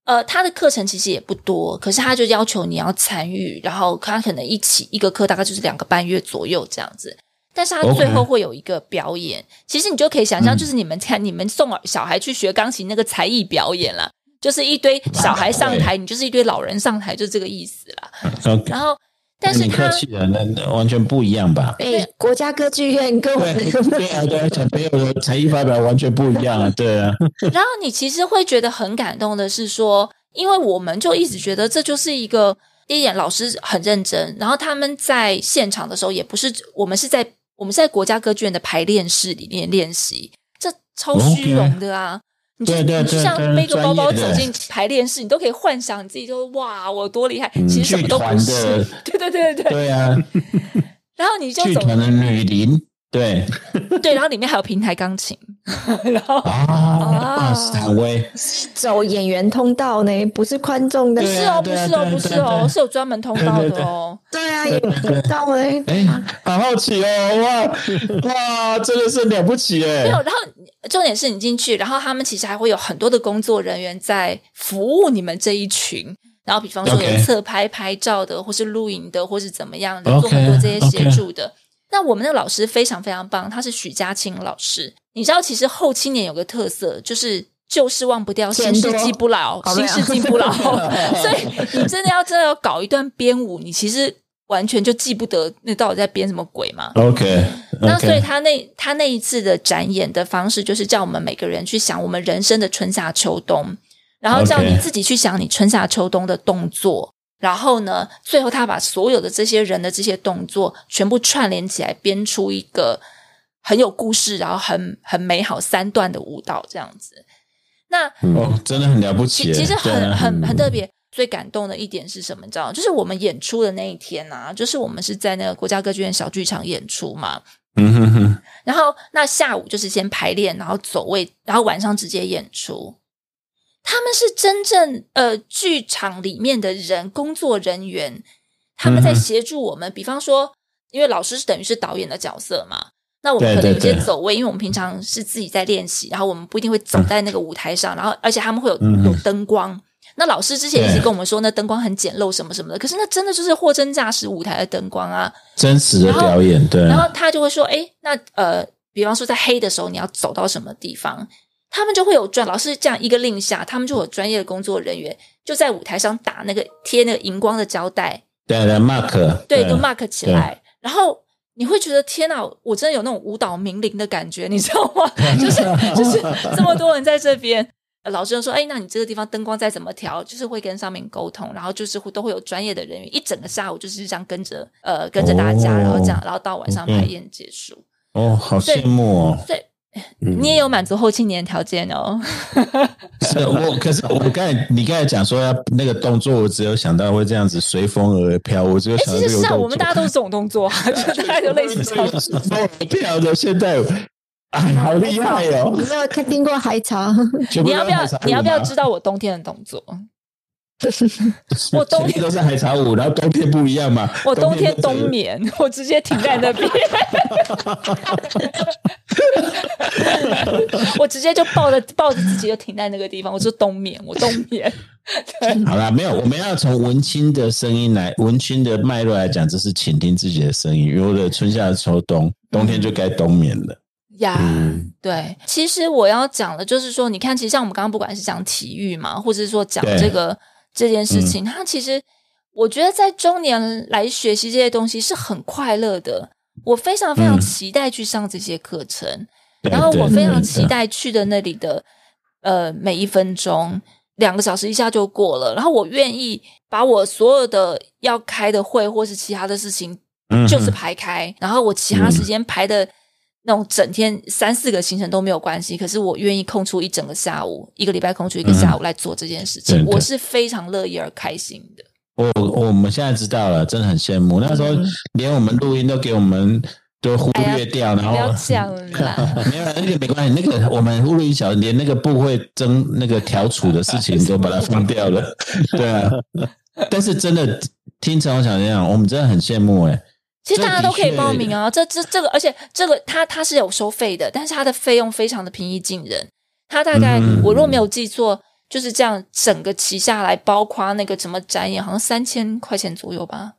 S1: 呃，他的课程其实也不多，可是他就要求你要参与，然后他可能一起一个课大概就是两个半月左右这样子。但是他
S2: OK
S1: 最后会有一个表演其实你就可以想象，
S2: 嗯
S1: 就是你们看、你们送小孩去学钢琴那个才艺表演啦，就是一堆小孩上台，你就是一堆老人上台，就这个意思啦。
S2: OK，
S1: 然后，但是
S2: 哎你客
S1: 他
S2: 气了，那那完全不一样吧？
S3: 哎，国家歌剧院跟我
S2: 对
S3: 们
S2: 对啊，对啊，小朋友的才艺发表完全不一样啊，对啊，
S1: 然后你其实会觉得很感动的是说，因为我们就一直觉得这就是一个第一点，老师很认真，然后他们在现场的时候也不是我们是在我们是在国家歌剧院的排练室里面练习，这超虚荣的啊。你就
S2: 哦对对
S1: 你就
S2: 对
S1: 像
S2: 对
S1: 背个包包
S2: 专
S1: 走
S2: 业的
S1: 进排练室，你都可以幻想你自己就哇，我多厉害，
S4: 嗯
S1: 其实什么都不
S2: 剧团
S1: 是
S2: 的。
S1: 对对对对对，
S2: 对啊，
S1: 然后你就
S2: 剧
S1: 走
S2: 团的女伶，对
S1: 对，然后里面还有平台钢琴，然后
S2: 啊，啊，斯坦威，
S3: 走演员通道呢，不是观众的。
S1: 不
S2: 对
S1: 是
S2: 啊
S1: 哦，不是哦，
S2: 对对
S1: 不
S2: 对
S1: 是哦，
S2: 对啊
S1: 是有专门通道
S2: 对
S1: 的
S2: 对
S1: 哦。
S3: 对啊，演员通道呢，
S2: 哎，好好奇哦，哇哇，真的是了不起哎
S1: 没有，，然后重点是你进去，然后他们其实还会有很多的工作人员在服务你们这一群。然后，比方说
S2: OK
S1: 有侧拍拍照的，或是录影的，或是怎么样的，
S2: OK，
S1: 做很多这些协
S2: OK
S1: 助的。那我们的老师非常非常棒，他是许家清老师。你知道，其实后青年有个特色，就是旧事忘不掉，
S3: 钱
S1: 新事
S3: 多
S1: 记不牢，
S3: 好
S1: 新
S3: 累啊
S1: 事记不 牢。所以你真的要真的要搞一段编舞，你其实完全就记不得那到底在编什么鬼嘛。
S2: OK，
S1: 那所以他那他那一次的展演的方式，就是叫我们每个人去想我们人生的春夏秋冬，然后叫
S2: OK
S1: 你自己去想你春夏秋冬的动作。然后呢，最后他把所有的这些人的这些动作全部串联起来，编出一个很有故事，然后很很美好三段的舞蹈这样子。那
S2: 哦，真的很了不起
S1: 其
S2: 耶，
S1: 其实
S2: 对
S1: 很
S2: 啊
S1: 很很特别。最感动的一点是什么？你知道吗，就是我们演出的那一天啊，就是我们是在那个国家歌剧院小剧场演出嘛。
S2: 嗯哼哼，
S1: 然后那下午就是先排练，然后走位，然后晚上直接演出。他们是真正呃剧场里面的人，工作人员，他们在
S2: 嗯哼
S1: 协助我们。比方说，因为老师是等于是导演的角色嘛，那我们
S2: 对
S1: 可能有
S2: 对
S1: 些
S2: 对
S1: 走位，因为我们平常是自己在练习，然后我们不一定会走在那个舞台上，然后而且他们会有
S2: 嗯哼
S1: 有灯光。那老师之前一直
S2: 对
S1: 跟我们说，那灯光很简陋什么什么的，可是那真的就是货真价实舞台的灯光啊。
S2: 真实的表演，对，
S1: 然后他就会说：“哎，那呃，比方说在黑的时候，你要走到什么地方？”他们就会有专老师这样一个令下，他们就有专业的工作人员就在舞台上打那个贴那个荧光的胶带，
S2: 对对，Mark，
S1: 对，都 mark 起
S2: 嗯
S1: 来。然后你会觉得天哪，我真的有那种舞蹈名伶的感觉，你知道 吗？就是就是这么多人在这边。呃老师就说：“哎，那你这个地方灯光再怎么调，就是会跟上面沟通，然后就是会都会有专业的人员，一整个下午就是这样跟着呃跟着大家，
S2: 哦
S1: 然后这样，然后到晚上
S2: 嗯
S1: 排演结束。
S2: 哦，好羡慕哦。
S1: 你也有满足后青年条件哦。
S2: 是 啊我，可是我刚才你刚才讲说要那个动作，我只有想到会这样子随风而飘，我只有
S1: 哎、
S2: 想到
S1: 其
S2: 这
S1: 实是
S2: 个动
S1: 啊，
S2: 作。
S1: 我们大家都是这种动作 啊，就大家都类似这样。
S2: 随风而飘的，现在 哎，好厉害哦！
S3: 你没有看听过海潮？
S2: 全部
S1: 你要
S2: 都
S1: 不
S2: 是
S1: 要
S2: 海茶舞吗？
S1: 你要不要知道我冬天的动 作？我冬
S2: 前面都是海茶舞，然后冬天不一样嘛。
S1: 我冬天
S2: 都是
S1: 冬眠，我直接停在那边， 我直接就抱着抱着自己就停在那个地方，我说冬眠，我冬眠。
S2: 好啦，没有，我们要从文青的声音来，文青的脉络来讲，这是倾听自己的声音。有的春夏秋冬，冬天就该冬眠了。
S1: 呀、
S4: 嗯
S1: 对，其实我要讲的就是说，你看，其实像我们刚刚不管是讲体育嘛，或者是说讲
S2: 对嗯
S1: 这个这件事情，它其实我觉得在中年来学习这些东西是很快乐的。我非常非常
S2: 嗯
S1: 期待去上这些课程，
S2: 对
S1: 然后我
S2: 对
S1: 非常
S2: 对
S1: 期待去的那里的呃每一分钟，两个小时一下就过了。然后我愿意把我所有的要开的会或是其他的事情，
S2: 嗯
S1: 就是排开。然后我其他时间排的那种整天三四个行程都没有关系，可是我愿意空出一整个下午，一个礼拜空出一个下午来做这件事情，
S2: 嗯对对
S1: 我是非常乐意而开心的。
S2: 我哦我我们现在知道了，真的很羡慕。那时候
S1: 嗯
S2: 连我们录音都给我们都忽略掉，然
S1: 不要
S2: 后
S1: 这样啦，
S2: 没有那个没关系，那个我们录了一小时，连那个部位争那个调处的事情都把它放 掉了，对啊。但是真的听陈宏强这样，我们真的很羡慕哎、
S1: 其实大家都可以
S2: 这的确
S1: 报名啊，这这这个，而且这个它它是有收费的，但是它的费用非常的平易近人。它大概、
S2: 嗯
S1: 我若没有记错，就是这样整个旗下来，包括那个什么展演，好像三千块钱左右吧。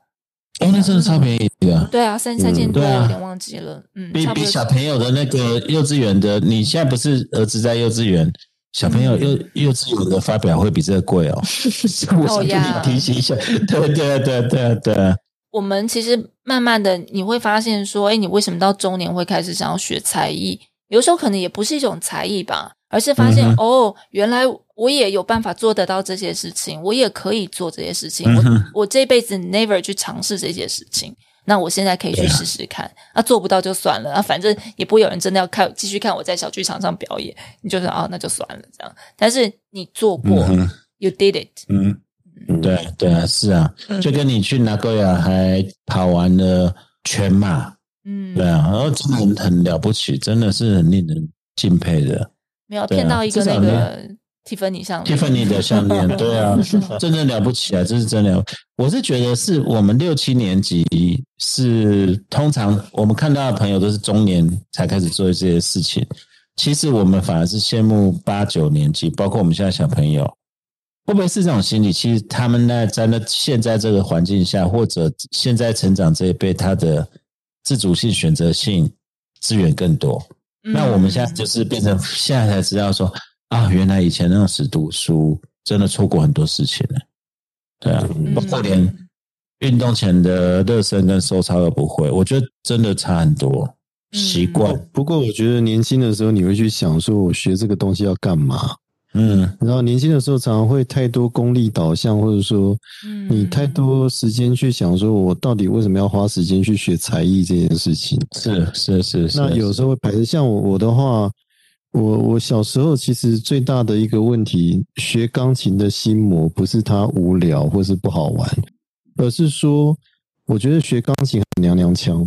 S2: 哦，那真的超便宜的，
S1: 对啊，三三千多，
S2: 对啊
S1: 我有点忘记了。嗯，
S2: 比
S1: 差不
S2: 比
S1: 多。
S2: 小朋友的那个幼稚园的，你现在不是儿子在幼稚园，小朋
S1: 嗯
S2: 友幼幼稚园的发表会比这个贵 哦。我想跟
S1: 呀
S2: 你提醒一下，对对对对对，
S1: 我们其实慢慢的你会发现说，哎，你为什么到中年会开始想要学才艺？有时候可能也不是一种才艺吧，而是发现、
S2: 嗯
S1: 哦，原来我也有办法做得到这些事情，我也可以做这些事情。
S2: 嗯哼
S1: 我我这辈子 never 去尝试这些事情，那我现在可以去
S2: 对啊
S1: 试试看。那、做不到就算了，啊，反正也不会有人真的要看继续看我在小剧场上表演，你就是啊、那就算了这样。但是你做过、
S2: 嗯哼
S1: y o u did it，
S2: 嗯。对对啊，是啊，就跟你去拿戈亚还跑完了全马，
S1: 嗯，
S2: 对啊，然后真的很很了不起，真的是很令人敬佩的。
S1: 没有
S2: 对啊
S1: 骗到一个
S2: 至
S1: 那
S2: 少
S1: 个蒂芬尼项链，
S2: 蒂芬尼的项链，对啊，真的了不起啊，这是真的了。我是觉得是我们六七年级是通常我们看到的朋友都是中年才开始做这些事情，其实我们反而是羡慕八九年级，包括我们现在小朋友，会不会是这种心理？其实他们那在那现在这个环境下，或者现在成长这一辈，他的自主性、选择性资源更多。
S1: 嗯
S2: 那我们现在就是变成现在才知道说啊，原来以前那种死读书，真的错过很多事情呢。对啊，
S1: 嗯
S2: 包括连运动前的热身跟收操都不会，我觉得真的差很多。
S1: 嗯
S2: 习惯，
S4: 哦不过我觉得年轻的时候你会去想说，我学这个东西要干嘛？
S2: 嗯，
S4: 然后年轻的时候常常会太多功利导向，或者说
S1: 嗯
S4: 你太多时间去想说，我到底为什么要花时间去学才艺这件事情？
S2: 是是是是。啊
S4: 那有时候会排斥。像我我的话，我我小时候其实最大的一个问题，学钢琴的心魔不是它无聊或是不好玩，而是说我觉得学钢琴很娘娘腔，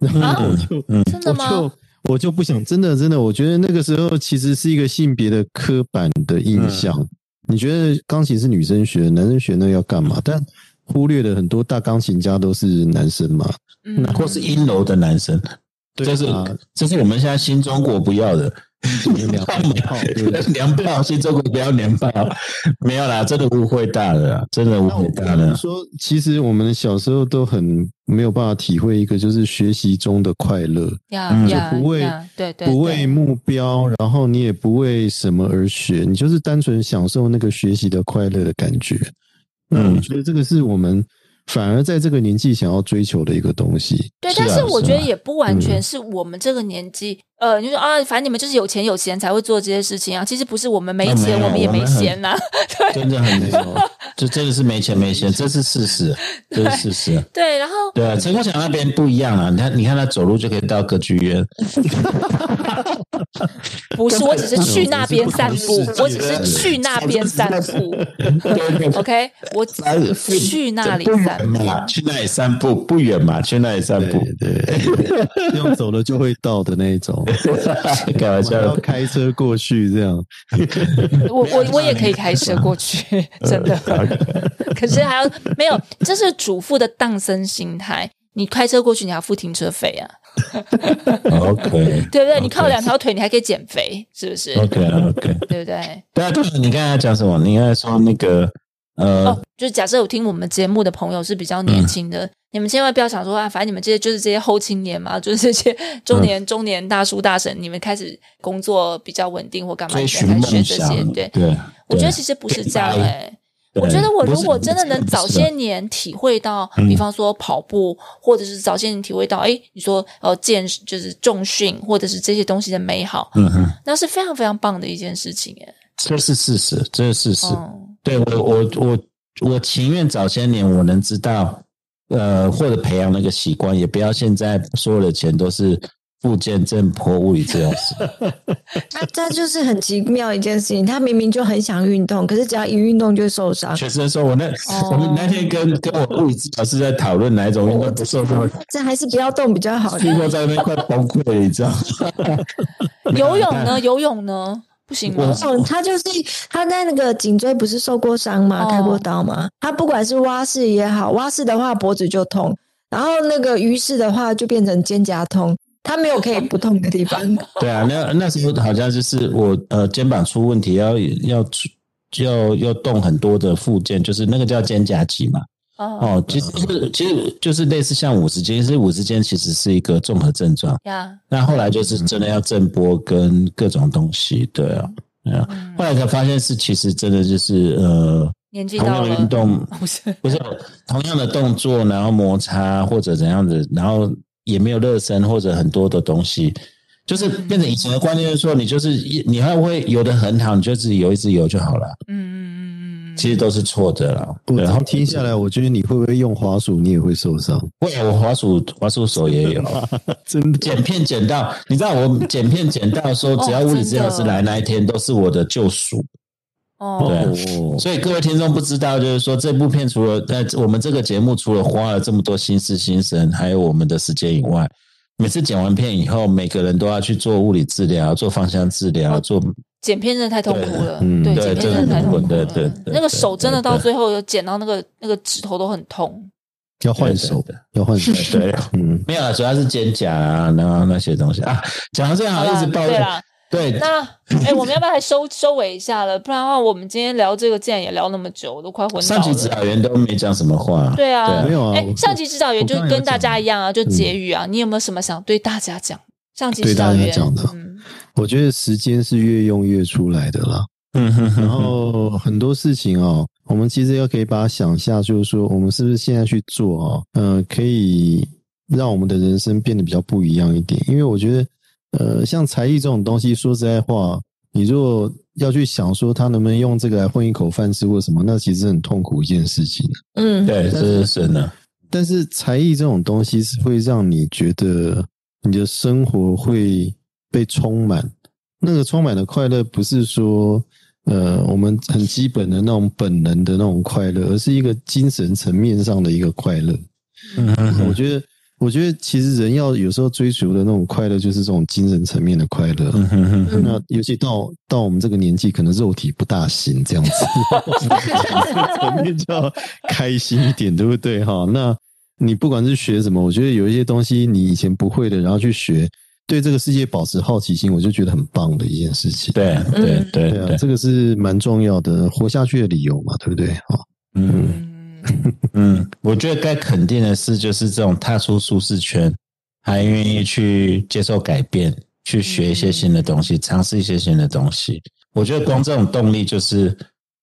S4: 然后我就、
S1: 哦真的
S4: 我就
S1: 吗？
S4: 我就不想，真的真的，我觉得那个时候其实是一个性别的刻板的
S2: 嗯
S4: 印象。你觉得钢琴是女生学，男生学那要干嘛？但忽略了很多大钢琴家都是男生嘛，
S1: 嗯，
S2: 或是阴柔的男生，这是
S4: 啊
S2: 这是我们现在新中国不要的。
S4: 娘炮 对
S2: 娘炮，新中国不要娘炮，没有啦，真的误会大了啦，真的误
S4: 那我
S2: 会大了
S4: 我。说，其实我们小时候都很没有办法体会一个就是学习中的快乐，
S1: 呀
S2: 嗯
S1: 呀
S4: 不为
S1: 呀，对对，
S4: 不
S1: 对
S4: 为目标，然后你也不为什么而学，你就是单纯享受那个学习的快乐的感觉。那我
S2: 嗯
S4: 觉得这个是我们反而在这个年纪想要追求的一个东西。
S1: 对，
S2: 是
S1: 但
S2: 啊
S1: 是我
S2: 是
S1: 觉得
S2: 啊
S1: 也不完全是我们这个年纪，呃，你就说啊，反正你们就是有钱有闲才会做这些事情啊。其实不是我们没
S2: 那没
S1: 钱，
S2: 有
S1: 我们也
S2: 我
S1: 没
S2: 们很
S1: 闲呐、
S2: 真的很没有，就真的是没钱没钱，这是事实，这是事实。
S1: 对，然后
S2: 对啊，陈国强那边不一样啊，你看，你看他走路就可以到歌剧院，
S1: 不是，我只是去那边散步
S4: 根本，
S1: 我
S4: 就
S1: 只
S4: 是不同的世界
S1: 是去那边散步。OK，我只去那里
S2: 不
S1: 散
S2: 远
S1: 步。
S2: 嘛，去那里散步不远嘛，去那里散步，
S4: 对， 用走了就会到的那一种，
S2: 开玩笑
S4: 然后
S2: 的。
S4: 开车过去这样。
S1: 我我我也可以开 车过去，
S2: 呃
S1: 真的。 可是还要没有，这是主妇的荡生心态。你开车过去，你还要付停车费啊，
S2: OK
S1: 对不对？你靠两条腿，你还可以减肥，是不是？
S2: OK OK，
S1: 对不对？
S2: 对啊，对啊，你刚才讲什么？你刚才说那个呃
S1: 哦，，就是假设有听我们节目的朋友是比较年轻
S2: 嗯
S1: 的，你们千万不要想说啊，反正你们这些就是这些后青年嘛， 就是这些
S2: 嗯
S1: 中年、中年大叔大婶，你们开始工作比较稳定或干嘛，
S2: 追
S1: 你
S2: 寻
S1: 们开始
S2: 梦
S1: 学这些。
S2: 想，
S1: 对，
S2: 对，
S1: 我觉得其实不是这样哎、
S2: 对
S1: 我觉得我
S2: 不
S1: 如
S2: 是嗯
S1: 果真的能早些年体会到，比方说跑步，或者是早些年体会到，哎，你说呃健就是重训，或者是这些东西的美好，
S2: 嗯哼，
S1: 那是非常非常棒的一件事情哎。
S2: 这是事实，这是事实。
S1: 嗯
S2: 对我，我，我，我情愿早些年我能知道，呃，或者培养那个习惯，也不要现在所有的钱都是复健、正坡、物理治疗师。
S3: 他他就是很奇妙一件事情，他明明就很想运动，可是只要一运动就受伤。
S2: 学生说，我那、
S1: 哦
S2: 我们那天跟跟我物理治疗师在讨论哪一种运动不受伤，
S3: 这还是不要动比较好。
S2: 听过在那边快崩溃了，你知道吗？
S1: 游泳呢？游泳呢？不行吗？
S3: 哦，他就是他在那个颈椎不是受过伤吗？
S1: 哦
S3: 开过刀吗？他不管是蛙式也好，蛙式的话脖子就痛，然后那个鱼式的话就变成肩胛痛，他没有可以不痛的地方。
S2: 对啊，那那时候好像就是我呃肩膀出问题，要要出要要动很多的附件，就是那个叫肩胛肌嘛。
S1: 哦
S2: 哦，其实就是其实就是类似像五十肩，其实五十肩其实是一个综合症状。
S1: 呀，
S2: 那后来就是真的要震波跟各种东西，对啊，对啊。
S1: 嗯
S2: 后来才发现是其实真的就是呃，
S1: 年纪
S2: 同
S1: 到
S2: 样
S1: 了
S2: 的运，动
S1: 不 是
S2: 不是同样的动作，然后摩擦或者怎样子，然后也没有热身或者很多的东西，就是变成以前的观念，就是说你就是一你还会游得很好，你就自己游一直游就好了，
S1: 嗯嗯嗯嗯嗯，
S2: 其实都是错的啦。
S4: 我
S2: 然后
S4: 听
S1: 嗯
S4: 下来，我觉得你会不会用滑鼠，你也会 受伤。
S2: 会啊我滑鼠滑鼠手也有，
S4: 真的，
S2: 剪片剪到，你知道我剪片剪 到说，只要物理治疗师来那一天都是我的救赎。
S1: 哦
S2: 对啊
S4: 哦
S2: 所以各位听众不知道，就是说这部片除了在我们这个节目除了花了这么多心思、心神，还有我们的时间以外，每次剪完片以后，每个人都要去做物理治疗、做芳香治疗、做
S1: 剪片真的太痛苦了，
S4: 嗯
S1: 对，
S2: 对
S1: 剪片真
S2: 真
S1: 的
S2: 的
S1: 太
S2: 很
S1: 痛苦
S2: 痛
S1: 了。
S2: 对对对对
S1: 那个手真的
S2: 对对
S1: 到最后有剪到那个那个指头都很痛。
S4: 要换手
S2: 对对，
S4: 要换手。
S2: 对，
S4: 嗯，
S2: 没有啦，主要是肩胛啊，然后那些东西啊。讲到这样，
S1: 好
S2: 好像一
S1: 啦，
S2: 直抱
S1: 对
S2: 怨，
S1: 啦，
S2: 对，
S1: 那哎、我们要不要来收收尾一下了？不然的话，我们今天聊这个，竟然也聊那么久，我都快昏倒
S2: 上
S1: 了。
S2: 集指导员都没讲什么话，
S1: 对啊，
S2: 对
S4: 没有啊
S1: 哎，，
S4: 我
S1: 上级指导员
S4: 我
S1: 就
S4: 刚刚有
S1: 跟大
S4: 讲
S1: 家一样啊，
S2: 嗯
S1: 就结语啊，你有没有什么想对大家讲？上级
S4: 对
S1: 指导
S4: 大家
S1: 员
S4: 讲的
S1: 嗯，
S4: 我觉得时间是越用越出来的啦。
S2: 嗯哼哼
S4: 然
S2: 哼，
S4: 后很多事情哦，我们其实要可以把它想下，就是说我们是不是现在去做哦，呃，可以让我们的人生变得比较不一样一点。因为我觉得，呃，像才艺这种东西，说实在话，你如果要去想说他能不能用这个来混一口饭吃或什么，那其实很痛苦一件事情。啊
S3: 嗯，
S2: 对，这是真的。
S4: 但是才艺这种东西是会让你觉得你的生活会被充满，那个充满的快乐不是说呃我们很基本的那种本能的那种快乐，而是一个精神层面上的一个快乐。
S2: 嗯哼
S4: 我
S2: 哼，
S4: 觉得，我觉得其实人要有时候追求的那种快乐，就是这种精神层面的快乐。
S2: 嗯哼哼。
S4: 那尤其到到我们这个年纪，可能肉体不大行这样子， 层面就要开心一点，对不对？哈，那你不管是学什么，我觉得有一些东西你以前不会的，然后去学，对这个世界保持好奇心，我就觉得很棒的一件事情。
S2: 对
S1: 嗯
S2: 对对
S4: 对啊，
S2: 对，
S4: 这个是蛮重要的，活下去的理由嘛，对不对？哈，
S2: 嗯
S1: 嗯，
S2: 嗯，我觉得该肯定的是，就是这种踏出舒适圈，还愿意去接受改变，去学一些新的东西，尝试一些新的东西。我觉得光这种动力，就是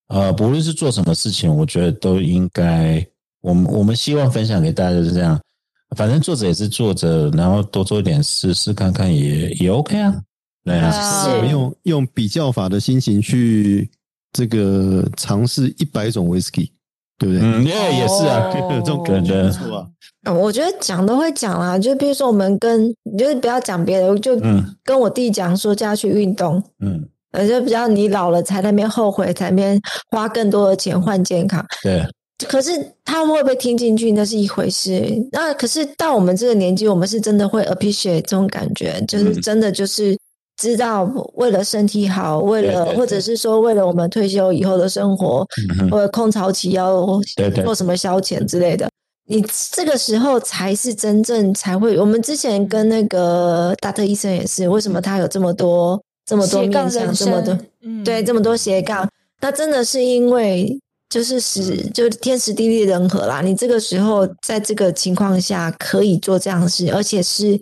S2: 呃，不论是做什么事情，我觉得都应该，我们我们希望分享给大家就是这样。反正作者也是作者，然后多做一点事，试看看也也 OK 啊。对啊，
S1: 是
S4: 我们用用比较法的心情去这个尝试一百种 whisky，对不对？
S2: 嗯，因为也是啊，
S1: 哦
S4: 这种
S2: 感觉不
S4: 错啊
S3: 嗯我觉得讲都会讲啦，就比如说我们跟就是不要讲别的，我就
S2: 嗯
S3: 跟我弟讲说叫他去运动，
S2: 嗯，
S3: 呃，就比较你老了才在那边后悔，才那边花更多的钱换健康。
S2: 对，
S3: 可是他会不会听进去那是一回事，那可是到我们这个年纪，我们是真的会 appreciate 这种感觉，就是
S2: 嗯
S3: 真的就是知道为了身体好，为
S2: 对
S3: 了
S2: 对
S3: 或者
S2: 对
S3: 是说为了我们退休以后的生活，
S2: 嗯哼，
S3: 或者空巢期要
S2: 对对
S3: 做什么消遣之类的。你这个时候才是真正才会。我们之前跟那个大特医生也是，为什么他有这么多这么多
S1: 斜杠
S3: 面向，
S1: 人
S3: 这么多
S1: 生，嗯，
S3: 对这么多斜杠？那真的是因为就是时
S2: 嗯
S3: 就是天时地利人和啦。你这个时候在这个情况下可以做这样的事，而且是。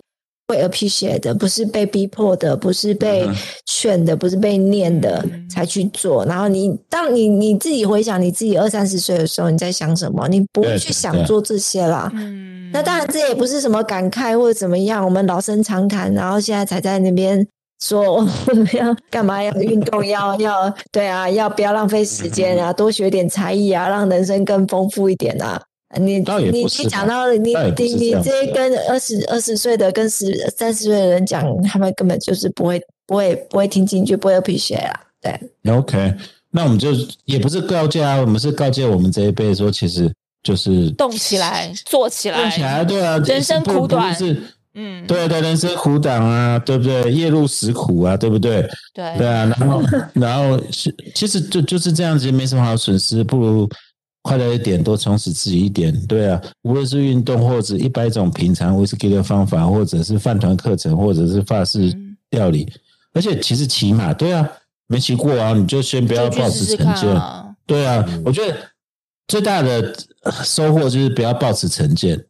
S3: 会 appreciate 的，不是被逼迫的，不是被
S2: 嗯哼
S3: 劝的，不是被念的
S1: 嗯
S3: 才去做。然后你当你你自己回想你自己二三十岁的时候，你在想什么？你不
S2: 对
S3: 会去
S2: 对
S3: 想
S2: 对
S3: 做这些啦。
S1: 嗯，
S3: 那当然，这也不是什么感慨或者怎么样，我们老生常谈，然后现在才在那边说要 干嘛要运动，要要对啊，要不要浪费时间啊，多学点才艺啊，让人生更丰富一点啊。你
S2: 倒也
S3: 你
S2: 不
S3: 你
S2: 是
S3: 讲
S2: 吧
S3: 到你
S2: 倒也不
S3: 你
S2: 是
S3: 你
S2: 这样
S3: 这
S2: 子
S3: 些
S2: 啊
S3: 跟二十二十岁的跟十三十岁的人讲，他们根本就是不会不会不会听进去，不会 appreciate 啦。啊对，
S2: OK，那我们就也不是告诫啊，我们是告诫我们这一辈说，其实就是
S1: 动起来，做起来，
S2: 动起来，对啊，
S1: 人生
S2: 不
S1: 苦短
S2: 不是
S1: 嗯，
S2: 对对，人生苦短啊，对不对？夜路食苦啊，对不对？对
S1: 对，
S2: 啊，然后 然后是，其实就就是这样子，没什么好损失，不如快乐一点，多充实自己一点。对啊，无论是运动，或者一百种平常威士忌的方法，或者是饭团课程，或者是法式
S1: 嗯
S2: 料理，而且其实骑马，对啊，没骑过啊，你就先不要
S1: 就去
S2: 抱
S1: 试
S2: 持
S1: 试
S2: 成
S1: 看
S2: 见。
S1: 啊。
S2: 对啊，我觉得最大的呃收获就是不要抱持成见，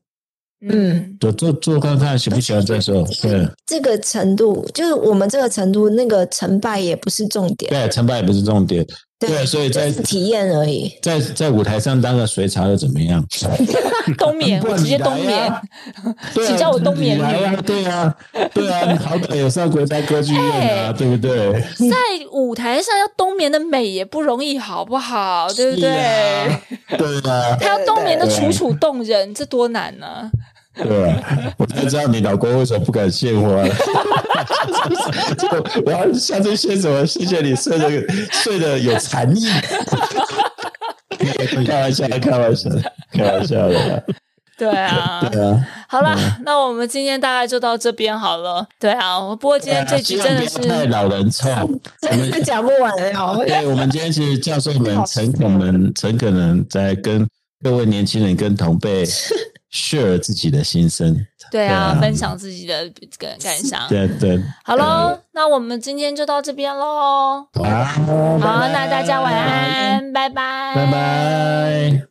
S1: 嗯，
S2: 就做做看看喜不喜欢 再说。对
S3: 这个程度就是我们这个程度，那个成败也不是重点，
S2: 对，成败也不是重点。对，所以
S3: 就
S2: 在
S3: 是体验而已。
S2: 在在舞台上当个水草又怎么样？
S3: 嗯
S1: 冬 眠， 我直接冬
S2: 不然你
S1: 眠
S2: 来啊。 对啊
S1: 请叫我冬眠
S2: 你来啊，对啊，对啊，你好歹有上国家歌剧院
S1: 哎
S2: 啊，对不对？
S1: 在舞台上要冬眠的美也不容易，好不好？对不
S2: 是
S1: 对？
S2: 啊？对啊，
S1: 他要冬眠的
S2: 对
S1: 楚楚动人，这多难呢、
S2: 对啊，我才知道你老公为什么不敢献花了。就我要下次献什么？谢谢你睡的睡的有禅意。开玩笑，开玩笑，开玩笑的。
S1: 对啊，
S2: 对啊，
S1: 好啦，那我们今天大概就到这边好了。对啊，不过今天这集真的是
S2: 哎希望不啊要太老人臭。我们
S3: 讲不完哦，
S2: 对，我们今天其实教授们诚 恳们诚恳们在跟各位年轻人跟同辈 share 自己的心声。
S1: 对啊，
S2: 对啊
S1: 分享自己的感感想。
S2: 对对，
S1: 好喽，那我们今天就到这边喽。
S2: 好，
S1: 好，那大家晚安，拜拜，
S2: 拜拜。